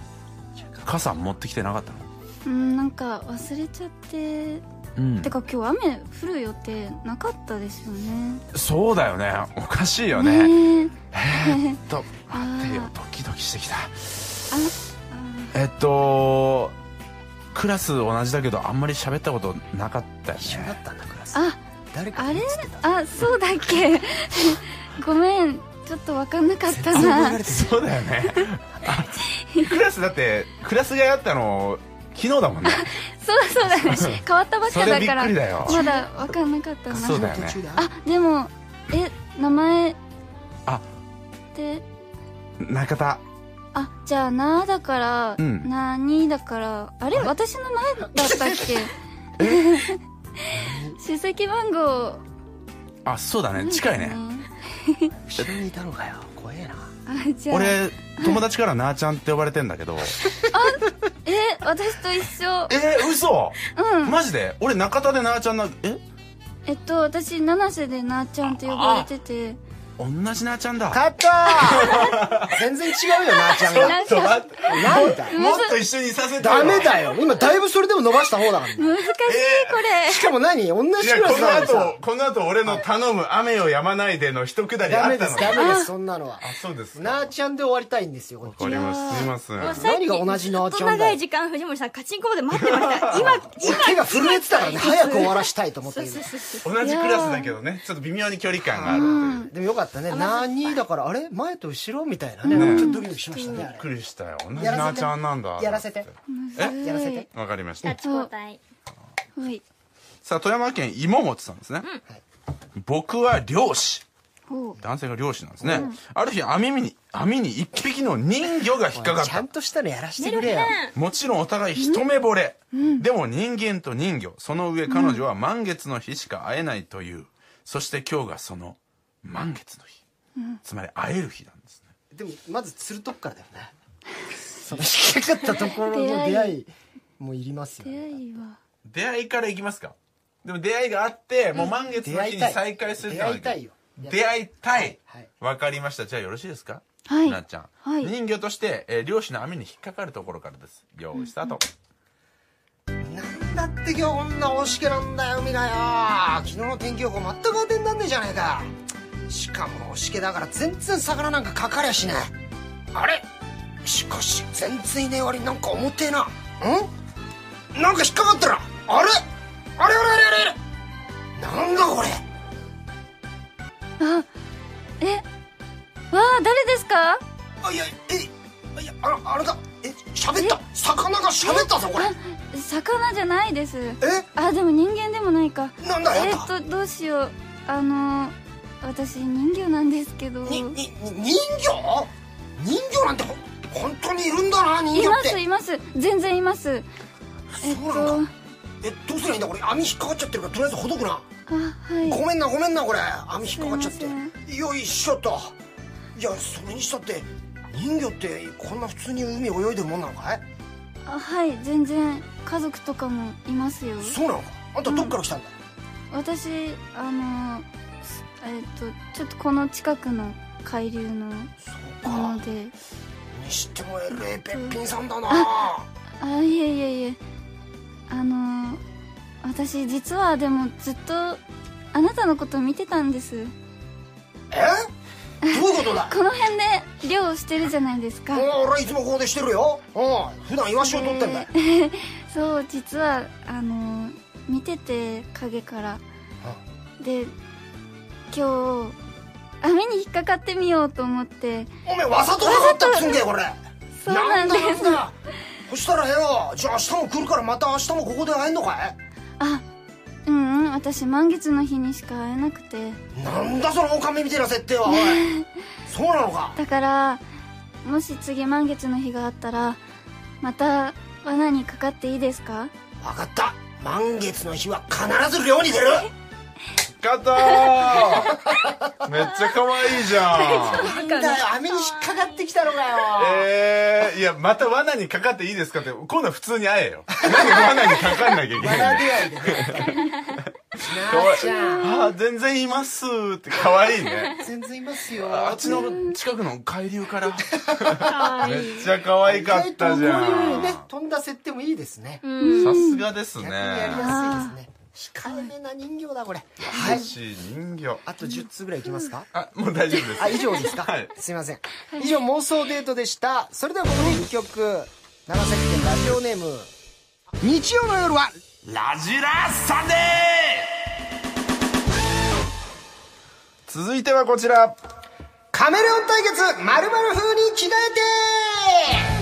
Speaker 1: 傘持ってきてなかったの
Speaker 5: うんなんか忘れちゃって
Speaker 1: うん
Speaker 5: てか今日雨降る予定なかったですよね
Speaker 1: そうだよねおかしいよね
Speaker 5: ねえ
Speaker 1: えーっと待ってよ
Speaker 5: あ
Speaker 1: ドキドキしてきた
Speaker 5: あのあ
Speaker 1: えっとクラス同じだけどあんまり喋ったことなかったよ
Speaker 2: 一緒
Speaker 1: ね
Speaker 2: だったんだからさ
Speaker 5: あ
Speaker 2: 誰か
Speaker 5: あ
Speaker 2: に映
Speaker 5: れ
Speaker 2: ってた
Speaker 5: あそうだっけごめんちょっと分かんなかったな
Speaker 1: そうだよねあクラスだってクラス替えあったの昨日だ もんね
Speaker 5: そうそうだね変わったばっ
Speaker 1: そ
Speaker 5: か
Speaker 1: れ
Speaker 5: だ
Speaker 1: びっ
Speaker 5: から
Speaker 1: くりだよ
Speaker 5: まだ分かんなかったな
Speaker 1: そうだよね
Speaker 2: 途中で
Speaker 5: あでもえ名前
Speaker 1: あ
Speaker 5: で
Speaker 1: 中田
Speaker 5: あじゃあ「な」だから「
Speaker 1: うん
Speaker 5: なに」だからあれ私の前だったっけ 出席番号
Speaker 1: あそうだね近いね
Speaker 2: 後ろにいたのかよ怖えな
Speaker 5: あじゃあ
Speaker 1: 俺友達からなあちゃんって呼ばれてんだけ ど
Speaker 5: え私と一緒
Speaker 1: えー、嘘
Speaker 5: うん
Speaker 1: マジで俺中田でなあちゃんなえ
Speaker 5: えっと私七瀬でなーちゃんって呼ばれてて
Speaker 1: 同じなあちゃんだ
Speaker 2: カット全然違うよなあちゃんが
Speaker 5: なんか
Speaker 1: 待って
Speaker 2: なんだよ
Speaker 1: もっと一緒にさせて
Speaker 2: ダメだよ今だいぶそれでも伸ばした方だからね
Speaker 5: 難しいこれ
Speaker 2: しかも何同じ
Speaker 1: い
Speaker 2: ク
Speaker 1: やこ
Speaker 2: ラス
Speaker 1: の
Speaker 2: なのにさ
Speaker 1: 後この後俺の頼む雨をやまないでの一くだり
Speaker 2: ダ
Speaker 1: あっ
Speaker 2: メで
Speaker 1: たの
Speaker 2: すダメですそんなのは
Speaker 1: あそうですわ
Speaker 2: なあちゃんで終わりたいんですよこっち
Speaker 1: かりましたすいません
Speaker 3: もうさっ
Speaker 2: 何
Speaker 3: き
Speaker 2: が同じなあ
Speaker 3: ず
Speaker 2: ち
Speaker 3: っと
Speaker 2: ゃんだ
Speaker 3: 長い
Speaker 2: よ
Speaker 3: 時間藤森さんカチンコまで待ってました から今
Speaker 2: 手が震えてたからね早く終わらしたいと思ったけど
Speaker 1: 同じクラスだけどねちょっと微妙に距離感があるっていう
Speaker 2: でもよかったねなにだからあれ前と後ろみたいなねちょっとドキドキしましたねあ
Speaker 1: び
Speaker 2: れ
Speaker 1: っくりしたよ同じなあちゃんなんだ
Speaker 2: やらせて
Speaker 1: え
Speaker 2: やらせて
Speaker 1: わかりました
Speaker 3: タッチ交代
Speaker 5: はい
Speaker 1: さあ富山県芋持さんですね僕は漁師
Speaker 5: おう
Speaker 1: 男性が漁師なんですねある日網に網に一匹の人魚が引っかかっ
Speaker 2: ちゃ
Speaker 1: た
Speaker 2: んとしたのやらしてくれよ
Speaker 1: もちろんお互い一目惚れ、でも人間と人魚その上彼女は満月の日しか会えないという、そして今日がその満月の日、つまり会える日なんですね
Speaker 2: でもまず釣るとこからだよ ねその引っかかったところの
Speaker 5: 出会い
Speaker 2: 出会いもいりますよ
Speaker 5: 出
Speaker 2: ね
Speaker 5: 会いは
Speaker 1: 出会いからいきますかでも出会いがあって、もう満月の日に
Speaker 2: 出会いたい
Speaker 1: 再会するってのは
Speaker 2: 出会いたいよ
Speaker 1: 出会いたい
Speaker 2: はい
Speaker 1: わ、かりましたじゃあよろしいですか
Speaker 5: はい
Speaker 1: なっちゃん、
Speaker 5: はい
Speaker 1: 人魚として、えー漁師の網に引っかかるところからです用意スタート、
Speaker 2: なんだって今日こんな大しけなんだよ海がよ昨日の天気予報全く当てになんねえじゃねえかしかも大しけだから全然魚なんかかかりゃしねえあれしかし全然いねえ割になんか重てえなうんなんか引っかかったらあれあれあれあれあれあれなんだこれ
Speaker 5: あえわあ誰ですか
Speaker 2: あいやえいやああれだえ喋った魚が喋ったぞこれ
Speaker 5: あ魚じゃないです
Speaker 2: え
Speaker 5: あでも人間でもないか
Speaker 2: なんだ
Speaker 5: え
Speaker 2: や
Speaker 5: ーっ
Speaker 2: だ
Speaker 5: とどうしようあの私人魚なんですけど
Speaker 2: ににに人魚人魚なんてほ本当にいるんだな人
Speaker 5: い
Speaker 2: 魚
Speaker 5: ま
Speaker 2: って
Speaker 5: すいます全然いますえっ
Speaker 2: そうな
Speaker 5: と
Speaker 2: えどうすりゃいいんだ俺網引っかかっちゃってるからとりあえずほどくな
Speaker 5: あはい
Speaker 2: ごめんなごめんなこれ網引っかかっちゃっ
Speaker 5: すいま
Speaker 2: てよいしょっといやそれにしたって人魚ってこんな普通に海泳いでるもんなのかい
Speaker 5: あはい全然家族とかもいますよ
Speaker 2: そうなのかあんたどっから来たんだ、
Speaker 5: 私あのすえっとちょっとこの近くの海流の
Speaker 2: そう
Speaker 5: もの
Speaker 2: か
Speaker 5: で
Speaker 2: にしてもえれえべっぴんさんだな
Speaker 5: あいえいえいえあの私実はでもずっとあなたのこと見てたんです
Speaker 2: えどういうことだ
Speaker 5: この辺で漁をしてるじゃないですか
Speaker 2: うん俺はいつもここでしてるようん普段イワシを取ってんだよ
Speaker 5: えー そう実はあのー見てて影からで今日網に引っかかってみようと思って
Speaker 2: おめえわざとなかったっつんけこれ
Speaker 5: そうなんです
Speaker 2: だなんだそしたらよじゃあ明日も来るからまた明日もここで会えんのか
Speaker 5: あうんうん私満月の日にしか会えなくて
Speaker 2: いなんだそのオカメみたいな設定はおいそうなのか
Speaker 5: だからもし次満月の日があったらまた罠にかかっていいですか
Speaker 2: 分かった満月の日は必ず漁に出る
Speaker 1: かった ーめっちゃ可愛いじゃん
Speaker 2: なんだよ網に引っかかってきたのかよ
Speaker 1: えー、いやまた罠にかかっていいですかって今度は普通に会えよなんで罠にかかんなきゃいけ ない
Speaker 2: 学び合いでねなあちゃん
Speaker 1: あー全然いますって可愛いね
Speaker 2: 全然いますよ
Speaker 1: あっちの近くの海流から
Speaker 3: 可愛
Speaker 1: めっ
Speaker 3: い
Speaker 1: ちゃ可愛かったじゃ
Speaker 2: 意外とこういうね
Speaker 1: ん
Speaker 2: 飛んだ設定もいいですね
Speaker 3: うん
Speaker 1: さすがです
Speaker 2: 逆にやり
Speaker 1: ね
Speaker 2: やすいですね控えめな人形だこれは
Speaker 1: 優
Speaker 2: い
Speaker 1: しい人形
Speaker 2: あと10通ぐらいいきますか
Speaker 1: あもう大丈夫です
Speaker 2: あ以上ですか、
Speaker 1: はい
Speaker 2: すいません以上妄想デートでしたそれではここで一曲長崎県ラジオネーム日曜の夜は
Speaker 1: ラジラサンデー続いてはこちら
Speaker 2: カメレオン対決まる風に着替え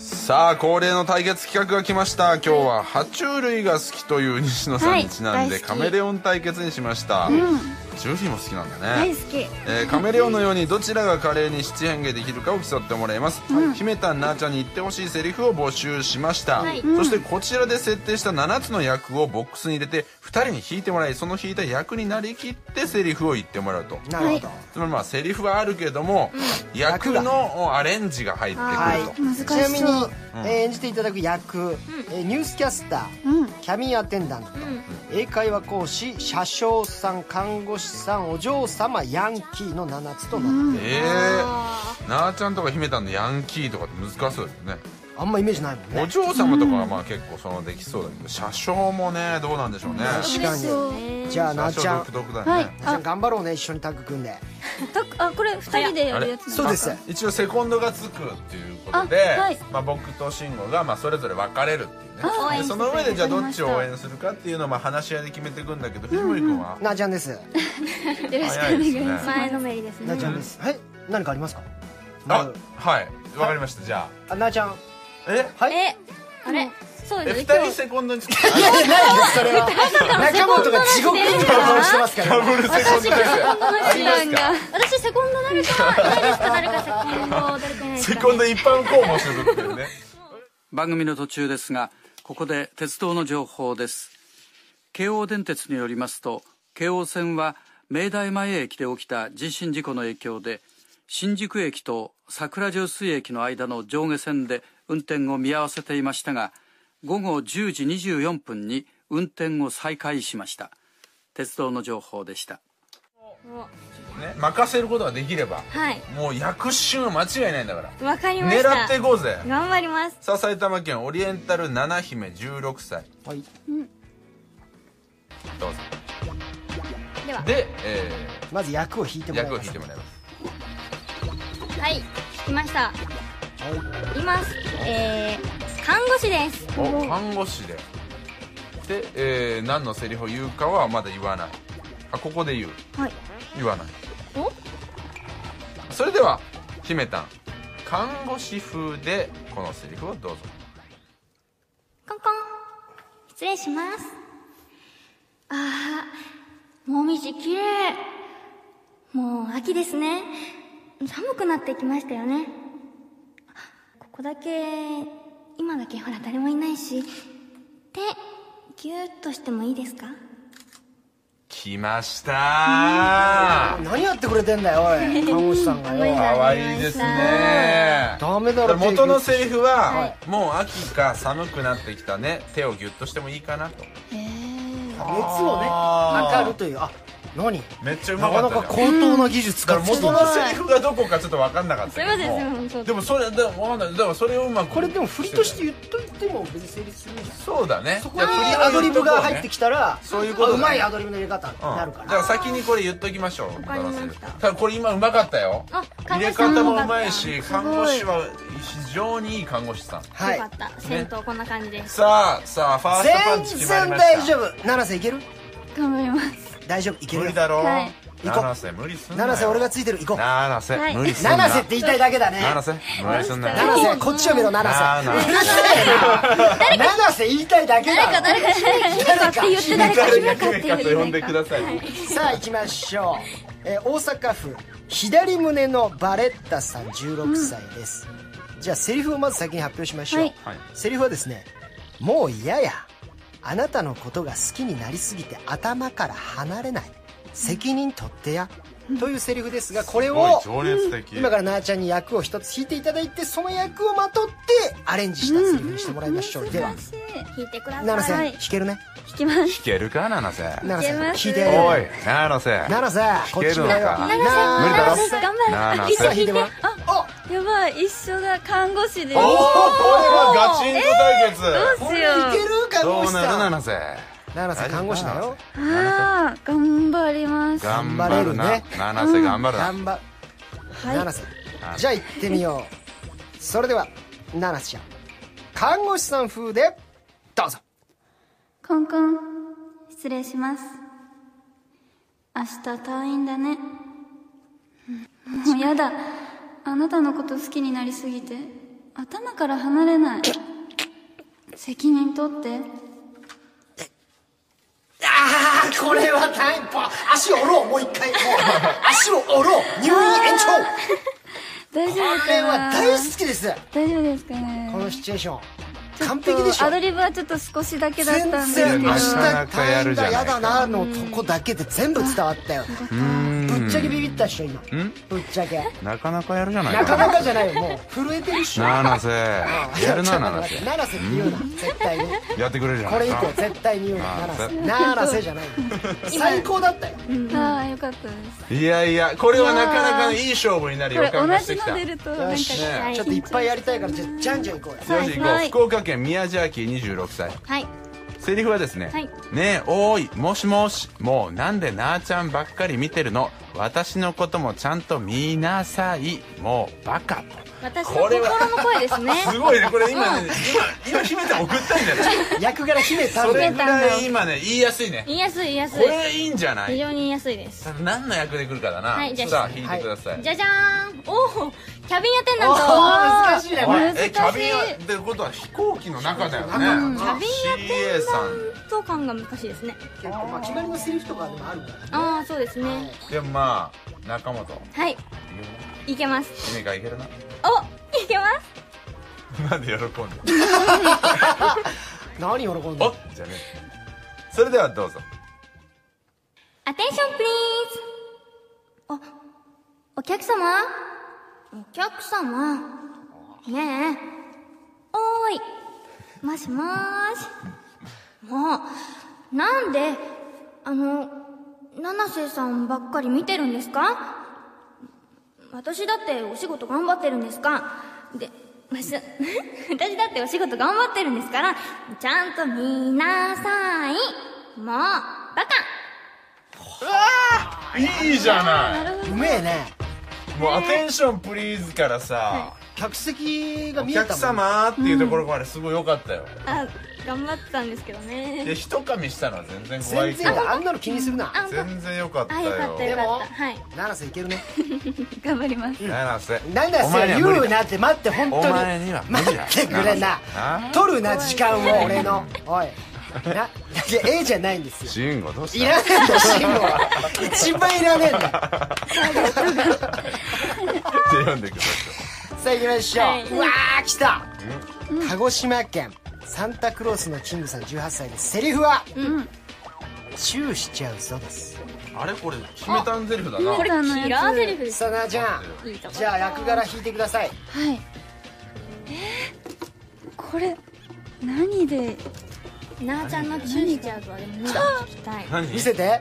Speaker 1: さあ恒例の対決企画が来ました今日は爬虫類が好きという西野さんにちなんで、
Speaker 3: はい大好き
Speaker 1: カメレオン対決にしました、ジュフィも好きなんだね
Speaker 3: 大好き
Speaker 1: えーカメレオンのようにどちらが華麗に七変化できるかを競ってもらいます、姫たんなーちゃんに言ってほしいセリフを募集しました、
Speaker 3: はい
Speaker 1: そしてこちらで設定した7つの役をボックスに入れて2人に引いてもらいその引いた役になりきってセリフを言ってもらうと
Speaker 2: てなるほど、
Speaker 1: つまりまあセリフはあるけども、役のアレンジが入ってくると、
Speaker 2: はい、
Speaker 5: 難しそ
Speaker 2: ち
Speaker 5: う
Speaker 2: なみに、えー演じていただく役、えーニュースキャスター、キャビンアテンダント、英会話講師車掌さん看護師さんお嬢様ヤンキーの7つとなっています
Speaker 1: えー、なあちゃんとか姫たんのヤンキーとかって難しそうですよね
Speaker 2: あんまイメージないもん
Speaker 1: お
Speaker 2: ね
Speaker 1: 嬢様とかはまあ結構そのできそうだけど車掌もねどうなんでしょうね
Speaker 2: 確かにじゃあなあ
Speaker 1: 車
Speaker 2: ちゃ
Speaker 1: 掌
Speaker 2: んな
Speaker 1: 独特だよね、
Speaker 5: はい
Speaker 2: あちゃん頑張ろうね一緒にタッグ組んで
Speaker 3: たあこれ二人でやるやつなんだ
Speaker 2: そうです
Speaker 1: 一応セコンドがつくっていうことで、
Speaker 5: あはい
Speaker 1: まあ、僕と慎吾がまあそれぞれ分かれるっていうねで
Speaker 5: あ応援
Speaker 1: その上でじゃあどっちを応
Speaker 5: わかり
Speaker 1: 援するかっていうのをまあ話し合いで決めていくんだけど藤森君は
Speaker 2: なあちゃんです
Speaker 1: 早いですね
Speaker 3: 前のめりですね
Speaker 2: なあちゃんですはい何かありますか
Speaker 1: あはい分かりましたじゃ
Speaker 2: あなあちゃん
Speaker 1: あえ
Speaker 2: はい
Speaker 3: えあれそう
Speaker 1: え
Speaker 3: です
Speaker 1: 二
Speaker 3: ね今
Speaker 1: 2人
Speaker 3: 日
Speaker 1: セコンドにつく
Speaker 2: いやいやないですそれは仲本が地獄みたいな顔してますから
Speaker 1: ダブルセコンドです
Speaker 5: 知らんが
Speaker 3: 私セコンド誰かいないですか誰かセコンド誰かいないです
Speaker 1: セ
Speaker 3: か
Speaker 1: コンド一般公募するっていうね
Speaker 4: 番組の途中ですがここで鉄道の情報です京王電鉄によりますと京王線は明大前駅で起きた地震事故の影響で新宿駅と桜上水駅の間の上下線で運転を見合わせていましたが午後10時24分に運転を再開しました鉄道の情報でした
Speaker 1: ね任せることができれば
Speaker 3: はい
Speaker 1: もう躍進は間違いないんだから
Speaker 3: わかりました
Speaker 1: 狙っていこうぜ
Speaker 3: 頑張ります
Speaker 1: さあ埼玉県オリエンタル七姫16歳
Speaker 2: はい
Speaker 1: どうぞ
Speaker 3: では
Speaker 1: で、え
Speaker 2: まず役を引いて
Speaker 1: ー、
Speaker 2: もらい
Speaker 1: 役を引
Speaker 2: ます
Speaker 1: いてもらいます
Speaker 3: はい聞きましたいますえー、看護師です
Speaker 1: お看護師でで、えー、何のセリフを言うかはまだ言わないあここで言う
Speaker 3: はい
Speaker 1: 言わない
Speaker 3: お
Speaker 1: それでは姫たん看護師風でこのセリフをどうぞ
Speaker 3: コンコン失礼しますああもみじ綺麗もう秋ですね寒くなってきましたよねここだけ今だけほら誰もいないしってギューッとしてもいいですか
Speaker 1: 来ましたー
Speaker 2: 何やってくれてんだよおい看護師さんがよ
Speaker 1: 可愛いですね
Speaker 2: ダメだろ
Speaker 1: 元のセ
Speaker 2: リ
Speaker 1: リフはもう秋か寒くなってきたね手をギュッとしてもいいかなと
Speaker 2: 熱をね
Speaker 1: あー
Speaker 2: 測るというあ何
Speaker 1: めっちゃうま
Speaker 2: なか
Speaker 1: か
Speaker 2: な
Speaker 1: った
Speaker 2: か
Speaker 1: よ
Speaker 2: 高等な技術
Speaker 1: だか
Speaker 2: 使っ
Speaker 1: ら
Speaker 2: てき
Speaker 1: 元
Speaker 2: た
Speaker 1: のセリフがどこかちょっと分かんなかった
Speaker 3: すいませんすいません
Speaker 1: でもそれでもわかんないだからそれをうまく
Speaker 2: これでも振りとして言っといても別に成立するんじゃない
Speaker 1: そうだね
Speaker 2: そこにアドリブが入って
Speaker 1: き
Speaker 2: きたら
Speaker 1: そういうこと
Speaker 2: あ
Speaker 1: だ
Speaker 2: う
Speaker 1: ね
Speaker 2: まいアドリブの入れ方になるか
Speaker 1: じゃあ
Speaker 2: ら
Speaker 1: 先にこれ言っときましょう
Speaker 3: わかりました
Speaker 1: ただこれ今うまかったよ
Speaker 3: あ看
Speaker 1: 入
Speaker 3: 護
Speaker 1: れ
Speaker 3: 師さん
Speaker 1: 方もう
Speaker 3: よか
Speaker 1: まいし看護
Speaker 3: った
Speaker 1: 師は非常にいい看護師さん
Speaker 2: は
Speaker 3: よ
Speaker 2: い
Speaker 3: かった銭湯こんな感じです
Speaker 1: さあさあファーストパンチ
Speaker 2: 全
Speaker 1: 決まり
Speaker 2: 然
Speaker 1: ました
Speaker 2: 大丈夫七瀬いける
Speaker 5: 頑張ります
Speaker 2: 大丈夫いけ
Speaker 1: 無
Speaker 2: る
Speaker 1: 理だろ
Speaker 5: はい
Speaker 2: 行こう
Speaker 1: 七瀬無理すんなよ
Speaker 2: 七瀬俺がついてる行こう
Speaker 1: 七瀬
Speaker 3: はい
Speaker 1: 無理すんな
Speaker 2: 七瀬って言いたいだけだね
Speaker 1: 七瀬無理すんなよ
Speaker 2: 七瀬こっちを見ろ七瀬
Speaker 1: 七瀬
Speaker 2: うるせえな七瀬言いたいだけだろ
Speaker 3: 誰か
Speaker 2: 誰か
Speaker 3: って言って誰か
Speaker 1: 誰か
Speaker 3: 姫かっ
Speaker 1: 姫
Speaker 3: て言
Speaker 1: か
Speaker 3: って
Speaker 1: と呼
Speaker 3: 誰
Speaker 1: んで
Speaker 3: か
Speaker 1: ください
Speaker 2: さあ行きましょう、えー大阪府左胸のバレッタさん16歳です、じゃあセリフをまず先に発表しましょう、
Speaker 5: はい
Speaker 1: はい
Speaker 2: セリフはですね「もう嫌やあなたのことが好きになりすぎて頭から離れない責任取ってや」というセリフですがこれ
Speaker 1: すご
Speaker 2: を
Speaker 1: い情熱的
Speaker 2: 今からなあちゃんに役を一つ引いていただいてその役をまとってアレンジしたセリフにしてもらいましょう、では
Speaker 3: 聞いてくだ
Speaker 2: 七瀬、
Speaker 3: さい
Speaker 2: 弾けるね
Speaker 5: 弾きます
Speaker 1: 聞けるか七瀬
Speaker 2: 七瀬
Speaker 5: いけます
Speaker 2: 聞いてやるよ
Speaker 1: おい七瀬
Speaker 2: 七瀬こっち来
Speaker 1: 弾け
Speaker 2: な
Speaker 1: るの
Speaker 2: よ
Speaker 1: か
Speaker 2: な
Speaker 1: 無理だろ
Speaker 5: 七瀬頑張
Speaker 1: 七瀬
Speaker 5: れ
Speaker 2: さあ弾いてごらん
Speaker 5: やばい一緒だ看護師です
Speaker 1: おおこれ
Speaker 5: ど
Speaker 1: はガチンコ対決、
Speaker 5: う
Speaker 2: い
Speaker 5: し
Speaker 2: け
Speaker 5: よ
Speaker 2: る看
Speaker 1: ど
Speaker 2: 護師
Speaker 1: うなる
Speaker 2: さん
Speaker 1: 七瀬
Speaker 2: 七瀬看護師だよ
Speaker 5: うああ頑張ります
Speaker 1: 頑張るな
Speaker 2: 頑
Speaker 1: 七瀬頑張るな
Speaker 2: 頑張
Speaker 5: はい
Speaker 2: 七瀬じゃあ行ってみようそれでは七瀬ちゃん看護師さん風でどうぞ
Speaker 5: コンコン失礼します明日退院だねもうやだあなたのこと好きになりすぎて頭から離れない責任取って
Speaker 2: ああこれはタイプ足を折ろうもう一 回もう足を折ろう入院延長
Speaker 5: 大丈夫
Speaker 2: これ
Speaker 5: か
Speaker 2: は
Speaker 5: な
Speaker 2: 大好きです
Speaker 5: 大丈夫ですかね
Speaker 2: このシチュエーション
Speaker 5: ちょっ
Speaker 2: 完璧でし
Speaker 5: と
Speaker 2: ょ
Speaker 5: アドリブはちょっと少しだけだった
Speaker 2: 全
Speaker 5: んですけ
Speaker 2: 然
Speaker 5: ど
Speaker 2: 明日
Speaker 1: なかやる
Speaker 2: 大変
Speaker 1: じゃな
Speaker 2: だ
Speaker 1: いか
Speaker 2: やだなのとこだけで全部伝わったよぶっちゃけビビったっしょ今ぶっちゃけ
Speaker 1: なかなかやるじゃない
Speaker 2: なかな
Speaker 1: か
Speaker 2: かじゃないよもう震えてるっしょ
Speaker 1: 七瀬やるな七瀬
Speaker 2: 七瀬って言うな絶対に
Speaker 1: やってくれるじゃな
Speaker 2: こ
Speaker 1: い
Speaker 2: れ以
Speaker 1: か
Speaker 2: 降絶対に言うな
Speaker 1: あ
Speaker 2: 七瀬
Speaker 1: そ
Speaker 2: 七瀬 じゃない最高だったよ
Speaker 5: ああよかったです
Speaker 1: いやいやこれはなかなかいい勝負になる
Speaker 5: こ
Speaker 1: 予
Speaker 5: れ同
Speaker 1: 感がして
Speaker 5: じ
Speaker 1: きた
Speaker 5: の出
Speaker 1: よ
Speaker 5: るとなんか
Speaker 2: よし
Speaker 1: ね
Speaker 2: ちょっといっぱいやりたいからじゃじゃんじゃん行こうよ
Speaker 1: し行こう福岡県宮地明26歳
Speaker 3: はい
Speaker 1: セリフはですね、
Speaker 3: はい
Speaker 1: ねえおーいもしもしもうなんでなあちゃんばっかり見てるの私のこともちゃんと見なさいもうバカ
Speaker 3: 私の心の声ですね
Speaker 1: とすごいねこれ今ね、今今姫ちゃん送ったんじゃない
Speaker 2: 役柄姫た
Speaker 1: そ
Speaker 2: ぶ
Speaker 1: れ
Speaker 2: ん
Speaker 1: ぐらい今ね言いやすいね
Speaker 3: 言いやすい言いやす
Speaker 1: こ
Speaker 3: い
Speaker 1: れいいんじゃな
Speaker 3: 非
Speaker 1: い
Speaker 3: 常に言いやすいです
Speaker 1: 何の役で来るかだな、
Speaker 3: はいじゃあ
Speaker 1: さあ引いてください、
Speaker 3: じゃじゃーんおおキャビンアテンダント
Speaker 2: 難しいねこ
Speaker 1: おい
Speaker 2: れ
Speaker 5: 難しい
Speaker 1: えキャビンってことは飛行機の中だよねキ
Speaker 3: ャビ
Speaker 1: ン CA さん
Speaker 3: 担当感が難しいですね
Speaker 2: 結構まあ決まりのセリフとかでもあるから
Speaker 3: ああそうですね
Speaker 1: でもまあ中本
Speaker 3: はいいけます
Speaker 1: 姫がいけるな
Speaker 3: おいけます
Speaker 1: なんで喜んで
Speaker 2: 何喜んで
Speaker 1: お
Speaker 2: る
Speaker 1: じゃねそれではどうぞ
Speaker 3: アテンションプリーズお、お客様お客様ねえ。おーい。もしもーし。もう、なんで、あの、七瀬さんばっかり見てるんですか私だってお仕事頑張ってるんですかで、わし 私だってお仕事頑張ってるんですから、ちゃんと見なさい。もう、バカ
Speaker 1: いいじゃな
Speaker 2: うめえね
Speaker 1: いもうアテンションプリーズからさ、
Speaker 2: 客席が
Speaker 1: お
Speaker 2: 見えたもん
Speaker 1: 客様っていうところまですごい良かったよ、
Speaker 3: あ頑張ってたんですけどね
Speaker 1: で一噛みしたのは全然怖い
Speaker 2: 全
Speaker 1: けど
Speaker 2: 然だあんなの気にするな
Speaker 3: あ
Speaker 1: 全然良かった
Speaker 3: あ
Speaker 1: よ
Speaker 3: よかったよかったはい
Speaker 2: 七瀬いけるね
Speaker 5: 頑張ります
Speaker 1: 七瀬
Speaker 2: なんだよ
Speaker 1: お前には無
Speaker 2: 言
Speaker 1: 理
Speaker 2: う
Speaker 1: だ
Speaker 2: なって待って本当に
Speaker 1: お前には無理だ
Speaker 2: 待ってくれな
Speaker 1: な
Speaker 2: 取るな時間を俺のおいないや A じゃないんですよ
Speaker 1: 慎吾どうし
Speaker 2: い
Speaker 1: た
Speaker 2: らねえんだ慎吾は一番いら ねえんだ
Speaker 1: って読んでください
Speaker 2: さあ行きましょう、
Speaker 3: はいう
Speaker 2: わー来た鹿児島県サンタクロースのキングさん18歳ですセリフは、チューしちゃうぞです
Speaker 1: あれこれ決めたんゼリフだな
Speaker 3: これキラーゼリフです
Speaker 2: さあなあちゃん
Speaker 3: いいとこ
Speaker 2: じゃあ役柄引いてください
Speaker 5: はいえー、これ何で
Speaker 3: なあちゃんのチューしちゃうぞでもなあ聞きたい
Speaker 1: 何
Speaker 2: 見せて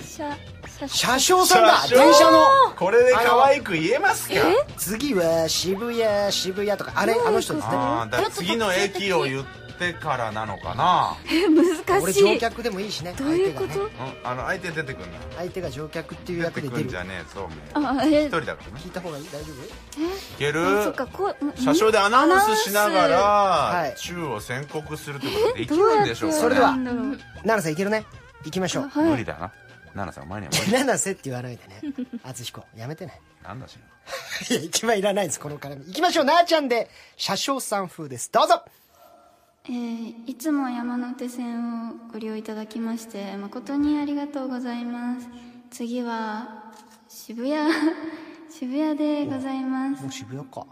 Speaker 5: しゃしゃ
Speaker 2: 車掌さんだ
Speaker 1: 車掌
Speaker 2: 電車の
Speaker 1: これで可愛く言えますか
Speaker 2: 次は渋谷渋谷とかあれあの人ですね
Speaker 1: あーだから次の駅を言ってからなのかな、
Speaker 5: え 難
Speaker 2: 俺
Speaker 5: し
Speaker 2: 乗
Speaker 5: い
Speaker 2: 客でもいいしね
Speaker 5: どういうこ
Speaker 2: 相手が
Speaker 5: と、
Speaker 2: ね
Speaker 1: うん、あの相手出てくんな
Speaker 2: 相手が乗客っていう
Speaker 1: 出
Speaker 2: 役
Speaker 1: て
Speaker 2: で
Speaker 1: く
Speaker 2: 出
Speaker 1: ん
Speaker 2: る
Speaker 1: じゃねえそうめん一
Speaker 5: あえ
Speaker 1: 人だからね
Speaker 2: 聞いた方がいい大丈
Speaker 1: いける
Speaker 5: あそっかこうん
Speaker 1: 車掌でアナウンスしなが
Speaker 2: アナウン
Speaker 1: ら
Speaker 2: ス
Speaker 1: 宙を宣告するってことできるんでしょうかね
Speaker 2: それでは
Speaker 5: なんだろう
Speaker 2: 奈々さんいけるね行きましょう
Speaker 5: はい
Speaker 1: 無理だな奈々さんお前には無理
Speaker 2: 七瀬って言わないでね敦彦やめてね
Speaker 1: なんだし
Speaker 2: いや一番いらないですこの絡み行きましょうなあちゃんで車掌さん風ですどうぞ
Speaker 5: えーいつも山手線をご利用いただきまして誠にありがとうございます次は渋谷 渋谷でございます
Speaker 2: もう渋谷か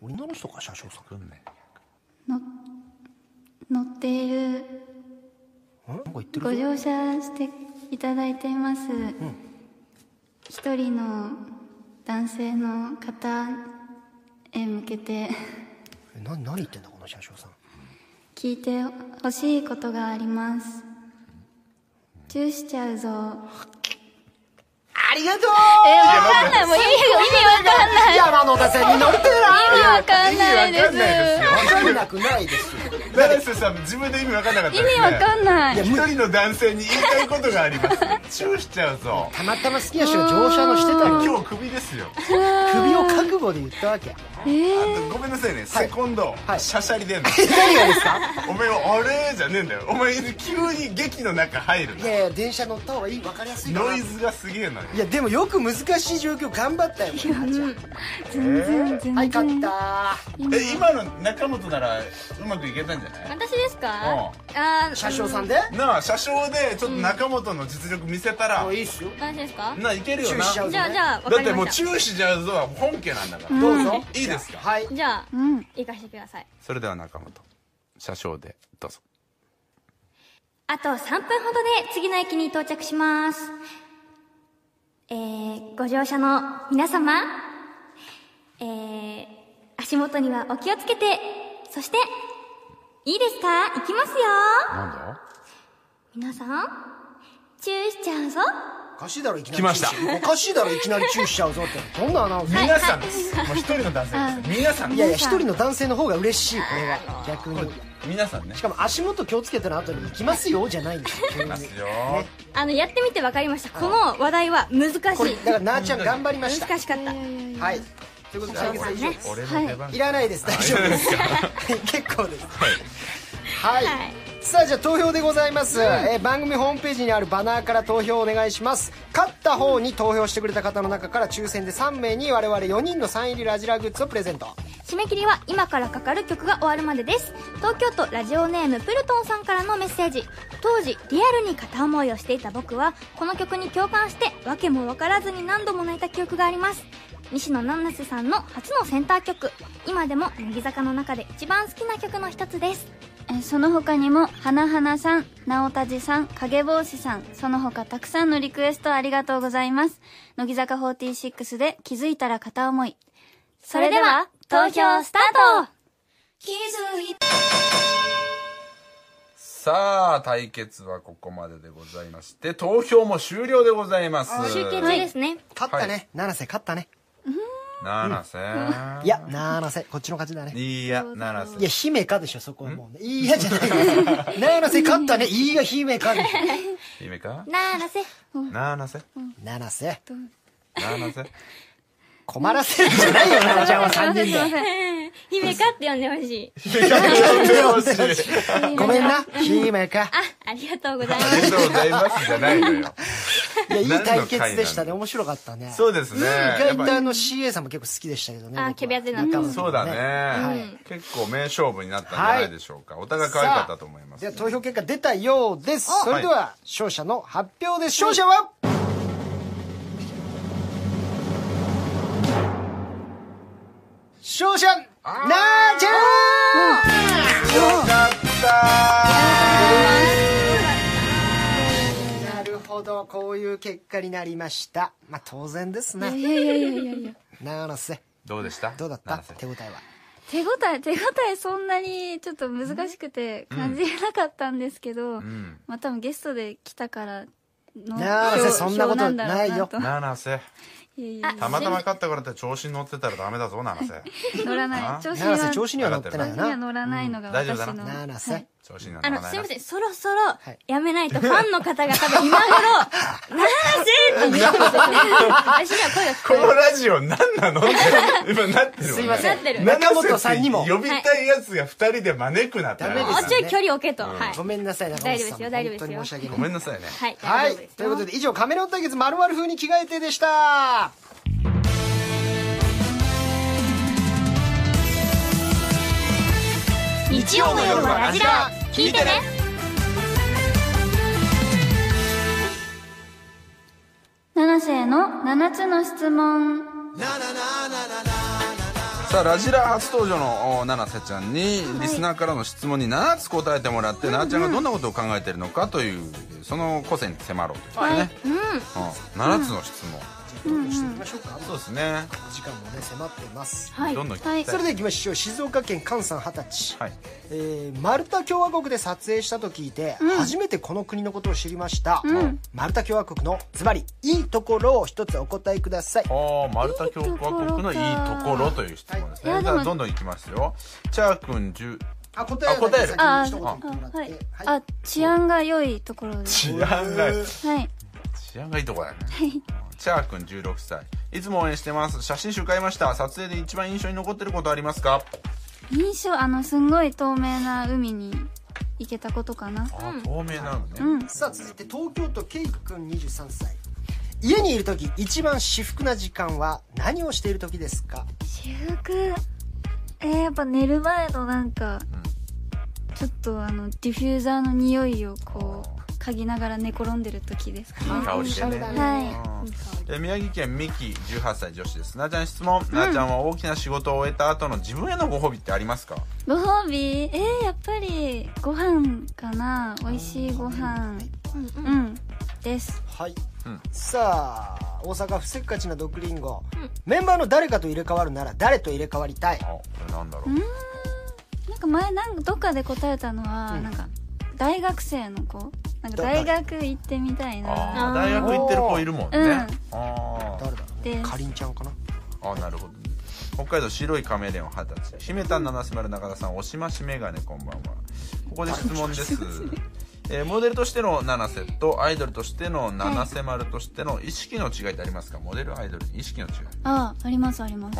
Speaker 2: 女の人か車掌さん
Speaker 1: くんね
Speaker 5: の乗っている
Speaker 2: んなんか言ってる
Speaker 5: ご乗車していただいています一、人の男性の方へ向けて
Speaker 2: えな何言ってんだこの車掌さん
Speaker 5: 聞いてほしいことがありますチューしちゃうぞ
Speaker 2: ありがとう
Speaker 3: わかんないもう意味意味わかんない
Speaker 2: 山手線に乗って
Speaker 3: 意味わかんないです
Speaker 2: な分かんなくないですよ
Speaker 1: 奈瀬さん自分で意味わかんなかった
Speaker 5: 意味わかんない
Speaker 1: 一人の男性に言いたいことがありますチューしちゃうぞ
Speaker 2: たまたま好きな人が乗車のしてたの
Speaker 1: 今日クビですよ
Speaker 2: 首を覚悟で言ったわけ
Speaker 1: あとごめんなさいねセコンド
Speaker 2: はい
Speaker 1: シャシャリ出んの
Speaker 2: 何がですか
Speaker 1: お前はあれじゃねえんだよお前急に劇の中入る
Speaker 2: いやいや電車乗った方がいい分かりやすいか
Speaker 1: の
Speaker 2: な
Speaker 1: ノイ
Speaker 2: い
Speaker 1: ズがすげえのよ
Speaker 2: やでもよく難しい状況頑張ったよこれなあちゃん
Speaker 5: 全然全
Speaker 2: はい勝っ
Speaker 5: 然
Speaker 2: た
Speaker 1: え今の中本ならうまくいけたんじゃない
Speaker 3: 私ですか
Speaker 1: う
Speaker 3: あー
Speaker 2: 車掌さんで
Speaker 1: なあ車掌でちょっと中本の実力見せたら、
Speaker 2: もういいっすよ
Speaker 3: 私ですか
Speaker 1: なあいけるよ
Speaker 2: チュー
Speaker 1: な
Speaker 2: しちゃう
Speaker 3: じゃあじゃあわ
Speaker 1: だ
Speaker 3: か
Speaker 1: っ
Speaker 3: り
Speaker 1: てもう
Speaker 3: まし
Speaker 1: チューしちゃうぞは本家なんだから、
Speaker 2: どうぞ
Speaker 1: いいですか
Speaker 2: はい
Speaker 3: たじゃあ
Speaker 5: うん
Speaker 3: 行かせてください
Speaker 1: それでは中本車掌でどうぞ
Speaker 3: あと3分ほどで次の駅に到着します。えー、ご乗車の皆様、えー、足元にはお気をつけて、そして、いいですか行きますよ
Speaker 1: なんだ
Speaker 3: 皆さん、チューしちゃうぞ
Speaker 2: おかしいだろいきなり
Speaker 1: 来ました
Speaker 2: チューおかしいだろいきなりチューしちゃうぞってどんなアナウンス
Speaker 1: 皆さんですもう一人の男性です皆さん
Speaker 2: いやいや一人の男性の方が嬉しいこれは逆に
Speaker 1: 皆さんね
Speaker 2: しかも足元気をつけての後に行きますよじゃないんですよ急に
Speaker 1: よ
Speaker 3: あの、やってみて分かりました。この話題は難しい。
Speaker 2: これだからなあちゃん頑張りました
Speaker 3: 難しかった。
Speaker 2: はいということで
Speaker 3: そ
Speaker 2: 解
Speaker 3: うで
Speaker 2: 決
Speaker 3: すね
Speaker 2: 以上です
Speaker 1: 俺の出番
Speaker 2: いらないです大丈夫ですはい 結構ですはい、
Speaker 3: はい
Speaker 2: さあじゃあ投票でございます、えー番組ホームページにあるバナーから投票お願いします勝った方に投票してくれた方の中から抽選で3名に我々4人のサイン入りラジラグッズをプレゼント
Speaker 3: 締め切りは今からかかる曲が終わるまでです東京都ラジオネームプルトンさんからのメッセージ当時リアルに片思いをしていた僕はこの曲に共感して訳も分からずに何度も泣いた記憶があります西野七瀬さんの初のセンター曲今でも乃木坂の中で一番好きな曲の一つです
Speaker 5: えーその他にも花花さん直田寺さん影帽子さんその他たくさんのリクエストありがとうございます乃木坂46で気づいたら片思いそれでは投票スタート
Speaker 1: さあ対決はここまででございまして投票も終了でございます
Speaker 3: 集計中ですね
Speaker 2: 勝ったね、
Speaker 1: はい
Speaker 2: 七瀬勝ったね
Speaker 1: 七瀬
Speaker 2: いや七瀬こっちの勝ちだね
Speaker 1: いいや七瀬
Speaker 2: いや姫かでしょそこはもうねいいやじゃない です七瀬勝ったねいいや姫かでしょ
Speaker 1: 姫か
Speaker 3: 七瀬
Speaker 1: 七瀬
Speaker 2: 七瀬
Speaker 1: 七瀬
Speaker 2: 困らせるんじゃないよ奈々ちゃんは3人 で
Speaker 3: 姫かって呼んでほしい
Speaker 2: ごめんな姫か
Speaker 3: あありがとうございま
Speaker 1: あり
Speaker 3: す
Speaker 1: がとうございますじゃないのよ
Speaker 2: いやいい対決でしたね面白かったね
Speaker 1: そうですね
Speaker 2: 意外とあの CA さんも結構好きでしたけどね
Speaker 3: あ
Speaker 2: 僕は
Speaker 3: キャビア勢なんだ
Speaker 1: そうだね、
Speaker 2: は
Speaker 1: 結構名勝負になったんじゃないでしょうか、お互い可愛かったと思います
Speaker 2: では投票結果出たようです
Speaker 1: あ
Speaker 2: それでは勝者の発表です勝者は勝者なーちゃん
Speaker 1: よかった
Speaker 2: のこういう結果になりましたまあ当然ですね
Speaker 5: いやいやいやいやいや
Speaker 2: 長瀬
Speaker 1: どうでした
Speaker 2: どうだった
Speaker 1: 七瀬
Speaker 2: 手応えは
Speaker 5: 手応え手応えそんなにちょっと難しくて感じれなかったんですけど、
Speaker 1: うん
Speaker 5: まあ多分ゲストで来たからの
Speaker 2: なあ
Speaker 5: 表
Speaker 2: そんなこと
Speaker 5: 表だろう
Speaker 2: ないよ
Speaker 5: と
Speaker 1: 七瀬
Speaker 5: いやいやいや
Speaker 1: たまたま勝ったからって調子に乗ってたらダメだぞ七 瀬
Speaker 5: 乗ら
Speaker 1: あ
Speaker 5: ない調子に
Speaker 2: 長瀬
Speaker 5: は
Speaker 2: 調子には乗ってないよ
Speaker 5: には
Speaker 2: な
Speaker 5: 乗らないのが
Speaker 1: うん大丈夫
Speaker 5: 私
Speaker 1: だな
Speaker 5: の、
Speaker 2: 長
Speaker 5: は
Speaker 2: 瀬
Speaker 5: い
Speaker 1: 調子には
Speaker 3: あ
Speaker 1: 乗ら
Speaker 3: の
Speaker 1: ない
Speaker 3: すいませ
Speaker 1: なん
Speaker 3: そろそろ
Speaker 2: い
Speaker 3: やめないとファンの方が多分今頃「なぜ?」って言ってますよ私には声が聞こ
Speaker 1: こ
Speaker 3: える
Speaker 1: のラジオ何なの今なってる
Speaker 2: すいませ
Speaker 3: なってる
Speaker 2: ん中本さんにも
Speaker 1: 呼びたいやつが2人で招くなって
Speaker 2: ダメで
Speaker 3: も
Speaker 2: す
Speaker 3: うちょい距離を置けと、はい
Speaker 2: ごめんなさい中本さんも
Speaker 3: 大丈夫
Speaker 2: 本
Speaker 3: で
Speaker 2: 当
Speaker 3: すよ
Speaker 2: に申し訳ない
Speaker 1: ごめんなさいね
Speaker 3: はい
Speaker 2: は
Speaker 3: 大
Speaker 2: い
Speaker 3: 丈夫です
Speaker 2: という
Speaker 3: よ
Speaker 2: ことで以上「カメレオン対決まる風に着替えて」でした
Speaker 3: 日曜の夜はラジラ聞いてね
Speaker 5: 七瀬の七つの質問
Speaker 1: さあラジラ初登場のお七瀬ちゃんにリスナーからの質問に7つ答えてもらって、七瀬ちゃんがどんなことを考えてるのかというその個性に迫ろうというね、うん7つの質問、そうですね、
Speaker 2: 時間もね迫ってます
Speaker 3: はい
Speaker 1: どんどん聞き
Speaker 5: は
Speaker 1: たい、
Speaker 5: い
Speaker 2: それでは行きましょう静岡県菅さん二十歳、
Speaker 1: はい
Speaker 2: えーマルタ共和国で撮影したと聞いて、初めてこの国のことを知りました、マルタ共和国のズバリいいところを一つお答えください
Speaker 1: ああマルタ共和国のいいところという質問ですね、
Speaker 5: いやで
Speaker 1: じゃ
Speaker 5: も
Speaker 1: あどんどんいきますよチャー君10
Speaker 2: あ答え
Speaker 1: あ答える
Speaker 5: あ
Speaker 2: 先に一言言ってもらって
Speaker 5: はい
Speaker 2: はい
Speaker 5: あ治安が良いところです
Speaker 1: 治安が
Speaker 5: はい
Speaker 1: 治安がいいとこだねチャー君16歳いつも応援してます写真集買いました撮影で一番印象に残ってることありますか
Speaker 5: 印象あのすんごい透明な海に行けたことかな
Speaker 1: あー透明なのね、
Speaker 5: うん
Speaker 2: さあ続いて東京都ケイくん23歳家にいる時一番至福な時間は何をしている時ですか
Speaker 5: 私服えー、やっぱ寝る前のなんか、ちょっとあのディフューザーの匂いをこう嗅ぎながら寝転んでる時ですかね
Speaker 1: いい香りでね
Speaker 5: は
Speaker 1: えー宮城県ミキ18歳女子ですなあちゃん質問なあちゃんは大きな仕事を終えた後の自分へのご褒美ってありますか
Speaker 5: いご褒美えー、やっぱりご飯かな美味しいご飯うん、です
Speaker 2: はい、
Speaker 1: うん
Speaker 2: さあ大阪府せっかちな毒リンゴ、メンバーの誰かと入れ替わるなら誰と入れ替わりたい
Speaker 1: あこれなんだろう
Speaker 5: なんか前なんかどっかで答えたのは、なんか大学生の子なんか大学行ってみたいな
Speaker 1: あー大学行ってる子いるもんね、
Speaker 5: うん
Speaker 1: あー
Speaker 2: 誰だろ
Speaker 5: で
Speaker 2: うかりんちゃんかな
Speaker 1: あなるほど北海道白いカメレオン二十歳姫たん七瀬丸中田さんおしましメガネこんばんはここで質問です、えーモデルとしての七瀬とアイドルとしての七瀬丸としての意識の違いってありますかモデルアイドル意識の違い
Speaker 5: ああありますあります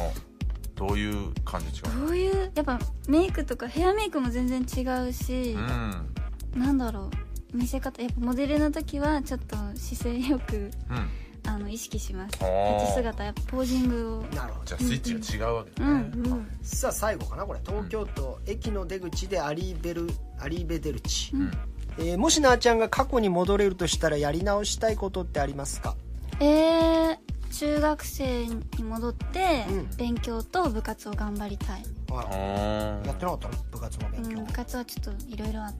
Speaker 1: おどういう感じ違う
Speaker 5: どういうやっぱメイクとかヘアメイクも全然違うし
Speaker 1: う、ん
Speaker 5: なんだろう見せ方やっぱモデルの時はちょっと姿勢よく
Speaker 1: うん
Speaker 5: あの意識します
Speaker 1: あー
Speaker 5: 立ち姿やっぱポージングを
Speaker 2: なるほど
Speaker 1: じゃあスイッチが違うわけだ
Speaker 5: う
Speaker 1: ね、
Speaker 5: ん
Speaker 2: さあ最後かなこれ東京都駅の出口でアリーベルアリーベデルチ、
Speaker 1: ん
Speaker 2: えーもしなあちゃんが過去に戻れるとしたらやり直したいことってありますか
Speaker 5: えー、中学生に戻って
Speaker 2: うん
Speaker 5: 勉強と部活を頑張りたい、
Speaker 2: あら
Speaker 1: あ
Speaker 2: やってなかったの部活の
Speaker 5: う
Speaker 2: 勉強
Speaker 5: ん、部活はちょっといろいろああ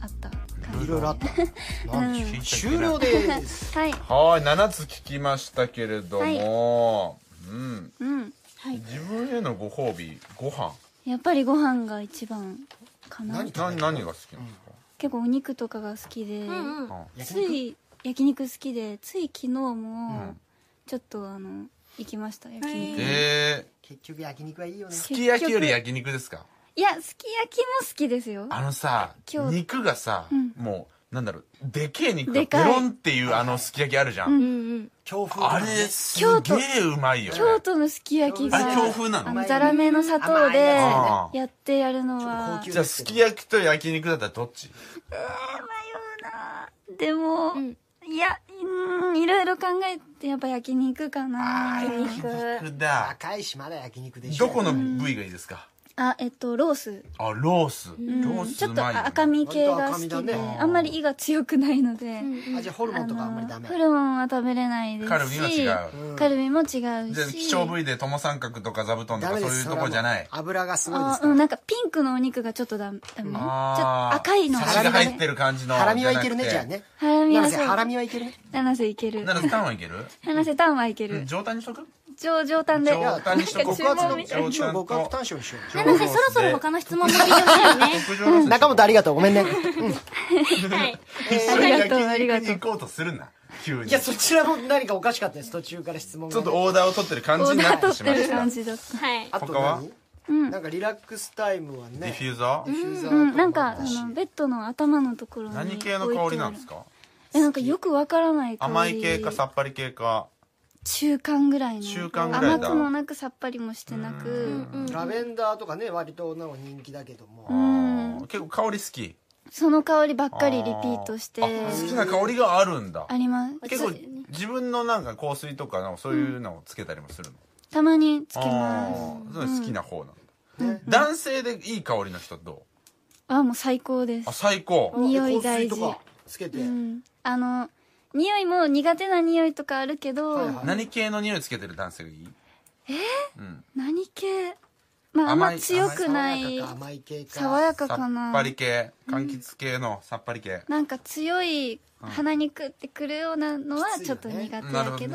Speaker 5: あった感
Speaker 2: い
Speaker 5: じ
Speaker 2: ろいろあったなんで
Speaker 1: うん
Speaker 2: 終了です
Speaker 5: す はい
Speaker 1: はい7つ聞きましたけれども、うん、
Speaker 5: うん
Speaker 1: 自分へのご褒美ご飯
Speaker 5: やっぱりご飯が一番かな
Speaker 2: 何
Speaker 1: な何が好きなんですか、
Speaker 5: 結構お肉とかが好きで、
Speaker 3: うんうん
Speaker 1: あ
Speaker 5: つい焼肉好きでつい昨日もちょっとあの行きました焼肉、
Speaker 1: え
Speaker 2: 結局焼肉はいいよね
Speaker 1: ー、すき焼きより焼肉ですか
Speaker 5: いやすき焼きも好きですよ
Speaker 1: あのさ
Speaker 5: 今日
Speaker 1: 肉がさ、もうなんだろうでけえ肉が
Speaker 5: でか
Speaker 1: ペ
Speaker 5: い
Speaker 1: ロンっていうあのすき焼きあるじゃん、
Speaker 2: 強風
Speaker 1: あれすげえうまいよね
Speaker 5: 京都のすき焼き
Speaker 1: あ
Speaker 5: が
Speaker 1: れ京風なの
Speaker 5: あのざらめの砂糖で
Speaker 1: 甘いやつね
Speaker 5: やってやるのは
Speaker 2: 高級
Speaker 1: じゃあすき焼きと焼肉だったらどっち
Speaker 5: でも、いやうんいろいろ考えてやっぱ焼肉かな
Speaker 1: 焼肉だ
Speaker 2: 高いしまだ焼肉でしょ
Speaker 1: どこの部位がいいですか、
Speaker 5: あえっとロース、
Speaker 1: あロース、
Speaker 5: うん
Speaker 1: ロース
Speaker 5: ち
Speaker 1: う
Speaker 5: ょっと
Speaker 1: まいよね
Speaker 5: 赤身系が好
Speaker 2: 割
Speaker 5: きで、
Speaker 2: と赤身だね
Speaker 5: あんまり胃が強くないので、
Speaker 2: あじゃあホルモンとかあんまりダメ
Speaker 5: ホルモンは食べれないですし
Speaker 1: カルビは違う、
Speaker 5: カルビも違うし
Speaker 1: で希少部位でトモ三角とか座布団と
Speaker 2: ダ
Speaker 1: か
Speaker 2: メ
Speaker 1: そ
Speaker 2: で
Speaker 1: う
Speaker 2: す
Speaker 1: いうとこじゃない
Speaker 2: それはもう油がすごいで
Speaker 5: あ
Speaker 2: すか
Speaker 5: う
Speaker 2: ら
Speaker 5: んなんかピンクのお肉がちょっとダメダメちょっと
Speaker 1: あー
Speaker 5: 赤いのが
Speaker 1: サシが入ってる感じの
Speaker 2: ハラミはいけるねじゃあね
Speaker 5: ハラミは
Speaker 2: 七
Speaker 5: そ
Speaker 2: 瀬
Speaker 5: う
Speaker 2: ハラミはいけるね
Speaker 5: 七瀬いける
Speaker 1: ならスタンはいける
Speaker 5: 七瀬タンはいける
Speaker 1: 上端にしとく
Speaker 5: 上上タンで
Speaker 1: 上タンにしとこう
Speaker 5: なんか注文みたい
Speaker 1: 上
Speaker 2: 一応極悪短所にしよう
Speaker 3: なのでそろそろ他の質問も聞いてほしいよ ね
Speaker 2: 中本ありがとうごめんね
Speaker 3: はい
Speaker 5: ありがとうありがとう
Speaker 1: 行こうとするな急に
Speaker 2: い
Speaker 1: ち
Speaker 2: やそちらも何かおかしかったです途中から質問
Speaker 1: ょ
Speaker 2: が
Speaker 1: っ
Speaker 2: ね
Speaker 1: とオーダーを取ってる感
Speaker 5: オ
Speaker 1: じ
Speaker 5: ー
Speaker 1: になっ
Speaker 5: ダー
Speaker 1: て
Speaker 5: 取
Speaker 1: し
Speaker 5: っ
Speaker 1: ま
Speaker 5: て
Speaker 1: いま
Speaker 5: る
Speaker 1: した
Speaker 5: 感
Speaker 1: デ
Speaker 5: じだった
Speaker 3: はい
Speaker 2: あと
Speaker 1: 他は
Speaker 2: 何なんかリラックスタイムは
Speaker 1: ィ
Speaker 2: ね
Speaker 1: フューザー
Speaker 5: うんなんかあのベッドの頭のところに
Speaker 1: 何系の香りなんです
Speaker 5: か
Speaker 1: か
Speaker 5: えなんかよくわからない香り
Speaker 1: 甘い系かさっぱり系か
Speaker 5: 中間ぐらいの
Speaker 1: 中間ぐらいだ
Speaker 5: 甘くもなくさっぱりもしてなく
Speaker 2: ラベンダーとかね割となお人気だけども
Speaker 5: うん
Speaker 1: 結構香り好き
Speaker 5: その香りばっかりリピートして
Speaker 1: あ好きな香りがあるんだ
Speaker 5: あります
Speaker 1: 結構自分のなんか香水とかのそういうのをつけたりもするの
Speaker 5: たまにつけ
Speaker 1: あ
Speaker 5: ます
Speaker 1: ーそういうの好きな方なんだ男性でいい香りの人ど
Speaker 5: あもう最高で
Speaker 1: うあ
Speaker 5: す
Speaker 1: 最高
Speaker 5: 匂い
Speaker 2: 香
Speaker 5: 大
Speaker 2: 水
Speaker 5: 事
Speaker 2: とかつけて
Speaker 5: うんあの匂いも苦手な匂いとかあるけど、
Speaker 2: はいはい
Speaker 1: 何系の匂いつけてる男性がいい
Speaker 5: 何系まああん
Speaker 1: 甘い
Speaker 5: ま強くない
Speaker 2: 爽やかか甘い系か
Speaker 5: 爽や
Speaker 1: さ
Speaker 5: か
Speaker 1: っ
Speaker 5: か
Speaker 1: ぱ
Speaker 5: な
Speaker 1: り系柑橘系のさっぱり系
Speaker 5: なんか強い鼻にくってくるようなのは
Speaker 2: きつい
Speaker 5: ちょ
Speaker 2: よ
Speaker 5: っ
Speaker 2: ね
Speaker 5: と苦手やけ
Speaker 1: なる
Speaker 5: ど
Speaker 3: うんう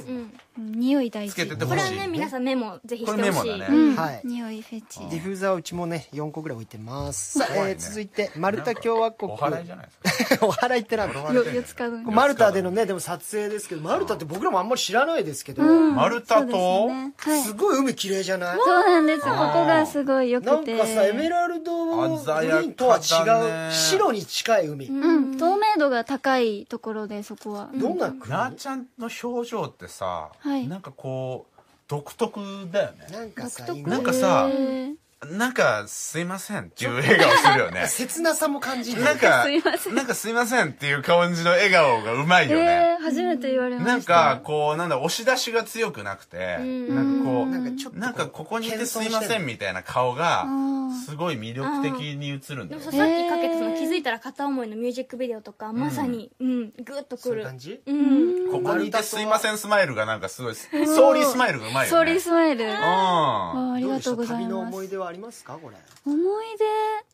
Speaker 3: ん
Speaker 5: うん匂い大
Speaker 1: つけ
Speaker 5: 事
Speaker 1: てて
Speaker 3: こ
Speaker 1: ほ
Speaker 3: れは
Speaker 1: しい
Speaker 3: ね皆さんメモぜひ
Speaker 1: こ
Speaker 3: し
Speaker 1: れ
Speaker 3: て
Speaker 1: メモ
Speaker 3: ほしい
Speaker 1: だ
Speaker 5: う
Speaker 1: ね
Speaker 5: ん
Speaker 2: はい
Speaker 5: 匂いフェチ
Speaker 2: ディフューザーうちもね4個ぐらい置いてますさあ、
Speaker 1: 怖い
Speaker 2: え
Speaker 1: ね
Speaker 2: ー続いてマルタ共和国
Speaker 1: お祓いじゃないですか
Speaker 2: お祓いってなんだ
Speaker 5: よ四つ角
Speaker 2: マルタでのねでも撮影ですけどマルタって僕らもあんまり知らないですけど、
Speaker 1: 丸太
Speaker 5: そ
Speaker 1: と
Speaker 5: うですねはい
Speaker 2: す
Speaker 5: そう
Speaker 2: ごい海綺麗じゃない
Speaker 5: なんですここがすごいよ
Speaker 2: な
Speaker 5: く
Speaker 2: ん
Speaker 5: て
Speaker 2: かさエメラルドグリーンとは
Speaker 1: 鮮やかだ
Speaker 2: 違う
Speaker 1: ね
Speaker 2: 白に近い海、
Speaker 5: うん透明度が高いところでそこは
Speaker 2: どんな国
Speaker 1: な
Speaker 2: な
Speaker 1: あちゃんの表情ってさ、
Speaker 5: はい
Speaker 1: なんかこう独特だよね
Speaker 2: んかさ
Speaker 5: 独特
Speaker 1: なんかさ
Speaker 5: へー
Speaker 1: なんか「すいません」っていう笑顔する よね
Speaker 2: 切なさも感じる
Speaker 1: なんか
Speaker 5: すいません
Speaker 1: なんかすいませんっていう感じの笑顔がうまいよね、
Speaker 5: えー初めて言われました
Speaker 1: なんかこうなんだ押し出しが強くなくて、なんかこう
Speaker 2: なんかちょっと
Speaker 1: なんかここにいてすいま
Speaker 2: 謙遜して
Speaker 1: せ
Speaker 2: る
Speaker 1: んみたいな顔が
Speaker 5: ん
Speaker 1: すごい魅力的に映るん
Speaker 3: で
Speaker 1: だ
Speaker 3: も
Speaker 1: よ
Speaker 3: さ
Speaker 1: ね
Speaker 3: さっきかけてその気づいたら片思いのミュージックビデオとかまさにうんグッとく
Speaker 2: そういう
Speaker 3: る
Speaker 2: 感じ
Speaker 3: うん
Speaker 1: ここにいてすいませんスマイルがなんかすごいソーリースマイルがうまいよね
Speaker 5: ソーリースマイル
Speaker 1: うん
Speaker 5: あーありがとうござい
Speaker 2: どでしょ旅の
Speaker 5: ま
Speaker 2: 思
Speaker 5: す思
Speaker 2: い
Speaker 5: い
Speaker 2: 出はありますかこれ
Speaker 5: 出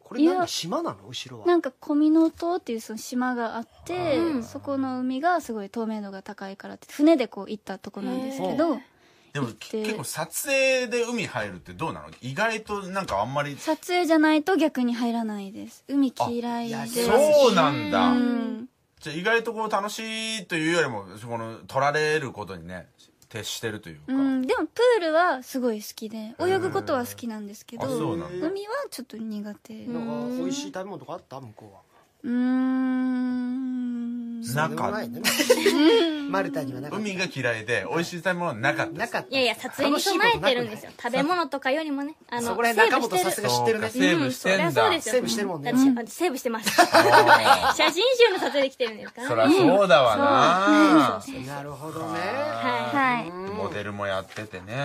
Speaker 2: これ
Speaker 5: い
Speaker 2: なん
Speaker 5: や
Speaker 2: か島なの後ろは
Speaker 5: なんか小ミノ島っていうその島があってそこの海がすごい透明度が高いからって船でこう行ったとこなんですけど
Speaker 1: でもけ結構撮影で海入るってどうなの意外となんかあんまり
Speaker 5: 撮影じゃないと逆に入らないです海嫌い
Speaker 2: あいや
Speaker 5: で
Speaker 1: そうなんだ、
Speaker 5: うん
Speaker 1: じゃあ意外とこう楽しいというよりもこの取られることにね徹してるというか、
Speaker 5: うん、でもプールはすごい好きで泳ぐことは好きなんですけど
Speaker 1: あそうなんだ
Speaker 5: 海はちょっと苦手う
Speaker 2: なんか美味しい食べ物とかあった向こうは
Speaker 5: ーん
Speaker 1: な
Speaker 2: そうでも
Speaker 1: か
Speaker 2: な
Speaker 1: っ
Speaker 2: いね マルタにはな
Speaker 1: た
Speaker 2: かった
Speaker 1: 海が嫌いで美味しい食べ物はなかった
Speaker 2: なかった
Speaker 3: いやいや撮影に備えてるんですよ食べ物とかよりもねあの
Speaker 2: そこら辺中本さすが知ってるね
Speaker 1: そうかセーブして
Speaker 3: うんんそり
Speaker 1: だ、
Speaker 3: ゃそうですよ
Speaker 2: セーブしてるもんね
Speaker 3: だって私セーブしてます 写真集の撮影で来てるんですから
Speaker 1: そりゃそうだわな、
Speaker 2: なるほどね
Speaker 3: は
Speaker 5: はい
Speaker 1: モデルもやっててね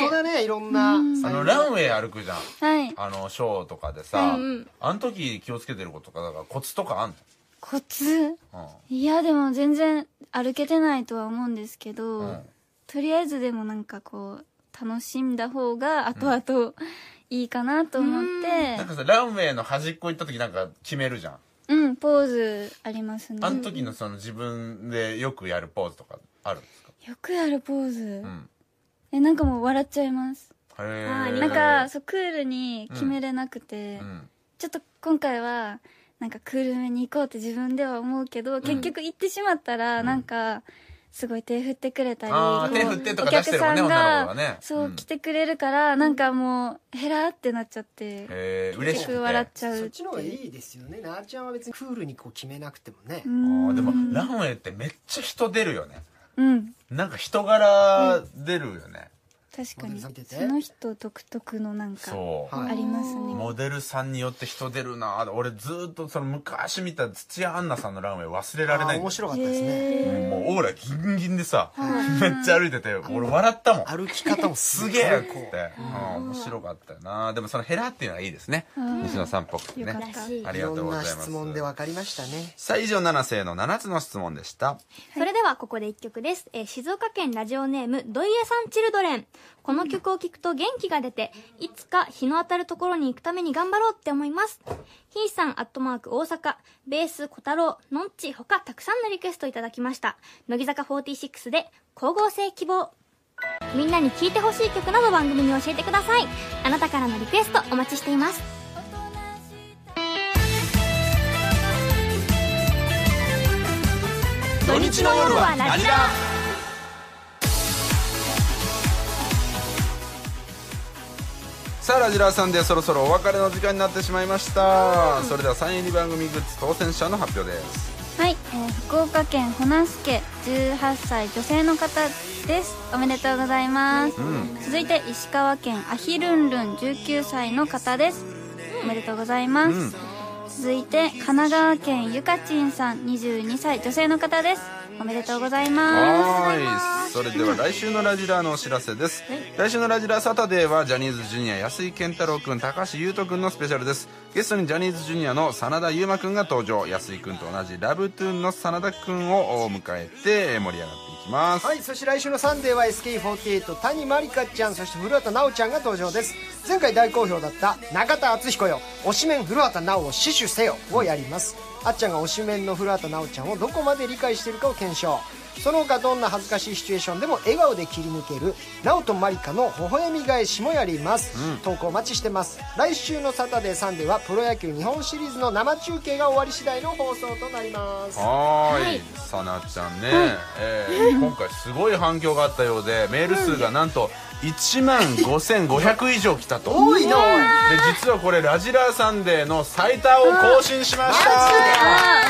Speaker 2: 本当だねいろんな
Speaker 1: あのランウェイ歩くじゃん
Speaker 5: はい
Speaker 1: あのショーとかでさ、あの時気をつけてることとかだからコツとかあん
Speaker 5: コツ
Speaker 1: の、
Speaker 5: いやでも全然歩けてないとは思うんですけど、
Speaker 1: うん
Speaker 5: とりあえずでもなんかこう楽しんだ方が後々いいかなと思っ
Speaker 1: うん、なん
Speaker 5: て
Speaker 1: かさランウェイの端っこ行った時なんか決めるじゃん
Speaker 5: うん、ポーズありますね
Speaker 1: あの時のその自分でよくやるポーズとかあるんですか
Speaker 5: よくやるポーズ、
Speaker 1: ん
Speaker 5: えなんかもう笑っちゃいます
Speaker 1: へえ
Speaker 5: なんかそうクールに決めれなくて、
Speaker 1: ん
Speaker 5: ちょっと今回はなんかクールめに行こうって自分では思うけど、結局行ってしまったらなんかすごい手振ってくれたり、
Speaker 1: あー
Speaker 5: こう
Speaker 1: 手振ってと
Speaker 5: お
Speaker 1: か出して
Speaker 5: 客
Speaker 1: るもん
Speaker 5: さ
Speaker 1: ね女の
Speaker 5: ん
Speaker 1: 子
Speaker 5: が、
Speaker 1: がね
Speaker 5: そう、
Speaker 1: ん
Speaker 5: 来てくれるからなんかもうヘラーってなっちゃって、
Speaker 1: えー、嬉しく
Speaker 5: 結
Speaker 1: て
Speaker 5: 局笑っちゃう
Speaker 2: そってちの方がいいですよねなあちゃんは別にクールにこう決めなくてもね
Speaker 1: あーでもランウェイってめっちゃ人出るよね
Speaker 5: うん
Speaker 1: なんか人柄出るよね、
Speaker 5: 確
Speaker 2: モデ
Speaker 5: か
Speaker 2: ル
Speaker 5: に
Speaker 2: さんって
Speaker 5: その人独特のなんか
Speaker 1: そう
Speaker 2: は
Speaker 5: あ
Speaker 2: い
Speaker 5: りますね
Speaker 1: モデルさんによって人出るな俺ずーっとその昔見た土屋アンナさんのランウェイ忘れられ
Speaker 2: あ
Speaker 1: な
Speaker 2: ー
Speaker 1: い
Speaker 2: 面白かったですね
Speaker 1: もうオーラギンギンでさ、めっちゃ歩いてて俺笑ったもん
Speaker 2: 歩き方も
Speaker 1: す
Speaker 2: す
Speaker 1: げ
Speaker 2: げ
Speaker 1: え
Speaker 2: え
Speaker 1: っつ
Speaker 2: こ
Speaker 1: っ
Speaker 2: う
Speaker 1: て、うん、面白かったよなでもそのヘラっていうのはいいですね、西野さんっぽくてね
Speaker 5: よかった
Speaker 1: あり
Speaker 2: い
Speaker 1: が
Speaker 2: ろ
Speaker 1: とうんござい
Speaker 2: な
Speaker 1: ます
Speaker 2: 質問で分かりましたね
Speaker 1: さあ以上7世の7つの質問でした
Speaker 3: それではここで1曲です、えー静岡県ラジオネーム土井江さんチルドレンこの曲を聴くと元気が出ていつか日の当たるところに行くために頑張ろうって思いますひいさんアットマーク大阪ベース小太郎のんちほかたくさんのリクエストいただきました乃木坂46で光合成希望みんなに聴いてほしい曲など番組に教えてくださいあなたからのリクエストお待ちしています土日の夜はラジラ
Speaker 1: さあラジラーさんでそろそろお別れの時間になってしまいましたそれではサイン入り番組グッズ当選者の発表です
Speaker 5: はい、えー福岡県ホナスケ18歳女性の方ですおめでとうございます、続いて石川県アヒルンルン19歳の方ですおめでとうございます、続いて神奈川県ゆかちんさん22歳女性の方ですおめでとうございます
Speaker 1: はーいそれでは来週のラジラーのお知らせです来週のラジラーサタデーはジャニーズジュニア安井健太郎くん高橋優斗くんのスペシャルですゲストにジャニーズジュニアの真田悠馬くんが登場安井くんと同じラブトゥーンの真田くんをお迎えて盛り上がっていきます
Speaker 2: はいそして来週のサンデーは SK48 谷まりかちゃんそして古畑奈央ちゃんが登場です前回大好評だった「中田敦彦よ推しメン古畑奈央を死守せよ」をやりますあっちゃんが推しメンの古畑奈央ちゃんをどこまで理解しているかを検証その他どんな恥ずかしいシチュエーションでも笑顔で切り抜ける直人まりかの微笑み返しもやります、投稿お待ちしてます来週の「サタデーサンデー」はプロ野球日本シリーズの生中継が終わり次第の放送となります
Speaker 1: はーい、さなちゃんね、えー今回すごい反響があったようでメール数がなんと1万5500以上来たと
Speaker 2: 多いなおい
Speaker 1: で実はこれ「ラジラーサンデー」の最多を更新しました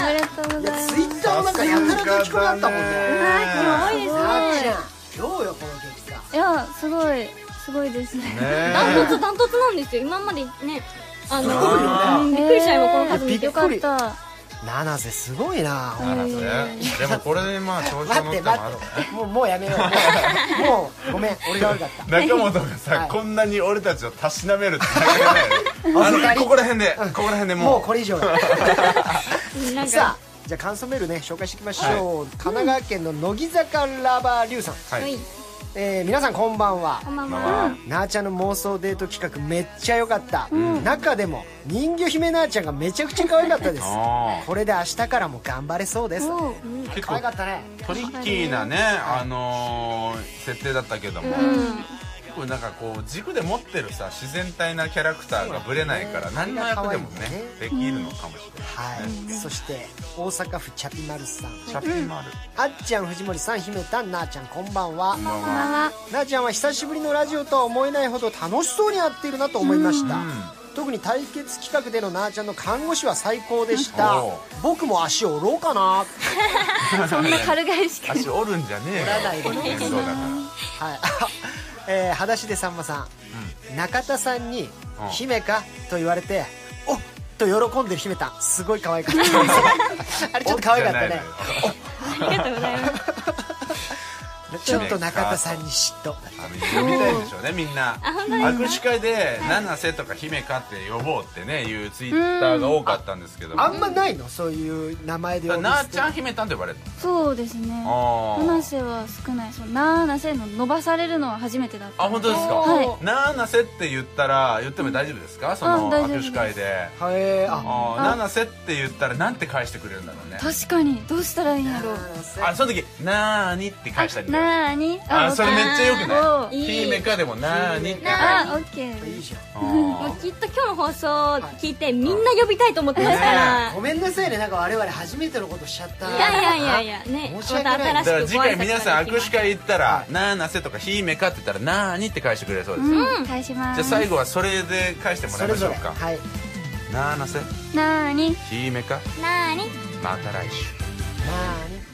Speaker 5: おめでとうござい
Speaker 2: いや
Speaker 5: ます
Speaker 2: ツイッターなんかやたら書き込まれたもんね
Speaker 1: ね
Speaker 5: いです
Speaker 2: あっちゃんどうよこの結果
Speaker 5: いやすごいすごいですね
Speaker 1: ねえ
Speaker 3: ダントツダントツなんですよ今までねあのうんびっくりしちゃいまこの数見て
Speaker 5: よかった
Speaker 2: 七瀬すごいな
Speaker 1: あらねでもこれでまあ調子が
Speaker 2: 待っ
Speaker 1: 乗ってた
Speaker 2: 待
Speaker 1: もある
Speaker 2: ってもうもうやめようもうもうごめん俺が悪かった
Speaker 1: 中本がさ、
Speaker 2: はい
Speaker 1: こんなに俺たちをたしなめるってな かなかないあのここら辺でここら辺で
Speaker 2: も
Speaker 1: も
Speaker 2: う
Speaker 1: う
Speaker 2: これ以 上ださあじゃあ感想メールね紹介していきましょう、神奈川県の乃木坂ラバーリュウさん、
Speaker 1: はい
Speaker 2: えー皆さんこんばんは
Speaker 3: こんばんは
Speaker 1: まあ
Speaker 2: なあちゃんの妄想デート企画めっちゃ良かった、中でも人魚姫なあちゃんがめちゃくちゃ可愛かったです
Speaker 1: あ
Speaker 2: これで明日からも頑張れそうです
Speaker 1: ー結
Speaker 2: 可
Speaker 1: 構
Speaker 2: 愛かったね
Speaker 1: トリッキーなね、あのー設定だったけども、結構なんかこう軸で持ってるさ自然体なキャラクターがぶれないから何の役でもねできるのかもしれない、
Speaker 2: はい、そして大阪府チャピマルさん
Speaker 1: シャピンもある、
Speaker 2: あっちゃん藤森さん姫たんなあちゃんこんばんは
Speaker 1: こんばんは
Speaker 2: なあちゃんは久しぶりのラジオとは思えないほど楽しそうにやっているなと思いました特に対決企画でのなあちゃんの看護師は最高でした
Speaker 1: おう
Speaker 2: 僕も足を折ろうかな
Speaker 5: そんな軽々しく
Speaker 1: 足折るんじゃねえよ 面倒だから
Speaker 2: はい、 えー、裸足でさんまさん、中田さんに
Speaker 1: うん
Speaker 2: 「姫か?」と言われて「おっ!」と喜んでる姫たんすごい可愛かった あれちょっと可愛かったね
Speaker 3: ありがとうございます
Speaker 2: ちょっと中田さんに嫉妬
Speaker 1: あの呼びたいんでしょうねみんな握手会で「七瀬」とか「姫か」って呼ぼうってねいうツイッターが多かったんですけども
Speaker 2: あんまないのそういう名前で
Speaker 1: だからな
Speaker 2: 呼び捨
Speaker 1: あ
Speaker 2: て
Speaker 1: ちゃん姫たんって呼ばれる
Speaker 5: そうですね
Speaker 1: あー
Speaker 5: 七瀬は少ないそう七瀬の伸ばされるのは初めてだった
Speaker 1: あ本当ですか、
Speaker 5: は
Speaker 1: 七瀬って言ったら言っても大丈夫ですかその
Speaker 5: あ大丈夫
Speaker 1: 握手会で
Speaker 2: はえー、あ
Speaker 1: あー七瀬って言ったらなんて返してくれるんだろうね
Speaker 5: 確かにどうしたらいいんやろう
Speaker 1: あその時「なーに」って返したりだよ
Speaker 5: なーに
Speaker 1: あそれめっちゃよく
Speaker 5: お
Speaker 1: な
Speaker 5: ー
Speaker 1: い姫かでも「なーに」って返
Speaker 5: あオッケー
Speaker 2: いいじゃ
Speaker 3: もうきっと今日の放送聞いてみんな呼びたいと思ってました
Speaker 2: ん
Speaker 3: ら
Speaker 2: ごめんなさいねなんか我々初めてのことしちゃった
Speaker 3: いやいやいやいやねま
Speaker 2: 申した訳な
Speaker 1: だ
Speaker 2: い
Speaker 3: 新しく
Speaker 1: から次回
Speaker 3: ご挨拶
Speaker 1: 皆さん
Speaker 3: ができま
Speaker 1: 握
Speaker 3: す
Speaker 1: 手会行ったら
Speaker 2: は
Speaker 1: 「なーなせ」とか「姫か」って言ったら「なーに」って返してくれるそうです、
Speaker 5: うん返しま
Speaker 1: じゃあ
Speaker 5: す
Speaker 1: 最後はそれで返してもら
Speaker 2: そ
Speaker 1: い
Speaker 2: れ
Speaker 1: まし
Speaker 2: ぞ
Speaker 1: ょう
Speaker 2: れ
Speaker 1: か
Speaker 2: はい
Speaker 1: 「なーなせ」
Speaker 5: なーに
Speaker 1: 「姫か
Speaker 3: なーに」
Speaker 1: また来週
Speaker 2: まあね